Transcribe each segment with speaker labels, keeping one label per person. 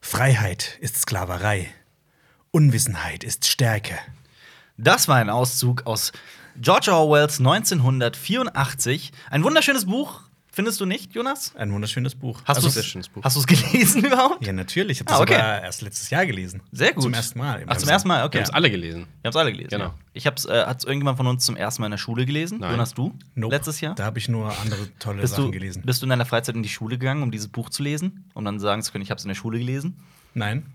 Speaker 1: Freiheit ist Sklaverei. Unwissenheit ist Stärke.
Speaker 2: Das war ein Auszug aus George Orwells 1984. Ein wunderschönes Buch, findest du nicht, Jonas?
Speaker 1: Ein wunderschönes Buch.
Speaker 2: Hast
Speaker 1: Also-
Speaker 2: du's-
Speaker 3: sehr schönes Buch.
Speaker 2: Hast du es gelesen überhaupt?
Speaker 1: Ja, natürlich. Ich habe
Speaker 2: Ah,
Speaker 1: das
Speaker 2: okay.
Speaker 1: sogar erst letztes Jahr gelesen.
Speaker 2: Sehr gut.
Speaker 1: Zum ersten Mal.
Speaker 2: Ach, zum ersten Mal, okay.
Speaker 3: Wir haben es alle gelesen.
Speaker 2: Wir haben's alle gelesen.
Speaker 3: Genau.
Speaker 2: ja. Ich hab's, äh, hat's irgendjemand von uns zum ersten Mal in der Schule gelesen?
Speaker 3: Nein.
Speaker 2: Jonas, du?
Speaker 1: Nope.
Speaker 2: Letztes Jahr?
Speaker 1: Da habe ich nur andere tolle
Speaker 2: Bist
Speaker 1: Sachen
Speaker 2: du,
Speaker 1: gelesen.
Speaker 2: bist du in deiner Freizeit in die Schule gegangen, um dieses Buch zu lesen? Um dann sagen zu können, ich habe es in der Schule gelesen?
Speaker 1: Nein.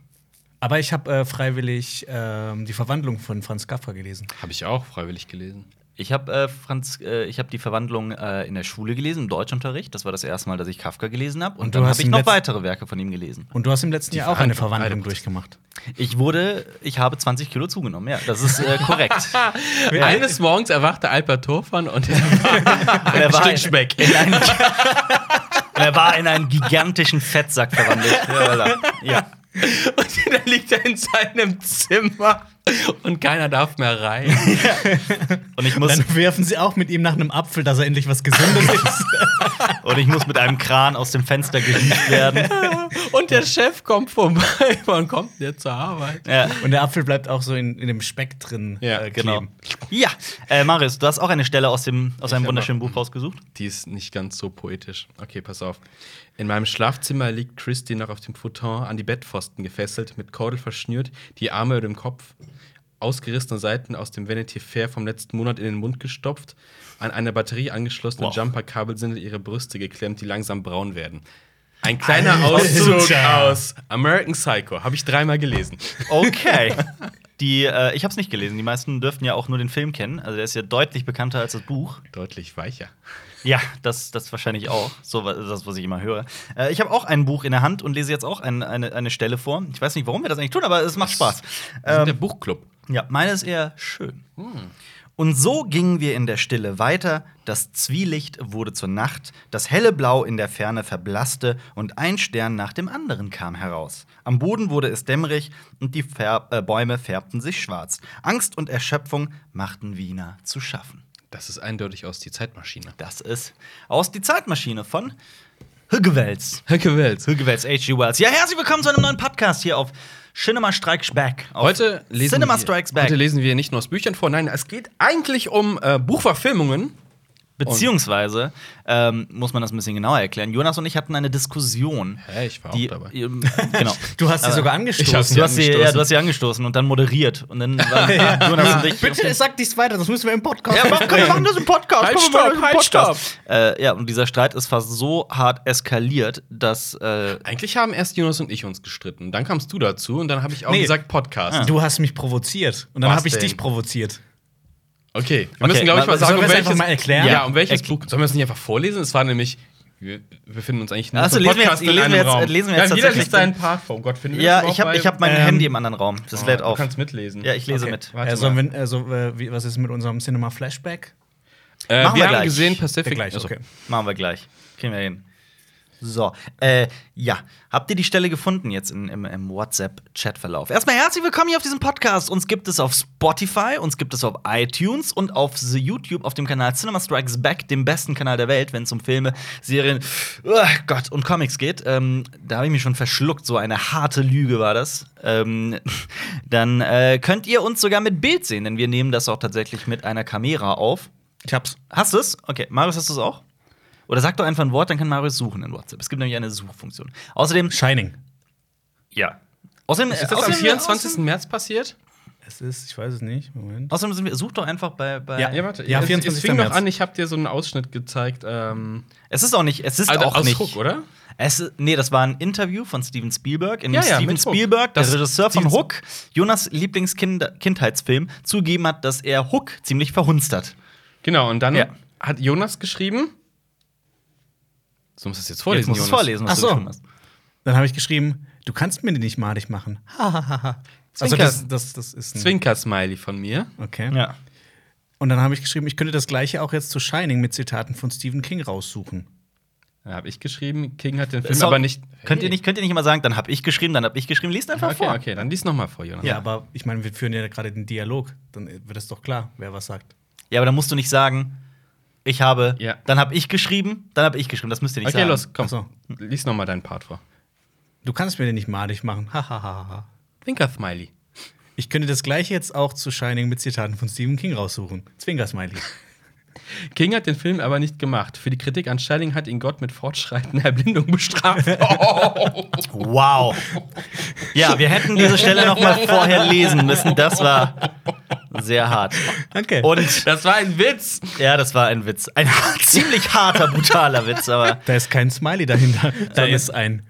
Speaker 1: Aber ich habe äh, freiwillig ähm, die Verwandlung von Franz Kafka gelesen.
Speaker 3: Habe ich auch freiwillig gelesen.
Speaker 2: Ich habe äh, Franz, äh, ich habe die Verwandlung äh, in der Schule gelesen, im Deutschunterricht. Das war das erste Mal, dass ich Kafka gelesen habe. Und,
Speaker 1: Und du
Speaker 2: dann
Speaker 1: hast
Speaker 2: habe ich
Speaker 1: ihn
Speaker 2: noch
Speaker 1: letzt-
Speaker 2: weitere Werke von ihm gelesen.
Speaker 1: Und du hast im letzten Jahr auch eine Verwandlung
Speaker 3: Verwandlung, beide-
Speaker 1: durchgemacht.
Speaker 2: Ich wurde, ich habe 20 Kilo zugenommen. Ja, das ist äh, korrekt.
Speaker 3: Eines Morgens erwachte Albert Turfan und er
Speaker 2: Und er
Speaker 3: war ein Stück
Speaker 2: in,
Speaker 3: Speck.
Speaker 2: in einen, Und er war in einen gigantischen Fettsack verwandelt. Ja.
Speaker 3: Und der liegt da in seinem Zimmer und keiner darf mehr rein.
Speaker 2: Und ich muss
Speaker 1: Dann Also werfen sie auch mit ihm nach einem Apfel, dass er endlich was Gesundes ist.
Speaker 2: und ich muss mit einem Kran aus dem Fenster gehievt werden.
Speaker 3: Und der Chef kommt vorbei. Wann kommt der zur Arbeit?
Speaker 2: Ja.
Speaker 1: Und der Apfel bleibt auch so in, in dem Speck drin. äh,
Speaker 3: Ja,
Speaker 2: Genau.
Speaker 1: kleben.
Speaker 2: Ja, äh, Marius, du hast auch eine Stelle aus, dem, aus einem
Speaker 3: hab
Speaker 2: wunderschönen Buch rausgesucht.
Speaker 3: Die ist nicht ganz so poetisch. Okay, pass auf. In meinem Schlafzimmer liegt Christy noch auf dem Futon an die Bettpfosten gefesselt, mit Kordel verschnürt, die Arme über dem Kopf, ausgerissene Seiten aus dem Vanity Fair vom letzten Monat in den Mund gestopft, an einer Batterie angeschlossene
Speaker 2: Wow.
Speaker 3: Jumperkabel sind in ihre Brüste geklemmt, die langsam braun werden. Ein kleiner
Speaker 1: Alter.
Speaker 3: Auszug aus American Psycho. Habe ich dreimal gelesen.
Speaker 2: Okay. Die, äh, ich habe es nicht gelesen. Die meisten dürften ja auch nur den Film kennen. Also der ist ja deutlich bekannter als das Buch.
Speaker 3: Deutlich weicher.
Speaker 2: Ja, das, das wahrscheinlich auch. So wa- das, was ich immer höre. Äh, ich habe auch ein Buch in der Hand und lese jetzt auch ein, eine, eine Stelle vor. Ich weiß nicht, warum wir das eigentlich tun, aber es macht Spaß. Ähm,
Speaker 3: Wir
Speaker 1: Ähm.
Speaker 3: sind der Buchclub.
Speaker 2: Ja, meine ist eher schön. Und so gingen wir in der Stille weiter, das Zwielicht wurde zur Nacht, das helle Blau in der Ferne verblasste und ein Stern nach dem anderen kam heraus. Am Boden wurde es dämmerig und die Färb äh, Bäume färbten sich schwarz. Angst und Erschöpfung machten Wiener zu schaffen.
Speaker 3: Das ist eindeutig aus die Zeitmaschine.
Speaker 2: Das ist aus die Zeitmaschine von Hüggewels.
Speaker 3: Höcke Wells.
Speaker 2: Hüggewels, H.G. Wells. Ja, herzlich willkommen zu einem neuen Podcast hier auf Cinema Strikes Back. Auf
Speaker 3: Heute lesen,
Speaker 2: Cinema
Speaker 3: wir,
Speaker 2: Strikes Back.
Speaker 3: heute lesen wir nicht nur aus Büchern vor, nein, es geht eigentlich um äh, Buchverfilmungen.
Speaker 2: Beziehungsweise ähm, muss man das ein bisschen genauer erklären. Jonas und ich hatten eine Diskussion.
Speaker 3: Hä, ich war auch dabei.
Speaker 2: Ähm, genau.
Speaker 1: Du hast sie
Speaker 2: Aber
Speaker 1: sogar angestoßen.
Speaker 3: Ich hab's
Speaker 2: Du hast, sie,
Speaker 3: angestoßen.
Speaker 2: ja, du hast sie angestoßen und dann moderiert. Und dann waren Jonas und ich.
Speaker 1: Bitte sag dies weiter, das müssen wir im Podcast.
Speaker 2: Ja, komm, wir machen das im Podcast.
Speaker 3: Halt,
Speaker 2: komm, wir machen
Speaker 3: stopp,
Speaker 2: das im
Speaker 3: halt,
Speaker 2: Podcast. Äh, ja, und dieser Streit ist fast so hart eskaliert, dass. Äh,
Speaker 3: Eigentlich haben erst Jonas und ich uns gestritten. Dann kamst du dazu und dann habe ich auch
Speaker 1: Nee.
Speaker 3: gesagt Podcast.
Speaker 2: Ah.
Speaker 1: Du hast mich provoziert. Und dann
Speaker 3: Ah. Was
Speaker 1: habe ich
Speaker 3: denn?
Speaker 1: dich provoziert.
Speaker 3: Okay, wir
Speaker 2: Okay,
Speaker 3: müssen, glaube ich, mal
Speaker 2: sollen
Speaker 3: sagen,
Speaker 1: wir
Speaker 3: um
Speaker 1: es
Speaker 3: welches,
Speaker 1: einfach mal erklären?
Speaker 3: Ja, um welches
Speaker 2: Erk-
Speaker 3: Buch. Sollen wir es nicht einfach vorlesen? Es war nämlich. Wir befinden uns eigentlich nur
Speaker 2: Ach so,
Speaker 3: zum
Speaker 2: lesen wir
Speaker 3: Podcast
Speaker 2: jetzt-
Speaker 3: in
Speaker 2: lesen
Speaker 3: einem
Speaker 2: wir jetzt-
Speaker 3: Raum.
Speaker 2: lesen wir jetzt
Speaker 3: ja, jeder
Speaker 2: tatsächlich
Speaker 3: liest seinen Part vor. Um Gott, finden wir
Speaker 2: ja,
Speaker 3: das überhaupt
Speaker 2: ich habe
Speaker 3: bei- Ah,
Speaker 2: ich hab mein
Speaker 1: ähm,
Speaker 2: Handy im anderen Raum. Das lädt auf.
Speaker 3: Du kannst mitlesen.
Speaker 2: Ja, ich lese mit.
Speaker 3: Warte
Speaker 1: äh, sollen
Speaker 3: mal.
Speaker 1: wir, äh, so, äh, wie, was ist mit unserem Cinema Flashback?
Speaker 3: Äh,
Speaker 2: Machen
Speaker 3: wir
Speaker 2: wir
Speaker 3: haben
Speaker 2: gleich.
Speaker 3: gesehen Pacific.
Speaker 1: Der gleich,
Speaker 3: Achso.
Speaker 1: okay.
Speaker 2: Machen wir gleich. Kriegen wir hin. So, äh, ja. Habt ihr die Stelle gefunden jetzt in, im, im WhatsApp-Chatverlauf? Erstmal herzlich willkommen hier auf diesem Podcast. Uns gibt es auf Spotify, uns gibt es auf iTunes und auf The YouTube auf dem Kanal Cinema Strikes Back, dem besten Kanal der Welt, wenn es um Filme, Serien, oh Gott, und Comics geht. Ähm, da habe ich mich schon verschluckt. So eine harte Lüge war das. Ähm, dann äh, könnt ihr uns sogar mit Bild sehen, denn wir nehmen das auch tatsächlich mit einer Kamera auf.
Speaker 1: Ich hab's.
Speaker 2: Hast du es? Okay, Marius, hast du es auch? Oder sag doch einfach ein Wort, dann kann Marius suchen in WhatsApp. Es gibt nämlich eine Suchfunktion. Außerdem,
Speaker 1: Shining.
Speaker 2: ja. Außerdem,
Speaker 3: Ist das am 24. März passiert?
Speaker 1: Es ist, ich weiß es nicht. Moment.
Speaker 2: Außerdem sind wir, such doch einfach bei. bei
Speaker 1: Ja,
Speaker 3: Ja, warte.
Speaker 1: Ja,
Speaker 3: es,
Speaker 1: 24.
Speaker 3: es fing noch
Speaker 1: März.
Speaker 3: an, ich habe dir so einen Ausschnitt gezeigt. Ähm,
Speaker 2: Es ist auch nicht. Es ist
Speaker 3: also
Speaker 2: auch
Speaker 3: aus
Speaker 2: nicht.
Speaker 3: Hook, oder?
Speaker 2: Es, ist- nee, das war ein Interview von Steven Spielberg, in dem
Speaker 3: Ja, ja,
Speaker 2: Steven
Speaker 3: mit Hook.
Speaker 2: Spielberg, der
Speaker 3: Das-
Speaker 2: Regisseur von
Speaker 3: Steven-
Speaker 2: Hook, Jonas Lieblingskindheitsfilm, zugegeben hat, dass er Hook ziemlich verhunzt hat.
Speaker 3: Genau, und dann
Speaker 2: Ja.
Speaker 3: hat Jonas geschrieben. So musst du es jetzt
Speaker 2: Jetzt
Speaker 3: vorlesen,
Speaker 2: musst du es vorlesen, was
Speaker 1: Ach so.
Speaker 2: du geschrieben hast.
Speaker 1: Dann habe ich geschrieben, du kannst mir die nicht madig machen. Hahaha. also
Speaker 3: Zwinker.
Speaker 1: das, das, das ist ein
Speaker 3: Zwinker-Smiley von mir.
Speaker 1: Okay.
Speaker 2: Ja.
Speaker 1: Und dann habe ich geschrieben, ich könnte das gleiche auch jetzt zu Shining mit Zitaten von Stephen King raussuchen.
Speaker 3: Da habe ich geschrieben, King hat den Film
Speaker 2: Ist auch-
Speaker 3: aber nicht.
Speaker 2: Könnt, ihr nicht, könnt ihr nicht immer sagen, dann hab ich geschrieben, dann hab ich geschrieben. Liest einfach
Speaker 3: Okay,
Speaker 2: vor.
Speaker 3: okay, dann lies nochmal vor, Jonas.
Speaker 1: Ja, aber ich meine, wir führen ja gerade den Dialog. Dann äh, wird es doch klar, wer was sagt.
Speaker 2: Ja, aber dann musst du nicht sagen, ich habe,
Speaker 3: Ja.
Speaker 2: dann habe ich geschrieben, dann habe ich geschrieben. Das müsst ihr nicht
Speaker 3: Okay,
Speaker 2: sagen.
Speaker 3: los, komm.
Speaker 1: Ach so.
Speaker 3: Lies nochmal deinen Part vor.
Speaker 1: Du kannst mir den nicht madig machen. Hahaha.
Speaker 3: Winker-Smiley.
Speaker 1: ich könnte das gleiche jetzt auch zu Shining mit Zitaten von Stephen King raussuchen. Zwinker-Smiley.
Speaker 3: King hat den Film aber nicht gemacht. Für die Kritik an Shining hat ihn Gott mit fortschreitender Erblindung bestraft. Oh.
Speaker 2: Wow. Ja, wir hätten diese Stelle noch mal vorher lesen müssen. Das war sehr hart.
Speaker 1: Okay.
Speaker 2: Und
Speaker 3: Das war ein Witz.
Speaker 2: ja, das war ein Witz. Ein ziemlich harter, brutaler Witz, aber
Speaker 1: da ist kein Smiley dahinter. Da ist ein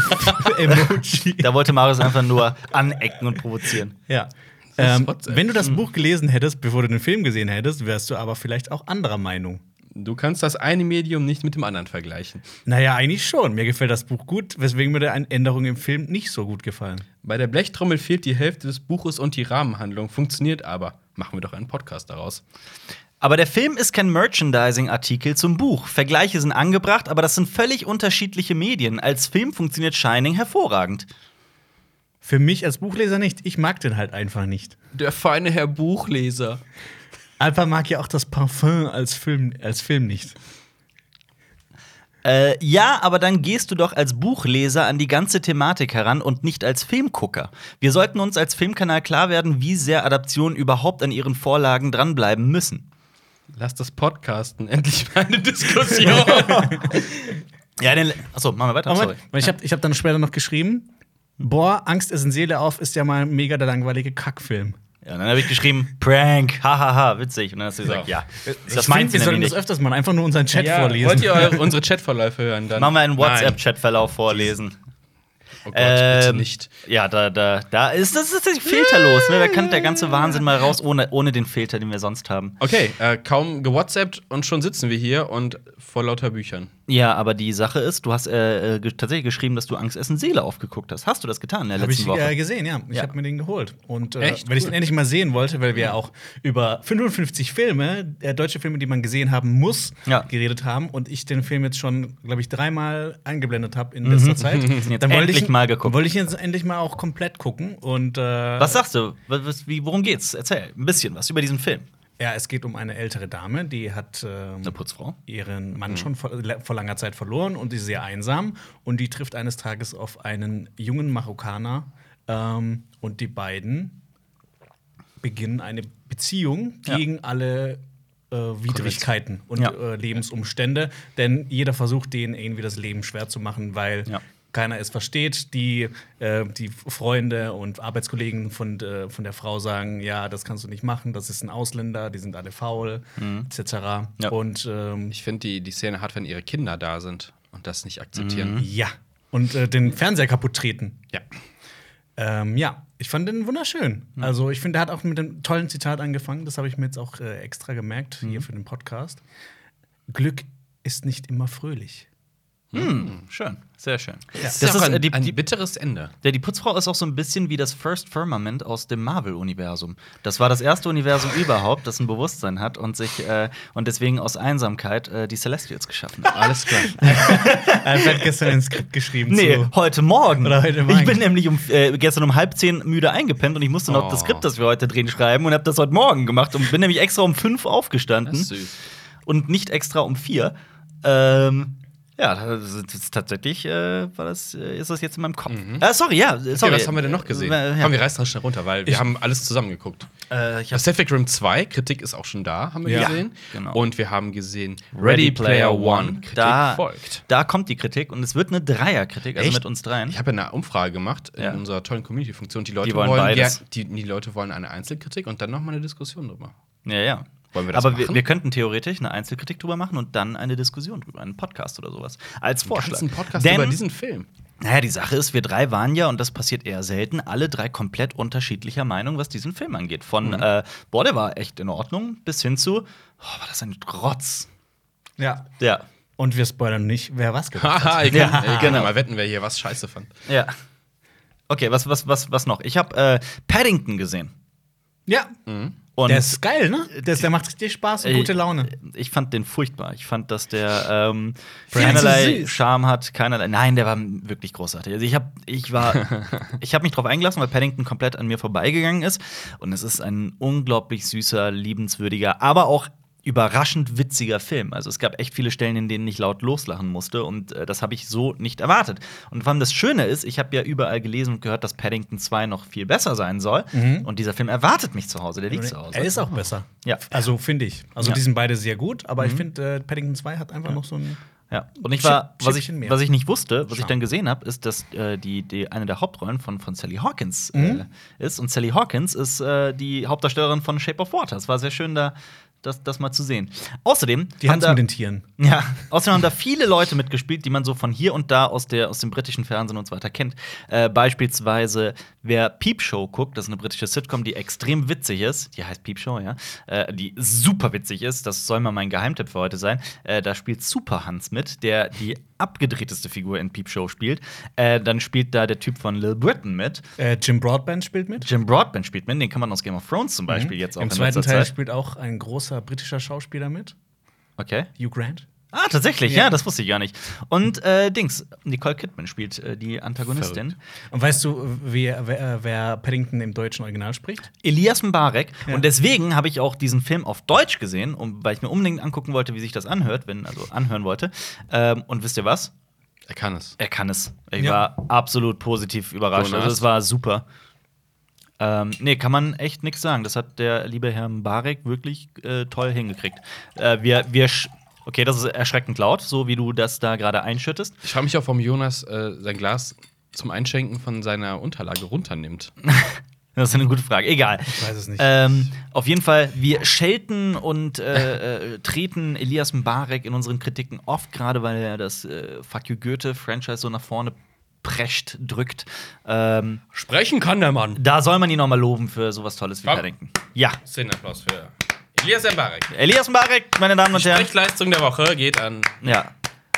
Speaker 1: Kreuz-Emoji.
Speaker 2: da wollte Marius einfach nur anecken und provozieren.
Speaker 1: Ja.
Speaker 3: Das ist
Speaker 1: Ähm,
Speaker 3: WhatsApp.
Speaker 1: wenn du das Buch gelesen hättest, bevor du den Film gesehen hättest, wärst du aber vielleicht auch anderer Meinung.
Speaker 3: Du kannst das eine Medium nicht mit dem anderen vergleichen.
Speaker 1: Naja, eigentlich schon. Mir gefällt das Buch gut, weswegen mir eine Änderung im Film nicht so gut gefallen.
Speaker 3: Bei der Blechtrommel fehlt die Hälfte des Buches und die Rahmenhandlung. Funktioniert aber. Machen wir doch einen Podcast daraus.
Speaker 2: Aber der Film ist kein Merchandising-Artikel zum Buch. Vergleiche sind angebracht, aber das sind völlig unterschiedliche Medien. Als Film funktioniert Shining hervorragend.
Speaker 1: Für mich als Buchleser nicht. Ich mag den halt einfach nicht.
Speaker 3: Der feine Herr Buchleser.
Speaker 1: Alpha mag ja auch das Parfum als Film, als Film nicht.
Speaker 2: Äh, ja, aber dann gehst du doch als Buchleser an die ganze Thematik heran und nicht als Filmgucker. Wir sollten uns als Filmkanal klar werden, wie sehr Adaptionen überhaupt an ihren Vorlagen dranbleiben müssen.
Speaker 3: Lass das Podcasten. Endlich mal eine Diskussion.
Speaker 2: Ja, denn. Achso, machen wir weiter. Sorry.
Speaker 1: Moment, Oh, ich habe ich hab dann später noch geschrieben, boah, Angst ist in Seele auf, ist ja mal mega der langweilige Kackfilm.
Speaker 2: Ja, dann habe ich geschrieben, Prank, hahaha, witzig. Und dann hast du gesagt, ja.
Speaker 3: Ja.
Speaker 2: Das
Speaker 1: Äh, ich
Speaker 2: meint
Speaker 1: find,
Speaker 2: sie
Speaker 1: wir sollten
Speaker 2: nämlich
Speaker 1: das
Speaker 2: nicht.
Speaker 1: öfters mal einfach nur unseren Chat vorlesen.
Speaker 3: Wollt ihr eure, unsere Chatverläufe hören? Dann
Speaker 2: Machen wir einen
Speaker 3: Nein.
Speaker 2: WhatsApp-Chat-Verlauf vorlesen.
Speaker 3: Oh Gott, bitte
Speaker 2: Ähm,
Speaker 3: nicht.
Speaker 2: Ja, da, da, da ist das ist filterlos. Ne? Da kann der ganze Wahnsinn mal raus, ohne, ohne den Filter, den wir sonst haben.
Speaker 3: Okay, äh, kaum gewhatsappt und schon sitzen wir hier und vor lauter Büchern.
Speaker 2: Ja, aber die Sache ist, du hast äh, äh, ge- tatsächlich geschrieben, dass du Angst Essen Seele aufgeguckt hast. Hast du das getan in der
Speaker 1: Habe
Speaker 2: letzten
Speaker 1: ich äh,
Speaker 2: Woche?
Speaker 1: gesehen, ja. Ich
Speaker 2: Ja.
Speaker 1: habe mir den geholt. Und äh,
Speaker 3: Echt?
Speaker 1: weil ich den endlich mal sehen wollte, weil wir ja auch über 55 Filme, äh, deutsche Filme, die man gesehen haben muss,
Speaker 2: Ja.
Speaker 1: geredet haben. Und ich den Film jetzt schon, glaube ich, dreimal eingeblendet habe in letzter Zeit.
Speaker 2: Jetzt endlich
Speaker 1: ihn-
Speaker 2: mal geguckt.
Speaker 1: Wollte ich ihn jetzt endlich mal auch komplett gucken. Und äh,
Speaker 2: Was sagst du? Was, was, wie, worum geht's? Erzähl ein bisschen was über diesen Film.
Speaker 1: ja, es geht um eine ältere Dame, die hat. ähm,
Speaker 2: Eine Putzfrau.
Speaker 1: ihren
Speaker 2: Mhm.
Speaker 1: Mann schon vor, le- vor langer Zeit verloren und die ist sehr einsam. Und die trifft eines Tages auf einen jungen Marokkaner ähm, und die beiden beginnen eine Beziehung
Speaker 2: Ja.
Speaker 1: gegen alle äh, Widrigkeiten und
Speaker 2: Ja.
Speaker 1: äh, Lebensumstände, denn jeder versucht denen irgendwie das Leben schwer zu machen, weil
Speaker 2: Ja.
Speaker 1: keiner es versteht. Die, äh, die Freunde und Arbeitskollegen von, äh, von der Frau sagen, ja, das kannst du nicht machen, das ist ein Ausländer, die sind alle faul, etc.
Speaker 2: Ja.
Speaker 1: Und ähm,
Speaker 3: Ich finde die, die Szene hart, wenn ihre Kinder da sind und das nicht akzeptieren.
Speaker 1: ja, und äh, den Fernseher kaputt treten.
Speaker 3: Ja.
Speaker 1: Ähm, ja, ich fand den wunderschön. Also ich finde, der hat auch mit einem tollen Zitat angefangen. Das habe ich mir jetzt auch äh, extra gemerkt hier für den Podcast. Glück ist nicht immer fröhlich.
Speaker 2: Hm, schön, sehr schön.
Speaker 3: Das,
Speaker 2: Das
Speaker 3: ist,
Speaker 2: ist,
Speaker 3: auch ein,
Speaker 2: äh, die,
Speaker 3: ein
Speaker 2: die,
Speaker 3: bitteres Ende.
Speaker 2: ja, die Putzfrau ist auch so ein bisschen wie das First Firmament aus dem Marvel-Universum. Das war das erste Universum überhaupt, das ein Bewusstsein hat und sich äh, und deswegen aus Einsamkeit äh, die Celestials geschaffen hat.
Speaker 3: Alles klar.
Speaker 1: Alfred hat gestern ein Skript geschrieben.
Speaker 2: Nee,
Speaker 1: zu-
Speaker 2: heute Morgen.
Speaker 1: Oder heute Morgen.
Speaker 2: Ich bin nämlich um, äh, gestern um halb zehn müde eingepennt und ich musste noch
Speaker 3: Oh.
Speaker 2: das Skript, das wir heute drehen, schreiben und habe das heute Morgen gemacht und bin nämlich extra um fünf aufgestanden.
Speaker 3: Das ist süß.
Speaker 2: und nicht extra um vier. Ähm, ja, das ist- das ist tatsächlich äh, war das, äh, ist das jetzt in meinem Kopf. Ah, sorry, ja, sorry.
Speaker 3: Mhm. Okay, was haben wir denn noch gesehen?
Speaker 2: Äh, ja.
Speaker 3: Komm, wir reißen das schnell runter, weil wir haben alles zusammengeguckt.
Speaker 2: äh, ich hab,
Speaker 3: Pacific Rim 2, Kritik ist auch schon da, haben wir
Speaker 1: Ja,
Speaker 3: gesehen.
Speaker 2: genau.
Speaker 3: Und wir haben gesehen Ready Player One, Kritik
Speaker 2: da,
Speaker 3: folgt.
Speaker 2: Da kommt die Kritik und es wird eine Dreierkritik, also
Speaker 3: Echt?
Speaker 2: mit uns dreien.
Speaker 3: Ich habe eine Umfrage gemacht in
Speaker 2: Ja.
Speaker 3: unserer tollen Community-Funktion. Die Leute
Speaker 2: Die wollen
Speaker 3: ja,
Speaker 2: beides.
Speaker 3: die, die Leute wollen eine Einzelkritik und dann nochmal eine Diskussion drüber.
Speaker 2: Ja, ja.
Speaker 3: Wollen wir das
Speaker 2: Aber Wir,
Speaker 3: machen?
Speaker 2: wir könnten theoretisch eine Einzelkritik drüber machen und dann eine Diskussion drüber, einen Podcast oder sowas. Als Vorschlag.
Speaker 3: Ganzen Podcast
Speaker 2: Denn,
Speaker 3: über diesen Film.
Speaker 2: Naja, die Sache ist, wir drei waren ja, und das passiert eher selten, alle drei komplett unterschiedlicher Meinung, was diesen Film angeht. Von,
Speaker 3: Mhm.
Speaker 2: äh, boah, der war echt in Ordnung, bis hin zu, oh, war das ein Rotz.
Speaker 1: Ja.
Speaker 2: Ja.
Speaker 1: Und wir spoilern nicht, wer was gemacht hat.
Speaker 3: Haha, ihr könnt,
Speaker 2: Ja,
Speaker 3: ihr könnt
Speaker 2: genau.
Speaker 3: mal wetten, wer hier was scheiße fand.
Speaker 2: Ja. Okay, was, was, was, was noch? Ich habe äh, Paddington gesehen.
Speaker 1: Ja.
Speaker 2: Und
Speaker 1: Der ist geil, ne? Der, ist- der macht richtig Spaß und
Speaker 2: äh,
Speaker 1: gute Laune.
Speaker 2: Ich fand den furchtbar. Ich fand, dass der ähm,
Speaker 1: Viel zu
Speaker 2: keinerlei
Speaker 1: süß.
Speaker 2: Charme hat, keinerlei. Nein, der war wirklich großartig. Also ich habe ich war ich habe mich drauf eingelassen, weil Paddington komplett an mir vorbeigegangen ist und es ist ein unglaublich süßer, liebenswürdiger, aber auch überraschend witziger Film. Also es gab echt viele Stellen, in denen ich laut loslachen musste und äh, das habe ich so nicht erwartet. Und vor allem das Schöne ist, ich habe ja überall gelesen und gehört, dass Paddington 2 noch viel besser sein soll
Speaker 1: Mhm.
Speaker 2: und dieser Film erwartet mich zu Hause, der liegt zu Hause.
Speaker 1: Er ist auch besser.
Speaker 2: Ja.
Speaker 1: Also finde ich. Also
Speaker 2: Ja. Mhm.
Speaker 1: die sind beide sehr gut, aber ich finde, äh, Paddington 2 hat einfach noch so ein.
Speaker 2: Ja, und ich war,
Speaker 1: Chip-
Speaker 2: was ich,
Speaker 1: Chipchen mehr.
Speaker 2: was ich nicht wusste, was ich
Speaker 1: Charme.
Speaker 2: dann gesehen habe, ist, dass äh, die, die eine der Hauptrollen von, von Sally Hawkins
Speaker 1: Mhm.
Speaker 2: äh, ist. Und Sally Hawkins ist äh, die Hauptdarstellerin von Shape of Water. Es war sehr schön, da das, das mal zu sehen. Außerdem
Speaker 1: Die
Speaker 2: haben
Speaker 1: Hand
Speaker 2: da,
Speaker 1: mit den Tieren.
Speaker 2: ja, außerdem haben da viele Leute mitgespielt, die man so von hier und da aus, der, aus dem britischen Fernsehen und so weiter kennt. Äh, beispielsweise, wer Peep Show guckt, das ist eine britische Sitcom, die extrem witzig ist. Die heißt Peep Show, ja. Äh, die super witzig ist. Das soll mal mein Geheimtipp für heute sein. Äh, da spielt Super Hans mit, der die abgedrehteste Figur in Peep Show spielt. Äh, dann spielt da der Typ von Lil Britain mit.
Speaker 1: Äh, Jim Broadband spielt mit.
Speaker 2: Jim Broadbent spielt mit, den kann man aus Game of Thrones zum Beispiel jetzt auch
Speaker 1: Mhm. Im
Speaker 2: in
Speaker 1: zweiten
Speaker 2: letzter
Speaker 1: Teil
Speaker 2: Zeit.
Speaker 1: spielt auch ein großer britischer Schauspieler mit,
Speaker 2: Okay.
Speaker 1: Hugh Grant.
Speaker 2: Ah, tatsächlich, ja.
Speaker 1: Ja.
Speaker 2: das wusste ich gar nicht. Und äh, Dings, Nicole Kidman spielt äh, die Antagonistin.
Speaker 1: Und weißt du, wer, wer, wer Paddington im deutschen Original spricht?
Speaker 2: Elias Mbarek.
Speaker 1: Ja.
Speaker 2: Und deswegen habe ich auch diesen Film auf Deutsch gesehen, um, weil ich mir unbedingt angucken wollte, wie sich das anhört, wenn, also anhören wollte. Ähm, und wisst ihr was?
Speaker 3: Er kann es.
Speaker 2: Er kann es. Ich
Speaker 1: Ja.
Speaker 2: war absolut positiv überrascht.
Speaker 3: Jonas?
Speaker 2: Also es war super. Ähm, nee, kann man echt nichts sagen. Das hat der liebe Herr Mbarek wirklich äh, toll hingekriegt. Äh, wir, wir sch- okay, das ist erschreckend laut, so wie du das da gerade einschüttest.
Speaker 3: Ich frage mich auch, warum Jonas äh, sein Glas zum Einschenken von seiner Unterlage runternimmt.
Speaker 2: Das ist eine gute Frage. Egal. Ich
Speaker 1: weiß es nicht.
Speaker 2: Ähm, auf jeden Fall, wir schelten und äh, äh, treten Elias Mbarek in unseren Kritiken oft, gerade weil er das äh, Fuck You Goethe-Franchise so nach vorne prescht, drückt. Ähm,
Speaker 3: Sprechen kann der Mann.
Speaker 2: da soll man ihn nochmal loben für sowas Tolles wie
Speaker 3: Komm.
Speaker 2: Paddington. Ja.
Speaker 3: Szenenapplaus für Elias Mbarek.
Speaker 2: Elias Mbarek, meine Damen und Herren.
Speaker 3: Sprechleistung der Woche geht an.
Speaker 2: Ja.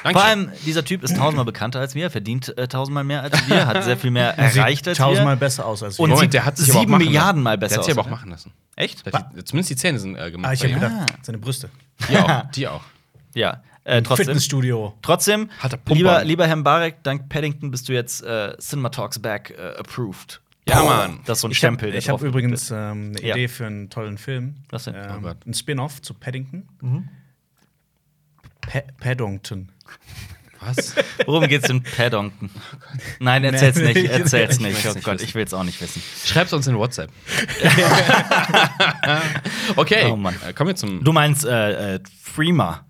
Speaker 3: Dankeschön.
Speaker 2: Vor allem, dieser Typ ist tausendmal bekannter als wir, verdient äh, tausendmal mehr als wir, hat sehr viel mehr
Speaker 1: Sieht
Speaker 2: erreicht als
Speaker 1: tausendmal
Speaker 2: wir.
Speaker 1: besser aus als
Speaker 2: Und
Speaker 1: wir.
Speaker 2: sie- sieben Milliarden Mal besser
Speaker 3: Der hat sich aber
Speaker 2: aus,
Speaker 3: auch machen lassen.
Speaker 2: Echt?
Speaker 3: Der hat die, zumindest die Zähne sind äh, gemacht.
Speaker 1: Ah, ich
Speaker 3: bei
Speaker 1: habe
Speaker 3: ihm.
Speaker 1: gedacht, seine Brüste.
Speaker 3: die auch. Die auch.
Speaker 2: Ja. Äh, trotzdem.
Speaker 1: Fitnessstudio.
Speaker 2: Trotzdem,
Speaker 3: Hat er Pumper.
Speaker 2: lieber, lieber Herr Mbarek, dank Paddington bist du jetzt äh, Cinema Talks Back äh, approved.
Speaker 3: Ja, Mann.
Speaker 2: Das ist so ein
Speaker 1: Ich habe
Speaker 2: Stempel. der
Speaker 1: ich hab
Speaker 2: drauf
Speaker 1: übrigens ähm, eine
Speaker 2: Ja.
Speaker 1: Idee für einen tollen Film.
Speaker 2: Was denn?
Speaker 1: Ähm,
Speaker 3: Oh Gott.
Speaker 1: ein Spin-off zu Paddington. Pa Paddington.
Speaker 3: Was?
Speaker 2: gedruckt. Worum geht's in Paddington? Nein, erzähl's
Speaker 1: Nee,
Speaker 2: nicht, erzähl's
Speaker 1: ich
Speaker 2: nicht.
Speaker 3: möcht's
Speaker 2: Oh
Speaker 3: nicht
Speaker 2: Gott,
Speaker 3: wissen.
Speaker 2: ich will's auch nicht wissen.
Speaker 3: Schreib's uns in WhatsApp. okay.
Speaker 2: Oh, Mann.
Speaker 3: Äh, kommen wir zum,
Speaker 2: Du meinst äh, äh, Freema.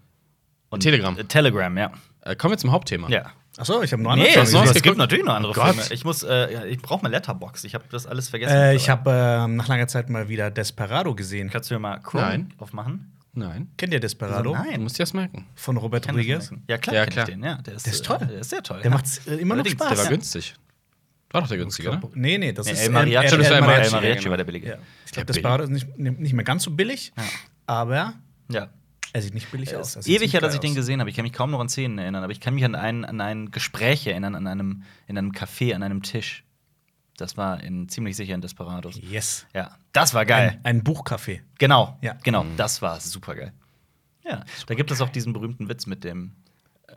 Speaker 2: Und
Speaker 3: Telegram.
Speaker 2: Äh, Telegram, ja.
Speaker 3: äh, kommen wir zum Hauptthema.
Speaker 2: Ja.
Speaker 1: Achso, ich habe noch
Speaker 2: Nee,
Speaker 3: Filme
Speaker 2: es,
Speaker 3: sonst
Speaker 2: es gibt
Speaker 3: geguckt?
Speaker 2: natürlich noch andere
Speaker 3: Oh Gott.
Speaker 2: Filme. Ich muss, äh, ja, ich brauche mal Letterbox. Ich habe das alles vergessen.
Speaker 1: Äh, ich habe ähm, nach langer Zeit mal wieder Desperado gesehen.
Speaker 2: Kannst du mir mal Chrome
Speaker 3: Nein.
Speaker 2: aufmachen?
Speaker 3: Nein.
Speaker 1: Kennt ihr Desperado?
Speaker 3: Du musst dir das merken.
Speaker 1: Von Robert
Speaker 2: Kann ich
Speaker 1: Rodriguez.
Speaker 2: merken. Ja klar,
Speaker 3: Ja,
Speaker 2: kenn
Speaker 3: klar.
Speaker 2: Ich den. Ja, der, ist,
Speaker 1: Der ist toll.
Speaker 2: äh, Der ist sehr toll.
Speaker 1: Der
Speaker 2: ja.
Speaker 1: macht's äh, immer noch
Speaker 2: Allerdings, der
Speaker 1: Spaß.
Speaker 3: Der war
Speaker 2: Ja.
Speaker 3: günstig. War doch der günstige, ne? oder?
Speaker 1: Nee, nee, das
Speaker 2: Nee,
Speaker 1: ist
Speaker 2: El Mariachi,
Speaker 1: El-
Speaker 3: das
Speaker 1: El
Speaker 3: war El
Speaker 1: Mariachi.
Speaker 2: El Mariachi war der billige.
Speaker 1: Ja. Ich glaube,
Speaker 3: Der
Speaker 1: Desperado ist nicht, nicht mehr ganz so billig, aber
Speaker 2: Ja.
Speaker 1: er sieht nicht billig aus. Er sieht
Speaker 2: Ewig
Speaker 1: ziemlich
Speaker 2: her, dass
Speaker 1: geil
Speaker 2: ich den
Speaker 1: aus.
Speaker 2: gesehen habe. Ich kann mich kaum noch an Szenen erinnern, aber ich kann mich an ein, an ein Gespräch erinnern, an einem, in einem Café, an einem Tisch. Das war in, ziemlich sicher in Desperados.
Speaker 1: Yes.
Speaker 2: Ja, das war geil.
Speaker 1: Ein, ein Buchcafé.
Speaker 2: genau,
Speaker 1: Ja.
Speaker 2: genau,
Speaker 3: Mhm.
Speaker 2: das war super geil. Ja, da gibt es auch diesen berühmten Witz mit dem,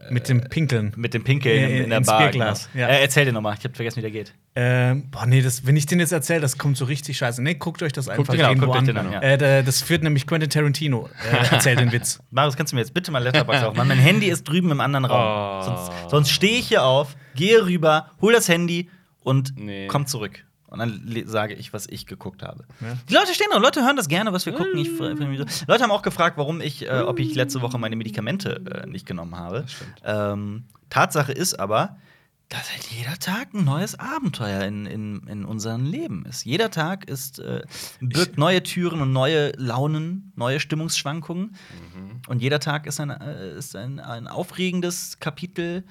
Speaker 1: mit
Speaker 2: Äh,
Speaker 1: dem Pinkeln.
Speaker 2: mit dem Pinkeln
Speaker 1: Äh,
Speaker 2: in, der
Speaker 1: ins
Speaker 2: Bar.
Speaker 1: Bierglas,
Speaker 2: Genau.
Speaker 1: ja.
Speaker 2: Äh, erzähl dir nochmal, ich habe vergessen, wie der geht.
Speaker 1: Ähm, boah, nee, das, wenn ich den jetzt erzähle, das kommt so richtig scheiße. Nee, guckt euch das einfach
Speaker 2: euch- genau,
Speaker 1: irgendwo
Speaker 2: guckt euch
Speaker 1: an.
Speaker 2: den an, ja.
Speaker 1: äh, da- das führt nämlich Quentin Tarantino. Äh, erzählt den Witz.
Speaker 2: Marius, kannst du mir jetzt bitte mal Letterbox aufmachen? Mein Handy ist drüben im anderen Raum.
Speaker 3: Oh.
Speaker 2: Sonst, sonst stehe ich hier auf, gehe rüber, hol das Handy und
Speaker 3: Nee.
Speaker 2: komm zurück. Und dann le- sage ich, was ich geguckt habe. Die Leute stehen da, Leute hören das gerne, was wir gucken. Ich, fr-
Speaker 1: Mm.
Speaker 2: fr- Leute haben auch gefragt, warum ich, äh, ob ich letzte Woche meine Medikamente äh, nicht genommen habe. Ähm, Tatsache ist aber, dass halt jeder Tag ein neues Abenteuer in, in, in unserem Leben ist. Jeder Tag ist, äh, birgt neue Türen und neue Launen, neue Stimmungsschwankungen.
Speaker 1: Mhm.
Speaker 2: Und jeder Tag ist ein, äh, ist ein, ein aufregendes Kapitel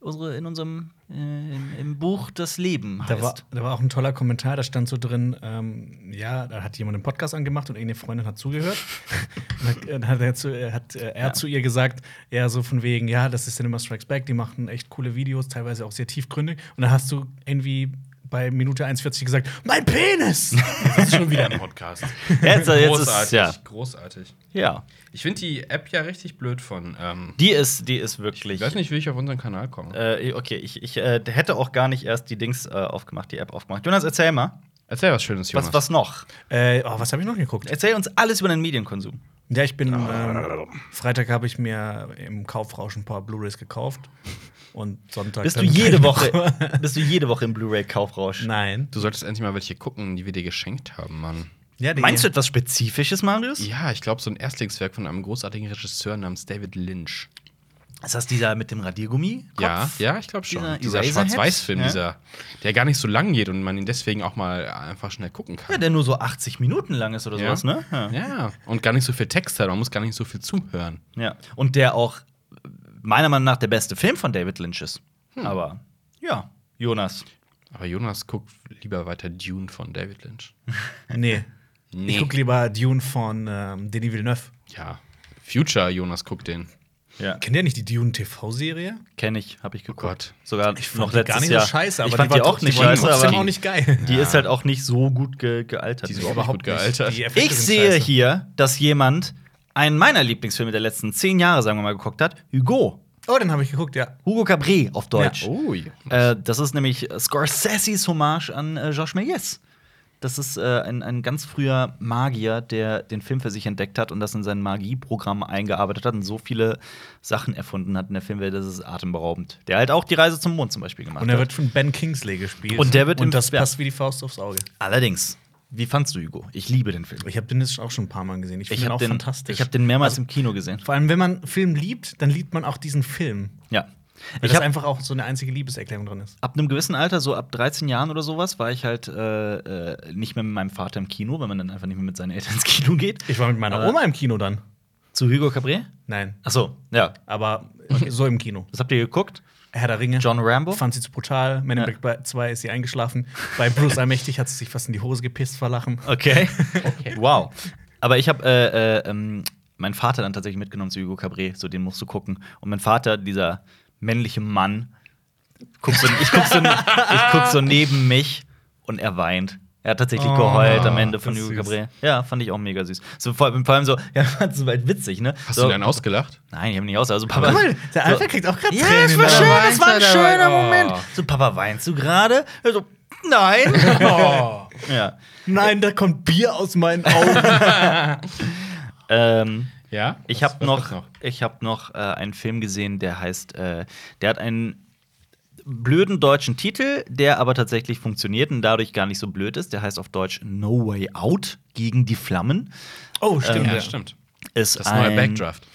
Speaker 2: unsere, in unserem äh, im, im Buch Das Leben heißt.
Speaker 1: Da war, da war auch ein toller Kommentar, da stand so drin, ähm, ja, da hat jemand einen Podcast angemacht und irgendeine Freundin hat zugehört. und dann hat er, zu, er hat äh, er
Speaker 2: Ja.
Speaker 1: zu ihr gesagt, ja, so von wegen, ja, das ist Cinema Strikes Back, die machen echt coole Videos, teilweise auch sehr tiefgründig. Und dann hast du irgendwie bei Minute 41 gesagt, mein Penis!
Speaker 3: Das ist schon wieder ein Podcast.
Speaker 2: Jetzt- jetzt ist-
Speaker 3: großartig,
Speaker 2: ja.
Speaker 3: großartig.
Speaker 2: ja.
Speaker 3: Ich finde die App ja richtig blöd von. Ähm,
Speaker 2: Die ist, die ist wirklich.
Speaker 3: ich weiß nicht, wie ich auf unseren Kanal komme.
Speaker 2: Äh, okay, ich, ich äh, hätte auch gar nicht erst die Dings äh, aufgemacht, die App aufgemacht. Jonas, erzähl mal,
Speaker 3: Erzähl was Schönes, Jonas.
Speaker 2: was, was noch?
Speaker 1: äh, oh, was habe ich noch geguckt?
Speaker 2: Erzähl uns alles über den Medienkonsum.
Speaker 1: Ja, ich bin.
Speaker 2: Ah.
Speaker 1: Ähm, Freitag habe ich mir im Kaufrausch ein paar Blu-rays gekauft. Und Sonntag.
Speaker 2: Bist du
Speaker 1: dann
Speaker 2: jede
Speaker 1: keine
Speaker 2: Woche,
Speaker 1: mehr.
Speaker 2: bist du jede Woche im Blu-ray-Kaufrausch?
Speaker 1: Nein.
Speaker 3: Du solltest endlich mal welche gucken, die wir dir geschenkt haben, Mann.
Speaker 1: Ja, die-
Speaker 2: Meinst du etwas Spezifisches, Marius?
Speaker 3: Ja, ich glaube, so ein Erstlingswerk von einem großartigen Regisseur namens David Lynch.
Speaker 2: Ist das dieser mit dem Radiergummi?
Speaker 3: Ja, ja, ich glaube schon.
Speaker 2: Dieser-
Speaker 3: Dieser,
Speaker 2: Eraserhead?
Speaker 3: Schwarz-Weiß-Film,
Speaker 2: Ja.
Speaker 3: dieser, der gar nicht so lang geht und man ihn deswegen auch mal einfach schnell gucken kann.
Speaker 2: Ja, der nur so 80 Minuten lang ist oder sowas, ne?
Speaker 3: Ja. und gar nicht so viel Text hat, man muss gar nicht so viel zuhören.
Speaker 2: Ja. Und der auch äh, meiner Meinung nach der beste Film von David Lynch ist.
Speaker 3: Hm.
Speaker 2: Aber ja, Jonas.
Speaker 3: Aber Jonas guckt lieber weiter Dune von David Lynch.
Speaker 1: Nee.
Speaker 3: Nee.
Speaker 1: Ich gucke lieber Dune von ähm, Denis Villeneuve.
Speaker 3: Ja, Future Jonas guckt den.
Speaker 2: Ja.
Speaker 1: Kennt ihr nicht die Dune TV-serie?
Speaker 2: Kenne ich, habe ich geguckt.
Speaker 3: Gott.
Speaker 2: Sogar
Speaker 1: Oh Ich fand
Speaker 2: noch
Speaker 1: die
Speaker 2: letztes
Speaker 1: gar nicht
Speaker 2: Jahr.
Speaker 1: so scheiße, aber
Speaker 2: ich fand
Speaker 1: die
Speaker 2: die,
Speaker 1: war
Speaker 2: auch
Speaker 1: tro-
Speaker 2: nicht
Speaker 1: die war
Speaker 2: scheiße,
Speaker 1: trotzdem
Speaker 2: aber
Speaker 1: auch nicht geil.
Speaker 2: die
Speaker 3: Ja.
Speaker 2: ist halt auch nicht so gut ge gealtert.
Speaker 3: Die ist
Speaker 2: Nee.
Speaker 3: auch nicht gut gealtert.
Speaker 1: Die Effekte
Speaker 2: Ich
Speaker 1: sind
Speaker 2: sehe
Speaker 1: scheiße.
Speaker 2: hier, dass jemand einen meiner Lieblingsfilme der letzten zehn Jahre, sagen wir mal, geguckt hat. Hugo.
Speaker 1: Oh, den habe ich geguckt, ja.
Speaker 2: Hugo Cabré auf Deutsch.
Speaker 1: oh
Speaker 3: Ui.
Speaker 2: Äh, das ist nämlich Scorseses Hommage an äh, Georges Méliès. Das ist äh, ein, ein ganz früher Magier, der den Film für sich entdeckt hat und das in sein Magieprogramm eingearbeitet hat und so viele Sachen erfunden hat in der Filmwelt, das ist atemberaubend. Der halt auch die Reise zum Mond zum Beispiel gemacht
Speaker 1: Und er
Speaker 2: hat.
Speaker 1: wird von Ben Kingsley gespielt.
Speaker 2: Und der wird im-
Speaker 1: Und das
Speaker 2: ja.
Speaker 1: passt wie die Faust aufs Auge.
Speaker 2: Allerdings, wie fandst du Hugo? Ich liebe den Film.
Speaker 1: Ich habe den jetzt auch schon ein paar Mal gesehen. Ich finde
Speaker 2: hab
Speaker 1: ihn auch
Speaker 2: den,
Speaker 1: fantastisch. Also,
Speaker 2: Ich habe den mehrmals im Kino gesehen.
Speaker 1: Vor allem, wenn man Film liebt, dann liebt man auch diesen Film.
Speaker 2: Ja.
Speaker 1: Weil
Speaker 2: Ich
Speaker 1: das
Speaker 2: habe
Speaker 1: einfach auch so eine einzige Liebeserklärung drin ist.
Speaker 2: ab einem gewissen Alter, so ab 13 Jahren oder sowas, war ich halt äh, äh, nicht mehr mit meinem Vater im Kino, weil man dann einfach nicht mehr mit seinen Eltern ins Kino geht.
Speaker 1: Ich war mit meiner
Speaker 2: Aber-
Speaker 1: Oma im Kino dann.
Speaker 2: Zu Hugo Cabré?
Speaker 1: Nein,
Speaker 2: Ach so, ja.
Speaker 1: aber so im Kino.
Speaker 2: Das habt ihr geguckt?
Speaker 1: Herr der Ringe.
Speaker 2: John Rambo?
Speaker 1: Fand sie zu brutal. Men in
Speaker 2: Ja.
Speaker 1: Black 2 ist sie eingeschlafen. Bei Bruce Allmächtig hat sie sich fast in die Hose gepisst vor Lachen.
Speaker 2: Okay. Wow. Aber ich habe äh, äh, ähm, meinen Vater dann tatsächlich mitgenommen zu Hugo Cabré, so den musst du gucken. Und mein Vater, dieser männliche Mann, guckt so, ich, guck so, ich guck so neben mich und er weint. Er hat tatsächlich
Speaker 1: Oh,
Speaker 2: geheult am Ende von
Speaker 1: das ist
Speaker 2: Hugo
Speaker 1: süß.
Speaker 2: Cabré. Ja, fand ich auch mega süß. So, vor, allem- vor allem so, ja, so weit witzig, ne?
Speaker 3: Hast
Speaker 2: so,
Speaker 3: du den ausgelacht?
Speaker 2: Nein, ich habe nicht aus. Also, Papa,
Speaker 1: der Alter kriegt auch gerade
Speaker 2: Ja,
Speaker 1: Tränen.
Speaker 2: es war
Speaker 1: in den
Speaker 2: schön,
Speaker 1: Augen.
Speaker 2: es war ein
Speaker 3: Weint er dabei?
Speaker 2: schöner
Speaker 3: Oh.
Speaker 2: Moment. So, Papa, weinst du gerade? Er so, nein. Oh. ja.
Speaker 1: Nein, da kommt Bier aus meinen Augen.
Speaker 2: Ähm,
Speaker 3: Ja.
Speaker 2: ich
Speaker 3: Was-
Speaker 2: habe
Speaker 3: was
Speaker 2: noch,
Speaker 3: kommt
Speaker 2: ich hab noch äh, einen Film gesehen, der heißt, äh, der hat einen blöden deutschen Titel, der aber tatsächlich funktioniert und dadurch gar nicht so blöd ist. Der heißt auf Deutsch No Way Out gegen die Flammen.
Speaker 1: oh,
Speaker 3: Ja,
Speaker 1: stimmt. ja.
Speaker 3: stimmt.
Speaker 2: Ist
Speaker 3: Das
Speaker 2: ein,
Speaker 3: neue Backdraft.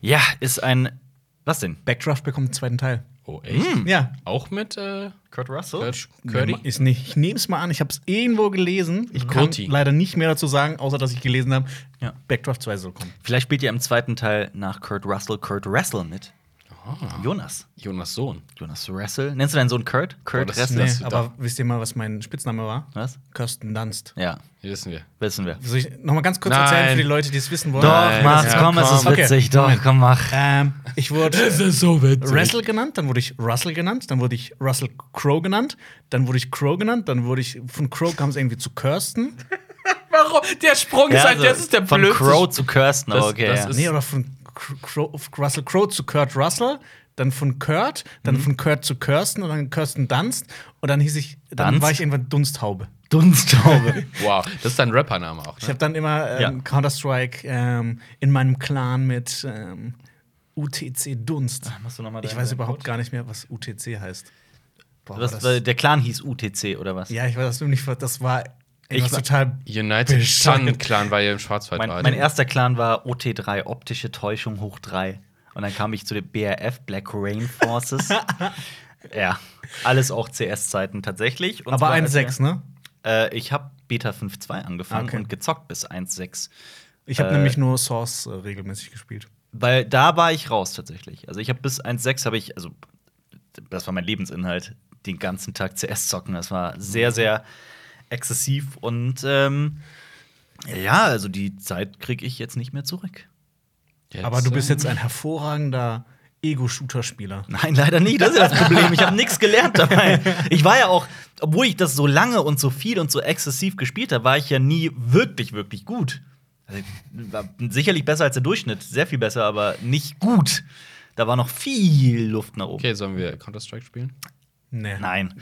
Speaker 2: Ja, ist ein. Was denn?
Speaker 1: Backdraft bekommt einen zweiten Teil.
Speaker 3: Oh, echt?
Speaker 2: Hm.
Speaker 1: Ja.
Speaker 3: Auch mit äh,
Speaker 2: Kurt Russell?
Speaker 3: Kurt Curdy?
Speaker 1: Ist nicht, ich nehme es mal an, ich habe es irgendwo gelesen. Ich kann
Speaker 3: Kurti.
Speaker 1: leider nicht mehr dazu sagen, außer dass ich gelesen habe,
Speaker 2: Ja.
Speaker 1: Backdraft 2 soll kommen.
Speaker 2: Vielleicht spielt ihr im zweiten Teil nach Kurt Russell Kurt Russell mit.
Speaker 3: Ah.
Speaker 2: Jonas.
Speaker 3: Jonas Sohn.
Speaker 2: Jonas Russell. Nennst du deinen Sohn Kurt? Kurt
Speaker 3: das ist
Speaker 2: Russell.
Speaker 3: nett.
Speaker 1: Nee,
Speaker 3: hast du
Speaker 1: aber wisst ihr mal, was mein Spitzname war?
Speaker 2: Was?
Speaker 1: Kirsten Dunst.
Speaker 2: Ja,
Speaker 3: Hier wissen wir.
Speaker 2: wissen wir.
Speaker 1: Soll ich nochmal ganz kurz
Speaker 3: Nein.
Speaker 1: erzählen für die Leute, die es wissen wollen?
Speaker 2: Doch,
Speaker 3: Nein,
Speaker 2: mach's,
Speaker 3: ja,
Speaker 2: komm, es ist
Speaker 1: komm.
Speaker 2: witzig.
Speaker 1: Okay,
Speaker 2: Doch,
Speaker 1: Moment.
Speaker 2: komm, mach.
Speaker 1: Ähm, ich wurde
Speaker 3: ist so witzig.
Speaker 1: Russell genannt, dann wurde ich Russell genannt, dann wurde ich Russell Crowe genannt, dann wurde ich Crowe genannt, dann wurde ich von Crowe kam es irgendwie zu Kirsten.
Speaker 3: Warum? Der Sprung
Speaker 2: Ja,
Speaker 3: ist halt,
Speaker 2: also
Speaker 3: das ist der
Speaker 2: Von
Speaker 3: blödste
Speaker 2: Crow zu Kirsten,
Speaker 3: Das-
Speaker 2: aber okay.
Speaker 3: das
Speaker 2: ja.
Speaker 3: ist-
Speaker 1: Nee, oder von Cr- Crowe- auf Russell Crowe zu Kurt Russell, dann von Kurt, dann
Speaker 2: Mhm.
Speaker 1: von Kurt zu Kirsten und dann Kirsten Dunst und dann hieß ich, dann
Speaker 2: Dunst?
Speaker 1: war ich irgendwann Dunsthaube.
Speaker 2: Dunsthaube.
Speaker 3: Wow, das ist dein Rappername auch.
Speaker 1: Ich
Speaker 3: Ne?
Speaker 1: habe dann immer ähm,
Speaker 2: Ja.
Speaker 1: Counter-Strike ähm, in meinem Clan mit ähm, UTC Dunst.
Speaker 2: Machst du noch mal
Speaker 1: Ich
Speaker 2: deinen-
Speaker 1: weiß
Speaker 2: deinen
Speaker 1: überhaupt
Speaker 2: Code?
Speaker 1: gar nicht mehr, was UTC heißt. Boah, war
Speaker 2: Was,
Speaker 1: das-
Speaker 2: weil der Clan hieß UTC oder was?
Speaker 1: ja, ich weiß das nämlich, das war
Speaker 2: Ich
Speaker 1: ich
Speaker 2: war-
Speaker 1: total.
Speaker 3: United
Speaker 1: Bescheid.
Speaker 3: Sun Clan war ja im Schwarzwald.
Speaker 2: Mein,
Speaker 3: war
Speaker 2: mein
Speaker 3: der.
Speaker 2: erster Clan war OT3, optische Täuschung hoch 3. Und dann kam ich zu den BRF, Black Rain Forces. ja, alles auch CS-Zeiten tatsächlich. Und
Speaker 1: Aber
Speaker 2: zwar-
Speaker 1: 1,6, ne?
Speaker 2: Äh, ich habe Beta 5.2 angefangen
Speaker 1: Okay.
Speaker 2: und gezockt bis 1.6.
Speaker 1: Ich habe
Speaker 2: Äh,
Speaker 1: nämlich nur Source äh, regelmäßig gespielt.
Speaker 2: Weil da war ich raus tatsächlich. Also ich habe bis 1.6 habe ich, also das war mein Lebensinhalt, den ganzen Tag CS zocken. Das war sehr, sehr exzessiv und ähm, ja, also die Zeit kriege ich jetzt nicht mehr zurück.
Speaker 3: Jetzt,
Speaker 1: Aber du bist
Speaker 3: ähm,
Speaker 1: jetzt ein hervorragender Ego-Shooter-Spieler.
Speaker 2: Nein, leider nicht. Das ist ja das Problem. Ich habe nichts gelernt dabei. Ich war ja auch, obwohl ich das so lange und so viel und so exzessiv gespielt habe, war ich ja nie wirklich, wirklich gut. Also, ich war sicherlich besser als der Durchschnitt, sehr viel besser, aber nicht gut. Da war noch viel Luft nach oben.
Speaker 3: Okay, sollen wir Counter-Strike spielen?
Speaker 1: Nee.
Speaker 2: Nein.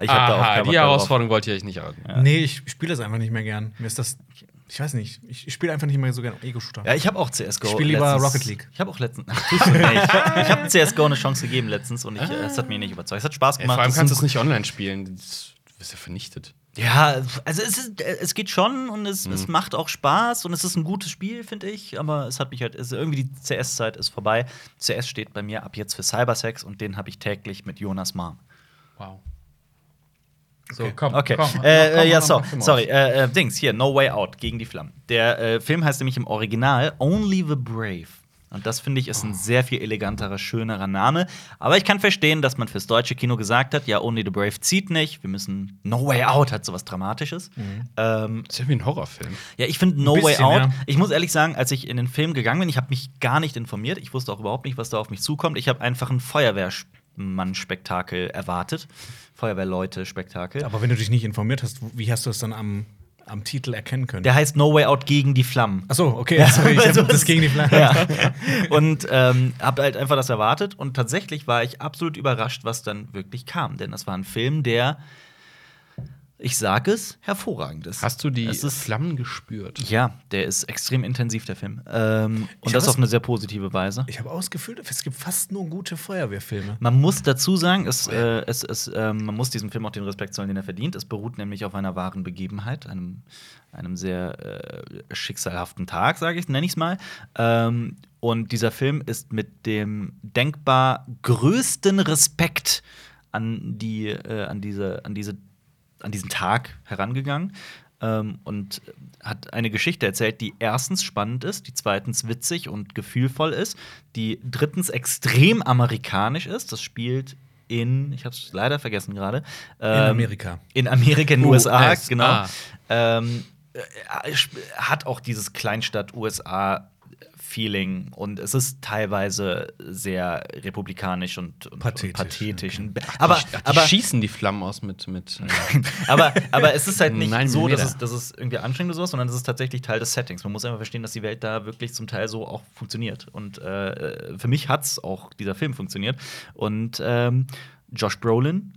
Speaker 2: Ich hab
Speaker 3: Aha,
Speaker 2: keinen Bock
Speaker 3: die
Speaker 2: drauf.
Speaker 3: Herausforderung wollte ich euch nicht haben.
Speaker 1: Nee, ich spiele das einfach nicht mehr gern. Mir ist das. Ich ich weiß nicht, ich spiele einfach nicht mehr so gerne Ego-Shooter.
Speaker 2: Ja, ich habe auch CSGO.
Speaker 1: Ich spiel lieber
Speaker 2: letztens-
Speaker 1: Rocket League.
Speaker 2: Ich habe auch letztens. Ach, tust du nicht. ich ich habe CSGO eine Chance gegeben letztens und ich, äh, es hat mir nicht überzeugt. Es hat Spaß
Speaker 3: Ey,
Speaker 2: gemacht.
Speaker 3: Ah. vor allem
Speaker 2: Es ist
Speaker 3: kannst
Speaker 2: ein
Speaker 3: du es nicht online spielen. Das du bist ja vernichtet.
Speaker 2: Ja, also es, ist, es geht schon und es,
Speaker 3: Mhm.
Speaker 2: es macht auch Spaß und es ist ein gutes Spiel, finde ich. Aber es hat mich halt, es, irgendwie die CS-Zeit ist vorbei. CS steht bei mir ab jetzt für Cybersex und den habe ich täglich mit Jonas Mom.
Speaker 3: Wow. So, komm,
Speaker 2: Okay,
Speaker 3: komm.
Speaker 2: äh,
Speaker 3: mach-
Speaker 2: äh, ja,
Speaker 3: mach-
Speaker 2: so,
Speaker 3: mach den Maus.
Speaker 2: sorry, äh, äh, Dings, hier, No Way Out, gegen die Flammen. Der äh, Film heißt nämlich im Original Only the Brave. Und das finde ich ist
Speaker 3: Oh.
Speaker 2: ein sehr viel eleganterer, schönerer Name. Aber ich kann verstehen, dass man fürs deutsche Kino gesagt hat, ja, Only the Brave zieht nicht. Wir müssen No Way Out hat sowas Dramatisches.
Speaker 3: Mhm.
Speaker 2: Ähm,
Speaker 3: Das ist ja wie ein Horrorfilm.
Speaker 2: Ja, ich finde No
Speaker 1: Ein
Speaker 2: Way
Speaker 1: bisschen,
Speaker 2: Out.
Speaker 1: ja.
Speaker 2: Ich muss ehrlich sagen, als ich in den Film gegangen bin, ich habe mich gar nicht informiert. Ich wusste auch überhaupt nicht, was da auf mich zukommt. Ich habe einfach ein Feuerwehrmann-Spektakel erwartet. Feuerwehrleute-Spektakel.
Speaker 1: Aber wenn du dich nicht informiert hast, wie hast du es dann am, am Titel erkennen können?
Speaker 2: Der heißt No Way Out gegen die Flammen.
Speaker 1: Ach so, okay, sorry, ich
Speaker 2: weil
Speaker 1: hab
Speaker 2: sowas-
Speaker 1: das gegen die Flanke.
Speaker 2: Ja. Und ähm, habe halt einfach das erwartet. Und tatsächlich war ich absolut überrascht, was dann wirklich kam. Denn das war ein Film, der, ich sage es, hervorragend ist.
Speaker 3: Hast du die
Speaker 2: Es ist-
Speaker 3: Flammen gespürt?
Speaker 2: Ja, der ist extrem intensiv, der Film. Ähm,
Speaker 1: Ich
Speaker 2: und das
Speaker 1: hab
Speaker 2: auf eine sehr positive Weise.
Speaker 1: Ich habe ausgefüllt, es gibt fast nur gute Feuerwehrfilme.
Speaker 2: Man muss dazu sagen, es, äh, es, es, äh, man muss diesem Film auch den Respekt zollen, den er verdient. Es beruht nämlich auf einer wahren Begebenheit, einem, einem sehr äh, schicksalhaften Tag, sage ich, nenne ich es mal. Ähm, und dieser Film ist mit dem denkbar größten Respekt an, die, äh, an, diese, an, diese, an diesen Tag herangegangen. Ähm, und hat eine Geschichte erzählt, die erstens spannend ist, die zweitens witzig und gefühlvoll ist, die drittens extrem amerikanisch ist. Das spielt in, ich habe es leider vergessen gerade. ähm,
Speaker 1: Amerika.
Speaker 2: In Amerika, in den USA,
Speaker 3: USA.
Speaker 2: genau. Ähm, äh, sp- hat auch dieses Kleinstadt-USA-Feeling und es ist teilweise sehr republikanisch und, und
Speaker 1: Pathetisch,
Speaker 2: Und pathetisch.
Speaker 3: die,
Speaker 2: Aber,
Speaker 3: sch- ach, die
Speaker 2: aber
Speaker 3: schießen die Flammen aus mit. mit äh,
Speaker 2: aber, aber es ist halt nicht
Speaker 3: Nein,
Speaker 2: so, dass
Speaker 3: Millimeter.
Speaker 2: es, dass es irgendwie anstrengend ist, sondern es ist tatsächlich Teil des Settings. Man muss einfach verstehen, dass die Welt da wirklich zum Teil so auch funktioniert. Und äh, für mich hat es auch dieser Film funktioniert. Und ähm, Josh Brolin,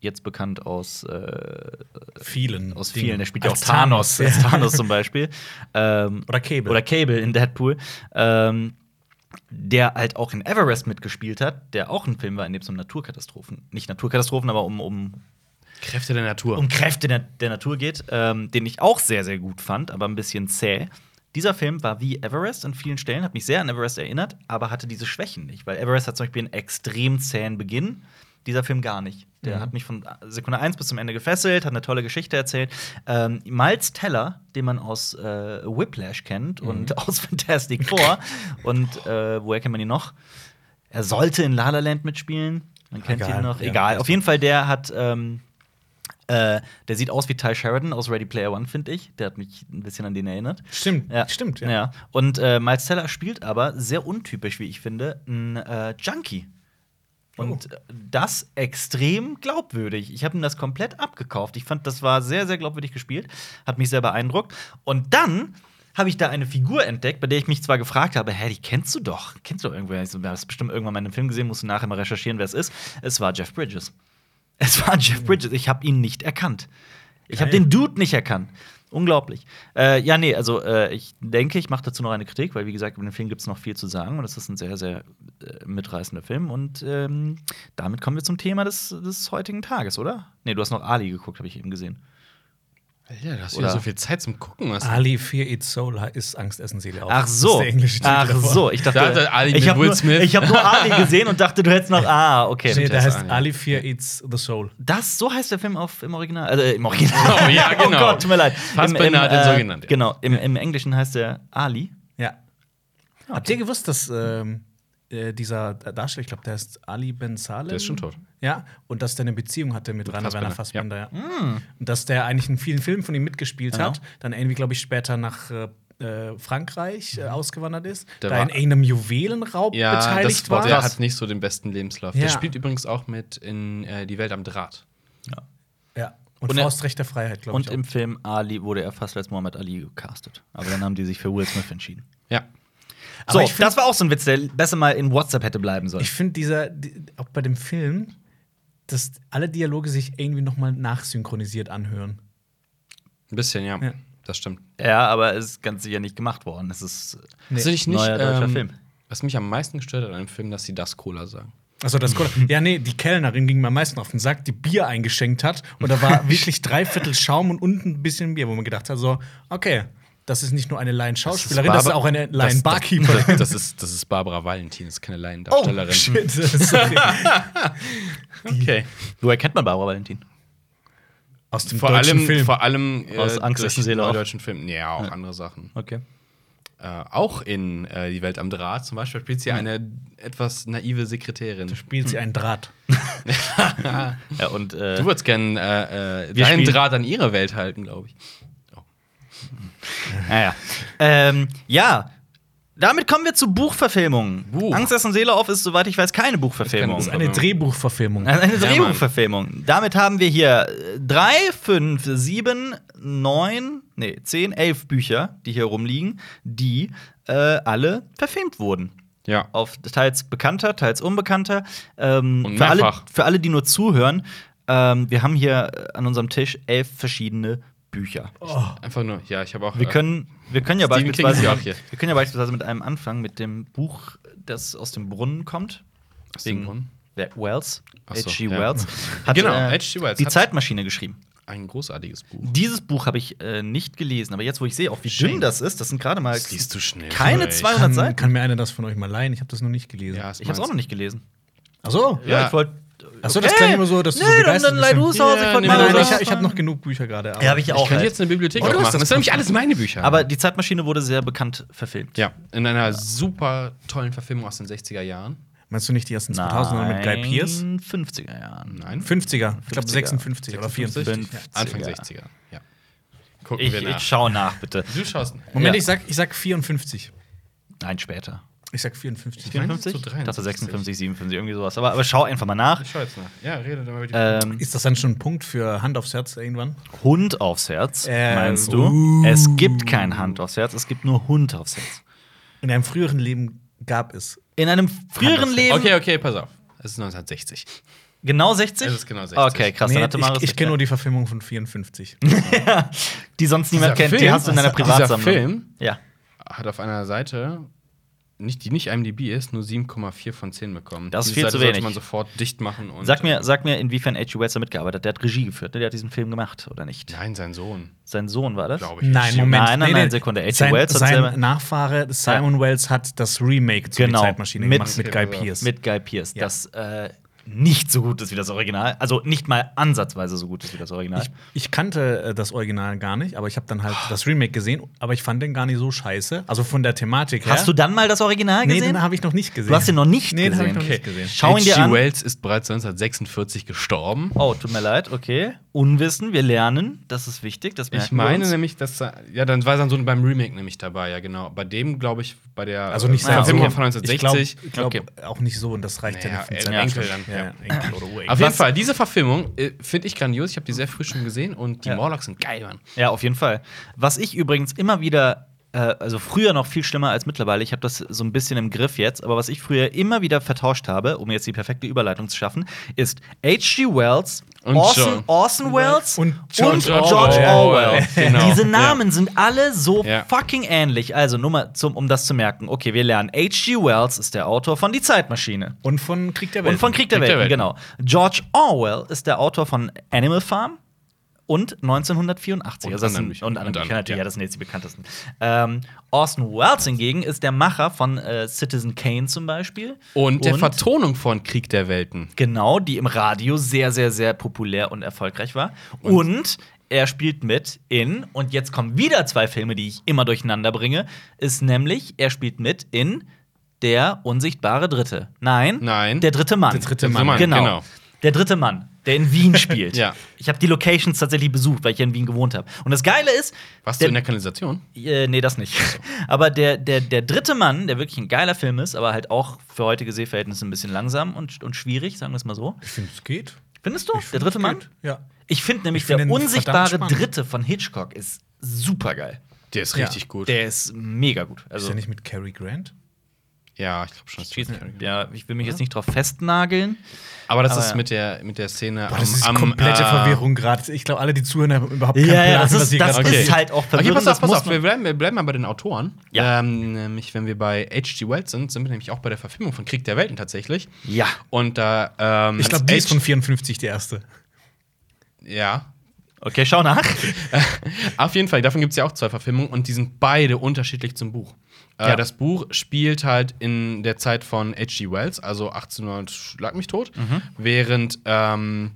Speaker 2: jetzt bekannt aus, äh,
Speaker 1: Vielen.
Speaker 2: aus
Speaker 1: Dingen.
Speaker 2: vielen, der spielt ja auch
Speaker 1: Als
Speaker 2: Thanos,
Speaker 1: Ja.
Speaker 2: als Thanos zum Beispiel. Ähm,
Speaker 1: Oder Cable.
Speaker 2: oder Cable in Deadpool. Ähm, der halt auch in Everest mitgespielt hat, der auch ein Film war, in dem es um Naturkatastrophen, nicht Naturkatastrophen, aber um, um
Speaker 3: Kräfte der Natur.
Speaker 2: um Kräfte der, der Natur geht, ähm, den ich auch sehr, sehr gut fand, aber ein bisschen zäh. Dieser Film war wie Everest an vielen Stellen, hat mich sehr an Everest erinnert, aber hatte diese Schwächen nicht, weil Everest hat zum Beispiel einen extrem zähen Beginn, dieser Film gar nicht. Der
Speaker 1: Mhm.
Speaker 2: hat mich von Sekunde 1 bis zum Ende gefesselt, hat eine tolle Geschichte erzählt. Ähm, Miles Teller, den man aus äh, Whiplash kennt und aus Fantastic Four und äh, woher kennt man ihn noch? Er sollte in La La Land mitspielen. Man kennt
Speaker 1: Egal,
Speaker 2: ihn noch.
Speaker 1: ja.
Speaker 2: Egal. Auf jeden Fall, der hat. Ähm, äh, der sieht aus wie Ty Sheridan aus Ready Player One, finde ich. Der hat mich ein bisschen an den erinnert.
Speaker 1: Stimmt, stimmt,
Speaker 2: Ja.
Speaker 1: ja.
Speaker 2: Und äh, Miles Teller spielt aber sehr untypisch, wie ich finde, ein äh, Junkie. Und äh, das extrem glaubwürdig. Ich habe ihm das komplett abgekauft. Ich fand, das war sehr, sehr glaubwürdig gespielt. Hat mich sehr beeindruckt. Und dann habe ich da eine Figur entdeckt, bei der ich mich zwar gefragt habe, hä, die kennst du doch. Kennst du doch irgendwer? Ich so, "Ja, hast bestimmt irgendwann mal in einem Film gesehen, musst du nachher mal recherchieren, wer es ist. Es war Jeff Bridges. Es war Jeff Bridges. Ich habe ihn nicht erkannt. Ich habe
Speaker 1: Geil.
Speaker 2: den Dude nicht erkannt. Unglaublich. Äh, ja, nee, also äh, ich denke, ich mache dazu noch eine Kritik, weil wie gesagt, über den Film gibt es noch viel zu sagen und es ist ein sehr, sehr äh, mitreißender Film. Und ähm, damit kommen wir zum Thema des, des heutigen Tages, oder? Nee, du hast noch Ali geguckt, habe ich eben gesehen.
Speaker 3: Alter, da hast du
Speaker 2: Oder-
Speaker 3: ja so viel Zeit zum Gucken. Was
Speaker 1: Ali Fear Eats Soul ist Angst, Essen, Seele auf.
Speaker 2: Ach
Speaker 1: Das
Speaker 2: so.
Speaker 1: ist der englische Titel
Speaker 2: Ach
Speaker 1: davon.
Speaker 2: so, ich
Speaker 3: Da
Speaker 2: dachte,
Speaker 3: hat er Ali
Speaker 2: ich
Speaker 3: mit
Speaker 2: habe
Speaker 3: Will
Speaker 2: nur,
Speaker 3: Smith.
Speaker 2: ich hab nur Ali gesehen und dachte, du hättest noch Ah, okay.
Speaker 1: Nee, der
Speaker 3: Das ist
Speaker 1: heißt
Speaker 3: Ali.
Speaker 1: Ali Fear Eats the Soul.
Speaker 2: Das, so heißt der Film auf, im Original. Also äh, im Original.
Speaker 3: Oh, ja, genau.
Speaker 2: Oh Gott, tut mir leid.
Speaker 3: Fassbinder hat ihn so genannt, ja.
Speaker 2: Genau, im, im Englischen heißt der Ali.
Speaker 1: Ja. Habt ihr gewusst, dass ähm, äh, dieser Darsteller, ich glaube, der heißt Ali Ben Salem.
Speaker 3: Der ist schon tot.
Speaker 1: Ja, und dass der eine Beziehung hatte mit, Rainer Werner
Speaker 3: Fassbinder,
Speaker 1: Fassbinder. Ja. Und dass der eigentlich in vielen Filmen von ihm mitgespielt
Speaker 2: Genau.
Speaker 1: hat, dann irgendwie, glaube ich, später nach äh, äh, Frankreich äh, ausgewandert ist,
Speaker 3: Der
Speaker 1: da
Speaker 3: war-
Speaker 1: in irgendeinem Juwelenraub
Speaker 3: ja,
Speaker 1: beteiligt
Speaker 3: das
Speaker 1: war.
Speaker 3: war. Der hat nicht so den besten Lebenslauf. Der
Speaker 1: Ja.
Speaker 3: spielt übrigens auch mit in äh, Die Welt am Draht.
Speaker 1: ja. Und,
Speaker 2: Und er-
Speaker 1: Faustrecht der Freiheit, glaube ich.
Speaker 2: Und im Film Ali wurde er fast als Muhammad Ali gecastet. Aber dann haben die sich für Will Smith entschieden.
Speaker 3: Ja.
Speaker 1: Aber
Speaker 2: So,
Speaker 1: ich find-
Speaker 2: das war auch so ein Witz, der besser mal in WhatsApp hätte bleiben sollen.
Speaker 1: Ich finde dieser, die, auch bei dem Film, dass alle Dialoge sich irgendwie nochmal nachsynchronisiert anhören.
Speaker 3: Ein bisschen, ja.
Speaker 1: Ja.
Speaker 3: das stimmt.
Speaker 2: Ja, aber es ist ganz sicher nicht gemacht worden. Es ist äh,
Speaker 1: Nee.
Speaker 3: Hast du dich nicht,
Speaker 2: Neuer deutscher
Speaker 3: ähm,
Speaker 2: Film.
Speaker 3: Was mich am meisten gestört hat an dem Film, dass sie das Cola sagen.
Speaker 1: Also das Cola. Ja, nee, die Kellnerin ging mir am meisten auf den Sack, die Bier eingeschenkt hat. Und da war wirklich dreiviertel Schaum und unten ein bisschen Bier, wo man gedacht hat, so, okay, das ist nicht nur eine Laienschauspielerin, das, ist auch eine
Speaker 3: Das, das,
Speaker 1: Laienbarkeeperin.
Speaker 3: das, ist, das ist Barbara Valentin, das ist keine Laiendarstellerin.
Speaker 1: oh, shit. sorry.
Speaker 3: okay.
Speaker 2: Wo erkennt man Barbara Valentin?
Speaker 1: Aus dem
Speaker 3: Vor
Speaker 1: deutschen
Speaker 3: allem,
Speaker 1: Film.
Speaker 3: Vor allem äh,
Speaker 2: Aus Angst ist eine Seele auf.
Speaker 3: deutschen Film. Ja, auch andere Sachen.
Speaker 2: Okay.
Speaker 3: Äh, auch in äh, Die Welt am Draht zum Beispiel spielt sie eine etwas naive Sekretärin.
Speaker 1: Spielt sie einen Draht.
Speaker 2: Ja, und äh,
Speaker 3: Du würdest gerne äh, äh,
Speaker 2: Wir
Speaker 3: deinen
Speaker 2: spielen-
Speaker 3: Draht an ihre Welt halten, glaube ich.
Speaker 2: Naja. ähm, ja, damit kommen wir zu Buchverfilmungen.
Speaker 3: Buch.
Speaker 2: Angst, Essen, Seele auf ist, soweit ich weiß, keine Buchverfilmung.
Speaker 1: Das ist
Speaker 2: Also
Speaker 1: eine Drehbuchverfilmung.
Speaker 2: Eine
Speaker 3: Ja,
Speaker 2: Drehbuchverfilmung. Damit haben wir hier 3, 5, 7, 9, nee, 10, 11 Bücher, die hier rumliegen, die äh, alle verfilmt wurden.
Speaker 3: Ja.
Speaker 2: Auf teils bekannter, teils unbekannter. Ähm,
Speaker 3: Und
Speaker 2: für, alle,
Speaker 3: mehrfach.
Speaker 2: für alle, die nur zuhören, ähm, wir haben hier äh, an unserem Tisch elf verschiedene Bücher.
Speaker 3: Einfach nur, ja, ich habe auch.
Speaker 2: Wir
Speaker 3: äh,
Speaker 2: können, wir können ja
Speaker 3: Oh. Stephen King
Speaker 2: beispielsweise,
Speaker 3: ist ja auch hier.
Speaker 2: wir können ja beispielsweise mit einem anfangen, mit dem Buch, das aus dem Brunnen kommt.
Speaker 3: aus dem Brunnen.
Speaker 2: We- Wells.
Speaker 3: Ach so,
Speaker 2: H.G.
Speaker 3: ja.
Speaker 2: Wells. Hat,
Speaker 3: Genau,
Speaker 2: äh,
Speaker 3: H.G. Wells
Speaker 2: Die
Speaker 3: hat-
Speaker 2: Zeitmaschine geschrieben.
Speaker 3: ein großartiges Buch.
Speaker 2: Dieses Buch habe ich äh, nicht gelesen, aber jetzt, wo ich sehe, auch wie dünn
Speaker 3: Shame.
Speaker 2: das ist, das sind gerade mal
Speaker 3: Das liest du schnell
Speaker 2: keine
Speaker 3: durch.
Speaker 2: 200
Speaker 1: Kann,
Speaker 2: Seiten.
Speaker 1: kann mir einer das von euch mal leihen? Ich habe das noch nicht gelesen.
Speaker 3: Ja,
Speaker 2: ich habe es auch noch nicht gelesen.
Speaker 1: Ach so.
Speaker 3: Ja.
Speaker 2: ich wollte.
Speaker 1: Ach so, das klang immer so, dass du so
Speaker 2: dann,
Speaker 1: begeistert
Speaker 2: dann leih du
Speaker 1: bist.
Speaker 2: es aus.
Speaker 3: Ja,
Speaker 2: ich wollte
Speaker 3: nee,
Speaker 1: Nein,
Speaker 2: meine
Speaker 1: nein, ich,
Speaker 2: Sachen
Speaker 1: ich habe noch
Speaker 2: machen.
Speaker 1: genug Bücher gerade. aber-
Speaker 2: Ja, habe ich auch.
Speaker 3: Ich könnte
Speaker 2: halt.
Speaker 3: jetzt eine Bibliothek
Speaker 1: Oder ist
Speaker 3: aufmachen.
Speaker 1: das
Speaker 3: Das sind nämlich alles meine Bücher.
Speaker 2: aber die Zeitmaschine wurde sehr bekannt verfilmt.
Speaker 3: ja, in einer super tollen Verfilmung aus den 60er Jahren.
Speaker 1: Meinst du nicht die ersten 2000er mit Guy Pearce?
Speaker 2: 50er Jahren.
Speaker 3: Nein.
Speaker 1: 50er, ich glaube
Speaker 2: 56er.
Speaker 1: 56 oder 54.
Speaker 2: 54.
Speaker 3: Anfang
Speaker 2: 50er.
Speaker 3: 60er. Ja. Gucken
Speaker 2: Ich,
Speaker 3: wir
Speaker 2: ich
Speaker 3: nach.
Speaker 2: schau nach, bitte.
Speaker 3: du schaust.
Speaker 1: Moment,
Speaker 2: Ja.
Speaker 1: ich, sag, ich sag 54.
Speaker 2: Nein, später.
Speaker 1: Ich sag 54.
Speaker 3: Ich mein, das ist
Speaker 2: 54?
Speaker 3: so
Speaker 2: Ich dachte
Speaker 3: 53.
Speaker 2: 56, 57, irgendwie sowas. Aber, aber schau einfach mal nach.
Speaker 3: Ich schau jetzt nach. Ja, rede dann mal über die.
Speaker 2: Ähm,
Speaker 1: Ist das dann schon ein Punkt für Hand aufs Herz irgendwann?
Speaker 2: Hund aufs Herz,
Speaker 1: Äh,
Speaker 2: meinst du? Es gibt kein Hand aufs Herz, es gibt nur Hund aufs Herz.
Speaker 1: In einem früheren Leben gab es.
Speaker 2: In einem
Speaker 1: Hand
Speaker 2: früheren
Speaker 1: aufs Herz.
Speaker 2: Leben.
Speaker 3: okay, okay, pass auf. Es ist 1960.
Speaker 2: Genau 60?
Speaker 3: Es ist genau 60.
Speaker 2: Okay, krass.
Speaker 1: Nee,
Speaker 2: dann hatte Marius
Speaker 1: ich ich
Speaker 2: recht,
Speaker 1: kenne
Speaker 2: ja.
Speaker 1: nur die Verfilmung von 54.
Speaker 2: die sonst niemand
Speaker 3: Dieser
Speaker 2: kennt. die
Speaker 3: Film-
Speaker 2: hast du in deiner
Speaker 3: dieser
Speaker 2: Privatsammlung.
Speaker 3: Film?
Speaker 2: Ja.
Speaker 3: Hat auf einer Seite, nicht, die nicht IMDb ist, nur 7,4 von 10 bekommen.
Speaker 2: Das ist
Speaker 3: Diese
Speaker 2: viel
Speaker 3: Seite
Speaker 2: zu
Speaker 3: sollte
Speaker 2: wenig.
Speaker 3: man sofort dicht machen und.
Speaker 2: Sag mir, sag mir, inwiefern H.G. Wells da mitgearbeitet hat. Der hat Regie geführt, ne? der hat diesen Film gemacht, oder nicht?
Speaker 3: Nein, sein Sohn,
Speaker 2: Sein Sohn war das?
Speaker 3: glaube ich.
Speaker 1: Nein,
Speaker 3: Hugh-
Speaker 1: Moment.
Speaker 2: Nein, nein, nein, Sekunde. H.G.
Speaker 1: Sein,
Speaker 2: Wells hat selber-
Speaker 1: sein Nachfahre Simon Wells hat das Remake zu
Speaker 2: Genau.
Speaker 1: die Zeitmaschine
Speaker 2: Mit-
Speaker 1: gemacht mit Guy Pearce.
Speaker 2: Mit Guy Pearce,
Speaker 1: Ja.
Speaker 2: das äh, nicht so gut ist wie das Original. Also nicht mal ansatzweise so gut ist wie das Original.
Speaker 1: ich, ich kannte äh, das Original gar nicht, aber ich habe dann halt das Remake gesehen, aber ich fand den gar nicht so scheiße. Also von der Thematik her.
Speaker 2: Hast du dann mal das Original
Speaker 1: Nee,
Speaker 2: gesehen?
Speaker 1: den habe ich noch nicht gesehen.
Speaker 2: Du hast den noch nicht
Speaker 1: Nee, den hab ich
Speaker 2: gesehen.
Speaker 1: noch nicht gesehen.
Speaker 2: Schau ihn dir
Speaker 3: H.G.
Speaker 2: an.
Speaker 3: Wells ist bereits 1946 gestorben.
Speaker 2: Oh, tut mir leid, okay. Unwissen, wir lernen, das ist wichtig, das merken
Speaker 3: Ich meine
Speaker 2: wir uns.
Speaker 3: nämlich, dass er- ja, dann war sein Sohn beim Remake nämlich dabei, ja genau. Bei dem glaube ich, bei der
Speaker 1: Also nicht
Speaker 3: äh,
Speaker 1: sein
Speaker 3: Verfilmung
Speaker 1: Sohn.
Speaker 3: von 1960.
Speaker 1: Ich glaube
Speaker 3: okay.
Speaker 1: glaub, auch nicht so und das reicht ja,
Speaker 3: Naja,
Speaker 1: nicht für
Speaker 3: äh,
Speaker 1: den
Speaker 3: Enkel dann,
Speaker 1: Ja,
Speaker 3: ja.
Speaker 1: Enkel oder Urenkel.
Speaker 3: Auf jeden Fall, diese Verfilmung äh, finde ich grandios. Ich habe die sehr früh schon gesehen und die
Speaker 2: Ja.
Speaker 3: Morlocks sind geil, Mann.
Speaker 2: Ja, auf jeden Fall. Was ich übrigens immer wieder, äh, also früher noch viel schlimmer als mittlerweile, ich habe das so ein bisschen im Griff jetzt, aber was ich früher immer wieder vertauscht habe, um jetzt die perfekte Überleitung zu schaffen, ist H.G. Wells,
Speaker 3: Und
Speaker 2: Orson,
Speaker 3: John-
Speaker 2: Orson Wells
Speaker 1: Und John-
Speaker 2: George,
Speaker 3: George
Speaker 2: Orwell.
Speaker 3: Orwell. Genau.
Speaker 2: Diese Namen sind alle so
Speaker 3: Ja.
Speaker 2: fucking ähnlich. Also nur mal, zum, um das zu merken, okay, wir lernen, H.G. Wells ist der Autor von Die Zeitmaschine.
Speaker 1: Und von Krieg der Welt.
Speaker 2: Und von Krieg der
Speaker 3: Krieg der
Speaker 2: Welt,
Speaker 3: Welten.
Speaker 2: genau. George Orwell ist der Autor von Animal Farm und
Speaker 3: Oh,
Speaker 2: 1984.
Speaker 3: Und
Speaker 2: also das
Speaker 3: anderen
Speaker 2: sind-
Speaker 3: Büchern.
Speaker 2: Und anderen
Speaker 3: Und
Speaker 2: Büchern
Speaker 3: anderen,
Speaker 2: natürlich, ja.
Speaker 3: ja.
Speaker 2: das sind jetzt die bekanntesten. Ähm, Orson Welles hingegen ist der Macher von äh, Citizen Kane zum Beispiel.
Speaker 3: Und, der Vertonung von Krieg der Welten.
Speaker 2: Genau, die im Radio sehr, sehr, sehr populär und erfolgreich war. Und, er spielt mit in, und jetzt kommen wieder zwei Filme, die ich immer durcheinander bringe, ist nämlich, er spielt mit in Der unsichtbare Dritte. Nein,
Speaker 3: Nein.
Speaker 2: Der dritte Mann.
Speaker 1: Der dritte Mann.
Speaker 2: Genau.
Speaker 3: Genau.
Speaker 2: Der dritte Mann, der in Wien spielt.
Speaker 3: Ja.
Speaker 2: Ich habe die Locations tatsächlich besucht, weil ich ja in Wien gewohnt habe. Und das Geile ist,
Speaker 3: Warst
Speaker 2: der,
Speaker 3: du in der Kanalisation?
Speaker 2: äh, nee, das nicht. Aber der, der, der dritte Mann, der wirklich ein geiler Film ist, aber halt auch für heutige Sehverhältnisse ein bisschen langsam und, und schwierig, sagen wir es mal so.
Speaker 1: Ich finde, es geht.
Speaker 2: Findest du?
Speaker 1: Ich
Speaker 2: der
Speaker 1: find,
Speaker 2: dritte
Speaker 1: es
Speaker 2: Mann?
Speaker 1: geht. Ja.
Speaker 2: Ich finde nämlich,
Speaker 1: Ich find
Speaker 2: der
Speaker 1: den
Speaker 2: unsichtbare
Speaker 1: verdammt spannend.
Speaker 2: Dritte von Hitchcock ist super geil.
Speaker 3: Der ist
Speaker 1: Ja.
Speaker 3: richtig gut.
Speaker 2: Der ist mega gut.
Speaker 1: Ist
Speaker 2: Also,
Speaker 1: der nicht mit Cary Grant?
Speaker 3: Ja, ich glaube schon. dass
Speaker 2: Cheese
Speaker 3: Jim Carrey-
Speaker 2: ja, ich will mich jetzt nicht drauf festnageln.
Speaker 3: Aber das
Speaker 2: Aber
Speaker 3: ist
Speaker 2: ja.
Speaker 3: mit der, mit der Szene
Speaker 1: Boah, das ist komplette
Speaker 3: äh,
Speaker 1: Verwirrung gerade. Ich glaube, alle, die zuhören, haben überhaupt keinen
Speaker 2: Ja, ja,
Speaker 1: Plan,
Speaker 2: das ist-
Speaker 1: was hier
Speaker 2: das
Speaker 1: gerade
Speaker 2: ist
Speaker 1: passiert.
Speaker 2: halt- auch verwirrend,
Speaker 3: Okay, pass auf,
Speaker 2: das
Speaker 3: pass
Speaker 2: muss
Speaker 3: auf. Wir bleiben, wir bleiben mal bei den Autoren.
Speaker 2: Ja.
Speaker 3: Ähm, nämlich, wenn wir bei H.G. Wells sind, sind wir nämlich auch bei der Verfilmung von Krieg der Welten tatsächlich.
Speaker 2: Ja.
Speaker 3: Und da. Ähm,
Speaker 1: Ich glaube, die ist
Speaker 3: H-
Speaker 1: von 54 die erste.
Speaker 3: Ja.
Speaker 2: Okay, schau nach.
Speaker 3: Auf jeden Fall, davon gibt es ja auch zwei Verfilmungen und die sind beide unterschiedlich zum Buch. Äh,
Speaker 2: Ja.
Speaker 3: Das Buch spielt halt in der Zeit von H.G. Wells, also 1800, schlag mich tot,
Speaker 2: Mhm.
Speaker 3: während ähm,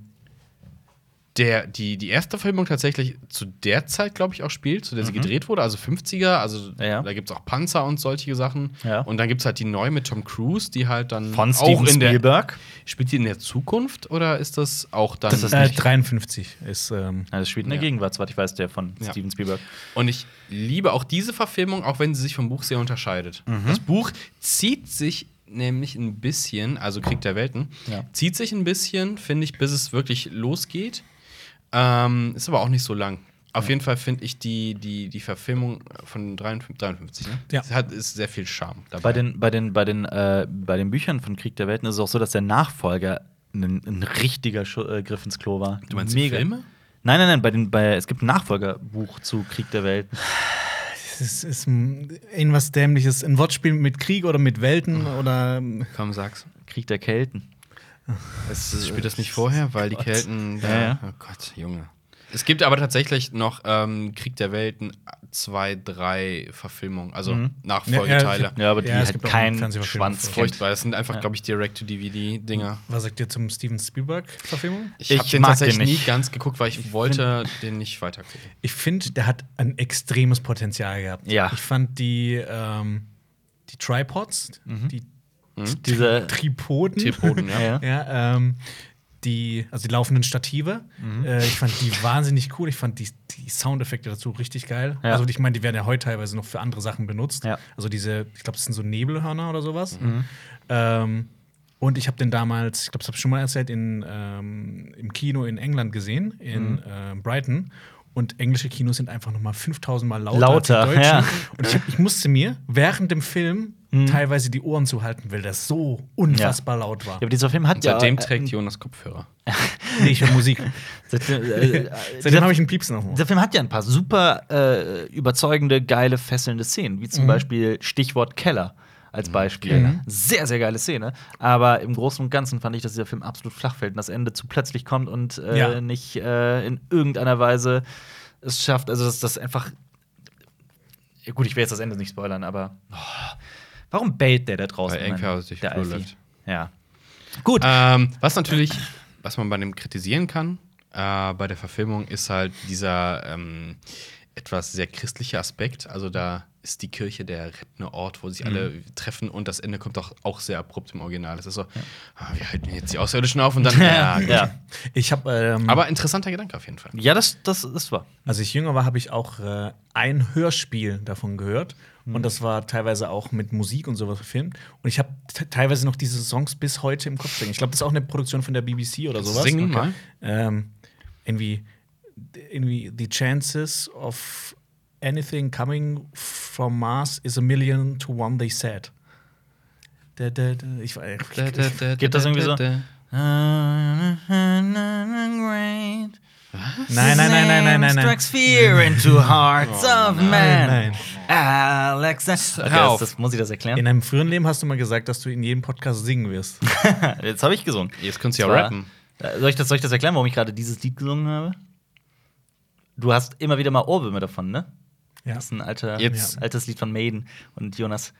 Speaker 3: der, die, die erste Verfilmung tatsächlich zu der Zeit, glaube ich, auch spielt, zu der sie gedreht wurde, also 50er, also
Speaker 2: Mhm. Ja.
Speaker 3: da gibt es auch Panzer und solche Sachen.
Speaker 2: Ja.
Speaker 3: Und dann gibt es halt die neue mit Tom Cruise, die halt dann
Speaker 2: Von
Speaker 3: auch
Speaker 2: Steven
Speaker 3: in der.
Speaker 2: Spielberg.
Speaker 3: Spielt die in der Zukunft oder ist das auch dann.
Speaker 2: Das ist
Speaker 1: Äh,
Speaker 2: nicht-
Speaker 1: 53 ist. Ähm,
Speaker 2: Ja, das spielt in der
Speaker 3: Ja.
Speaker 2: Gegenwart, soweit ich weiß, der von
Speaker 3: Ja.
Speaker 2: Steven Spielberg.
Speaker 3: Und ich liebe auch diese Verfilmung, auch wenn sie sich vom Buch sehr unterscheidet.
Speaker 2: Mhm.
Speaker 3: Das Buch zieht sich nämlich ein bisschen, also Krieg der Welten,
Speaker 2: Ja.
Speaker 3: zieht sich ein bisschen, finde ich, bis es wirklich losgeht. Ähm, ist aber auch nicht so lang. Auf jeden Fall finde ich die, die, die Verfilmung von 53, 53 ne?
Speaker 1: Ja.
Speaker 3: Sie hat, ist sehr viel Charme dabei.
Speaker 2: Bei den, bei, den, bei, den, äh, bei den Büchern von Krieg der Welten ist es auch so, dass der Nachfolger ein, ein richtiger Schu äh, Griff ins Klo war.
Speaker 3: du meinst die Filme?
Speaker 2: Nein, nein, nein, bei den, bei, es gibt ein Nachfolgerbuch zu Krieg der Welten.
Speaker 1: es ist, ist mm, irgendwas Dämliches. Ein Wortspiel mit Krieg oder mit Welten oder. ähm,
Speaker 3: Komm, sag's.
Speaker 2: Krieg der Kelten.
Speaker 3: Es äh, oh spielt das nicht vorher, weil die
Speaker 2: Gott.
Speaker 3: Kelten.
Speaker 2: Ja, ja.
Speaker 3: Oh Gott, Junge. Es gibt aber tatsächlich noch ähm, Krieg der Welten zwei, drei Verfilmungen, also
Speaker 2: Mhm.
Speaker 3: Nachfolgeteile.
Speaker 2: Ja, aber die
Speaker 1: es
Speaker 2: hat
Speaker 1: gibt auch
Speaker 2: keinen
Speaker 1: eine Fernsehverfilmung
Speaker 2: Schwanz.
Speaker 1: davon.
Speaker 3: Furchtbar. Das sind einfach,
Speaker 2: Ja.
Speaker 3: glaube ich, Direct-to-DVD-Dinger.
Speaker 1: Was sagt ihr zum Steven Spielberg-Verfilmung?
Speaker 3: Ich, hab
Speaker 2: Ich
Speaker 3: habe den
Speaker 2: mag
Speaker 3: tatsächlich
Speaker 2: den nicht.
Speaker 3: nie ganz geguckt, weil ich, wollte den nicht weiter gucken.
Speaker 1: Ich finde, der hat ein extremes Potenzial gehabt.
Speaker 2: Ja.
Speaker 1: Ich fand die, ähm, die Tripods, die
Speaker 2: Mhm. Diese-
Speaker 1: Tripoden.
Speaker 3: Tierboden, ja.
Speaker 2: Ja.
Speaker 1: Ja, ähm, die, also die laufenden Stative.
Speaker 2: Mhm.
Speaker 1: Äh, ich fand die wahnsinnig cool. Ich fand die, die Soundeffekte dazu richtig geil.
Speaker 2: Ja.
Speaker 1: Also ich meine, die werden ja heute teilweise noch für andere Sachen benutzt.
Speaker 2: Ja. Mhm.
Speaker 1: Also diese, ich glaube, das sind so Nebelhörner oder sowas. Ähm, und ich habe den damals, ich glaube, das habe ich schon mal erzählt, in, ähm, im Kino in England gesehen, in
Speaker 2: Mhm.
Speaker 1: äh, Brighton. Und englische Kinos sind einfach noch mal 5000 Mal lauter,
Speaker 2: Lauter,
Speaker 1: als die deutschen.
Speaker 2: ja. Mhm.
Speaker 1: Und ich, hab, ich musste mir während dem Film teilweise die Ohren zuhalten, weil das so unfassbar laut war.
Speaker 2: Ja, aber dieser Film hat
Speaker 3: Und seitdem
Speaker 2: ja. äh,
Speaker 3: trägt Jonas Kopfhörer.
Speaker 1: Nee, ich höre Musik.
Speaker 2: seitdem, äh, äh,
Speaker 1: Seitdem habe ich einen Piepsen auf dem Ohr.
Speaker 2: Dieser Film hat ja ein paar super äh, überzeugende, geile, fesselnde Szenen, wie zum Beispiel Stichwort Keller
Speaker 3: Mhm.
Speaker 2: als Beispiel. Sehr, sehr geile Szene. Aber im Großen und Ganzen fand ich, dass dieser Film absolut flach fällt und das Ende zu plötzlich kommt und äh,
Speaker 1: Ja.
Speaker 2: nicht äh, in irgendeiner Weise es schafft. Also, dass das einfach. Ja, gut, ich will jetzt das Ende nicht spoilern, aber oh, warum bellt der da draußen?
Speaker 3: Weil irgendwer aus durch
Speaker 2: der
Speaker 3: den Flur
Speaker 2: Alfie?
Speaker 3: läuft.
Speaker 2: Ja. Gut.
Speaker 3: Ähm, was natürlich, was man bei dem kritisieren kann, äh, bei der Verfilmung, ist halt dieser ähm, etwas sehr christliche Aspekt. Also da ist die Kirche der rettende Ort, wo sich alle
Speaker 1: Mhm.
Speaker 3: treffen und das Ende kommt auch, auch sehr abrupt im Original. Es ist so, ah, wir halten jetzt die Außerirdischen auf und dann. ja, gut.
Speaker 2: ja.
Speaker 1: Ich habe, ähm,
Speaker 3: Aber interessanter Gedanke auf jeden Fall.
Speaker 2: ja, das, das, das war.
Speaker 1: als ich jünger war, habe ich auch äh, ein Hörspiel davon gehört. Und das war teilweise auch mit Musik und sowas verfilmt. Und ich habe te- teilweise noch diese Songs bis heute im Kopf stecken. Ich glaube, das ist auch eine Produktion von der BBC oder sowas.
Speaker 3: Singen mal.
Speaker 1: Ähm, irgendwie, irgendwie, the chances of anything coming from Mars is a million to one, they said. Da, da, da, ich, ich, ich, ich
Speaker 2: Gibt das irgendwie so?
Speaker 1: Nein, nein, nein, nein, nein, nein, nein.
Speaker 2: Strikes fear into hearts of men. äh,
Speaker 1: nein.
Speaker 2: Alexander. Okay,
Speaker 3: Hör auf.
Speaker 2: das, das muss ich das erklären.
Speaker 1: In einem früheren Leben hast du mal gesagt, dass du in jedem Podcast singen wirst.
Speaker 2: Jetzt habe ich gesungen.
Speaker 3: Jetzt kannst du ja
Speaker 2: Zwar-
Speaker 3: rappen.
Speaker 2: Äh, Soll ich, das, soll ich das erklären, warum ich gerade dieses Lied gesungen habe? Du hast immer wieder mal Ohrwürmer davon, ne?
Speaker 1: Ja.
Speaker 2: Das ist ein alter,
Speaker 3: Jetzt-
Speaker 2: altes Lied von Maiden. Und Jonas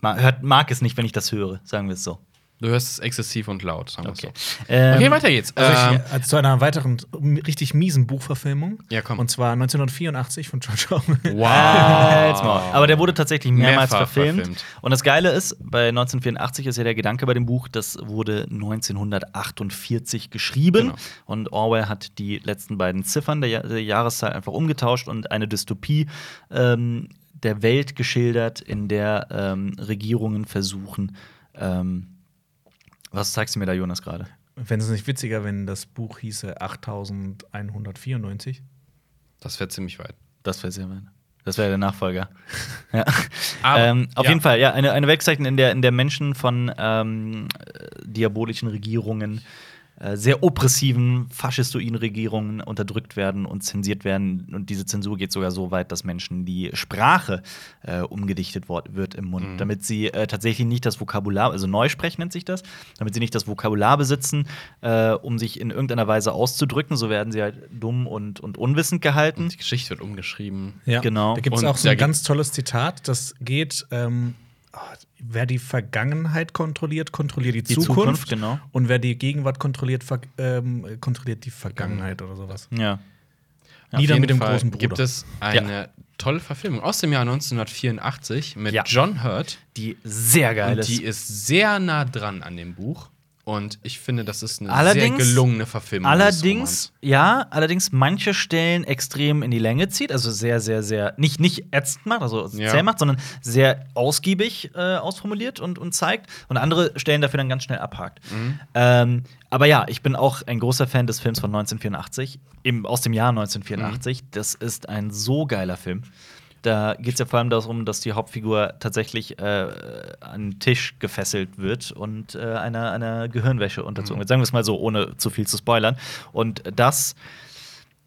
Speaker 2: ma- hört, mag es nicht, wenn ich das höre, sagen wir es so.
Speaker 3: Du hörst es exzessiv und laut, sagen wir
Speaker 2: Okay,
Speaker 3: okay. so.
Speaker 2: Ähm,
Speaker 3: Okay, weiter geht's.
Speaker 1: Also
Speaker 3: Ähm,
Speaker 1: ich, äh, zu einer weiteren m- richtig miesen Buchverfilmung.
Speaker 3: Ja, komm.
Speaker 1: Und zwar 1984 von George Orwell.
Speaker 2: Halt's Maul. Aber der wurde tatsächlich mehrmals
Speaker 3: Mehrfach
Speaker 2: verfilmt.
Speaker 3: verfilmt.
Speaker 2: Und das Geile ist, bei 1984 ist ja der Gedanke bei dem Buch, das wurde 1948 geschrieben.
Speaker 3: Genau.
Speaker 2: Und Orwell hat die letzten beiden Ziffern der, Ja- der Jahreszahl einfach umgetauscht und eine Dystopie ähm, der Welt geschildert, in der ähm, Regierungen versuchen. Ähm, was zeigst du mir da, Jonas, gerade?
Speaker 1: Wenn es nicht witziger, wenn das Buch hieße 8194.
Speaker 3: Das wäre ziemlich weit.
Speaker 2: Das wäre sehr weit. Das wäre der Nachfolger. ja.
Speaker 3: Aber,
Speaker 2: ähm, auf
Speaker 3: ja.
Speaker 2: jeden Fall, ja, eine, eine Webseite, in der, in der Menschen von ähm, äh, diabolischen Regierungen, äh, sehr oppressiven, faschistoiden Regierungen unterdrückt werden und zensiert werden. Und diese Zensur geht sogar so weit, dass Menschen die Sprache äh, umgedichtet wor- wird im Mund,
Speaker 3: Mhm.
Speaker 2: damit sie äh, tatsächlich nicht das Vokabular, also Neusprech nennt sich das, damit sie nicht das Vokabular besitzen, äh, um sich in irgendeiner Weise auszudrücken. So werden sie halt dumm und, und unwissend
Speaker 1: Hm.
Speaker 2: gehalten.
Speaker 3: Die Geschichte wird umgeschrieben.
Speaker 1: Ja,
Speaker 2: Genau.
Speaker 1: Da gibt es
Speaker 3: Und
Speaker 1: auch so
Speaker 3: da
Speaker 1: ein
Speaker 3: gibt-
Speaker 1: ganz tolles Zitat, das geht: ähm, ah, Wer die Vergangenheit kontrolliert, kontrolliert die, Zukunft.
Speaker 2: Zukunft, genau.
Speaker 1: Und wer die Gegenwart kontrolliert, ver ähm, kontrolliert die Vergangenheit oder sowas.
Speaker 2: Ja.
Speaker 1: Ja, Nieder
Speaker 3: Auf jeden
Speaker 1: mit dem
Speaker 3: Fall
Speaker 1: großen Bruder.
Speaker 3: Gibt es eine tolle Verfilmung aus dem Jahr 1984 mit
Speaker 2: Ja.
Speaker 3: John Hurt.
Speaker 2: Die sehr geile
Speaker 3: Und die ist sehr nah dran an dem Buch. Und ich finde, das ist eine
Speaker 2: Allerdings-
Speaker 3: sehr gelungene Verfilmung. des
Speaker 2: Allerdings, ja, allerdings manche Stellen extrem in die Länge zieht, also sehr, sehr, sehr, nicht, nicht ätzend macht, also
Speaker 3: Ja.
Speaker 2: zäh macht, sondern sehr ausgiebig äh, ausformuliert und, und zeigt und andere Stellen dafür dann ganz schnell abhakt. Ähm, aber ja, ich bin auch ein großer Fan des Films von 1984, eben aus dem Jahr 1984. Das ist ein so geiler Film. Da geht es ja vor allem darum, dass die Hauptfigur tatsächlich äh, an den Tisch gefesselt wird und äh, einer, einer Gehirnwäsche unterzogen wird. Sagen wir es mal so, ohne zu viel zu spoilern. Und das.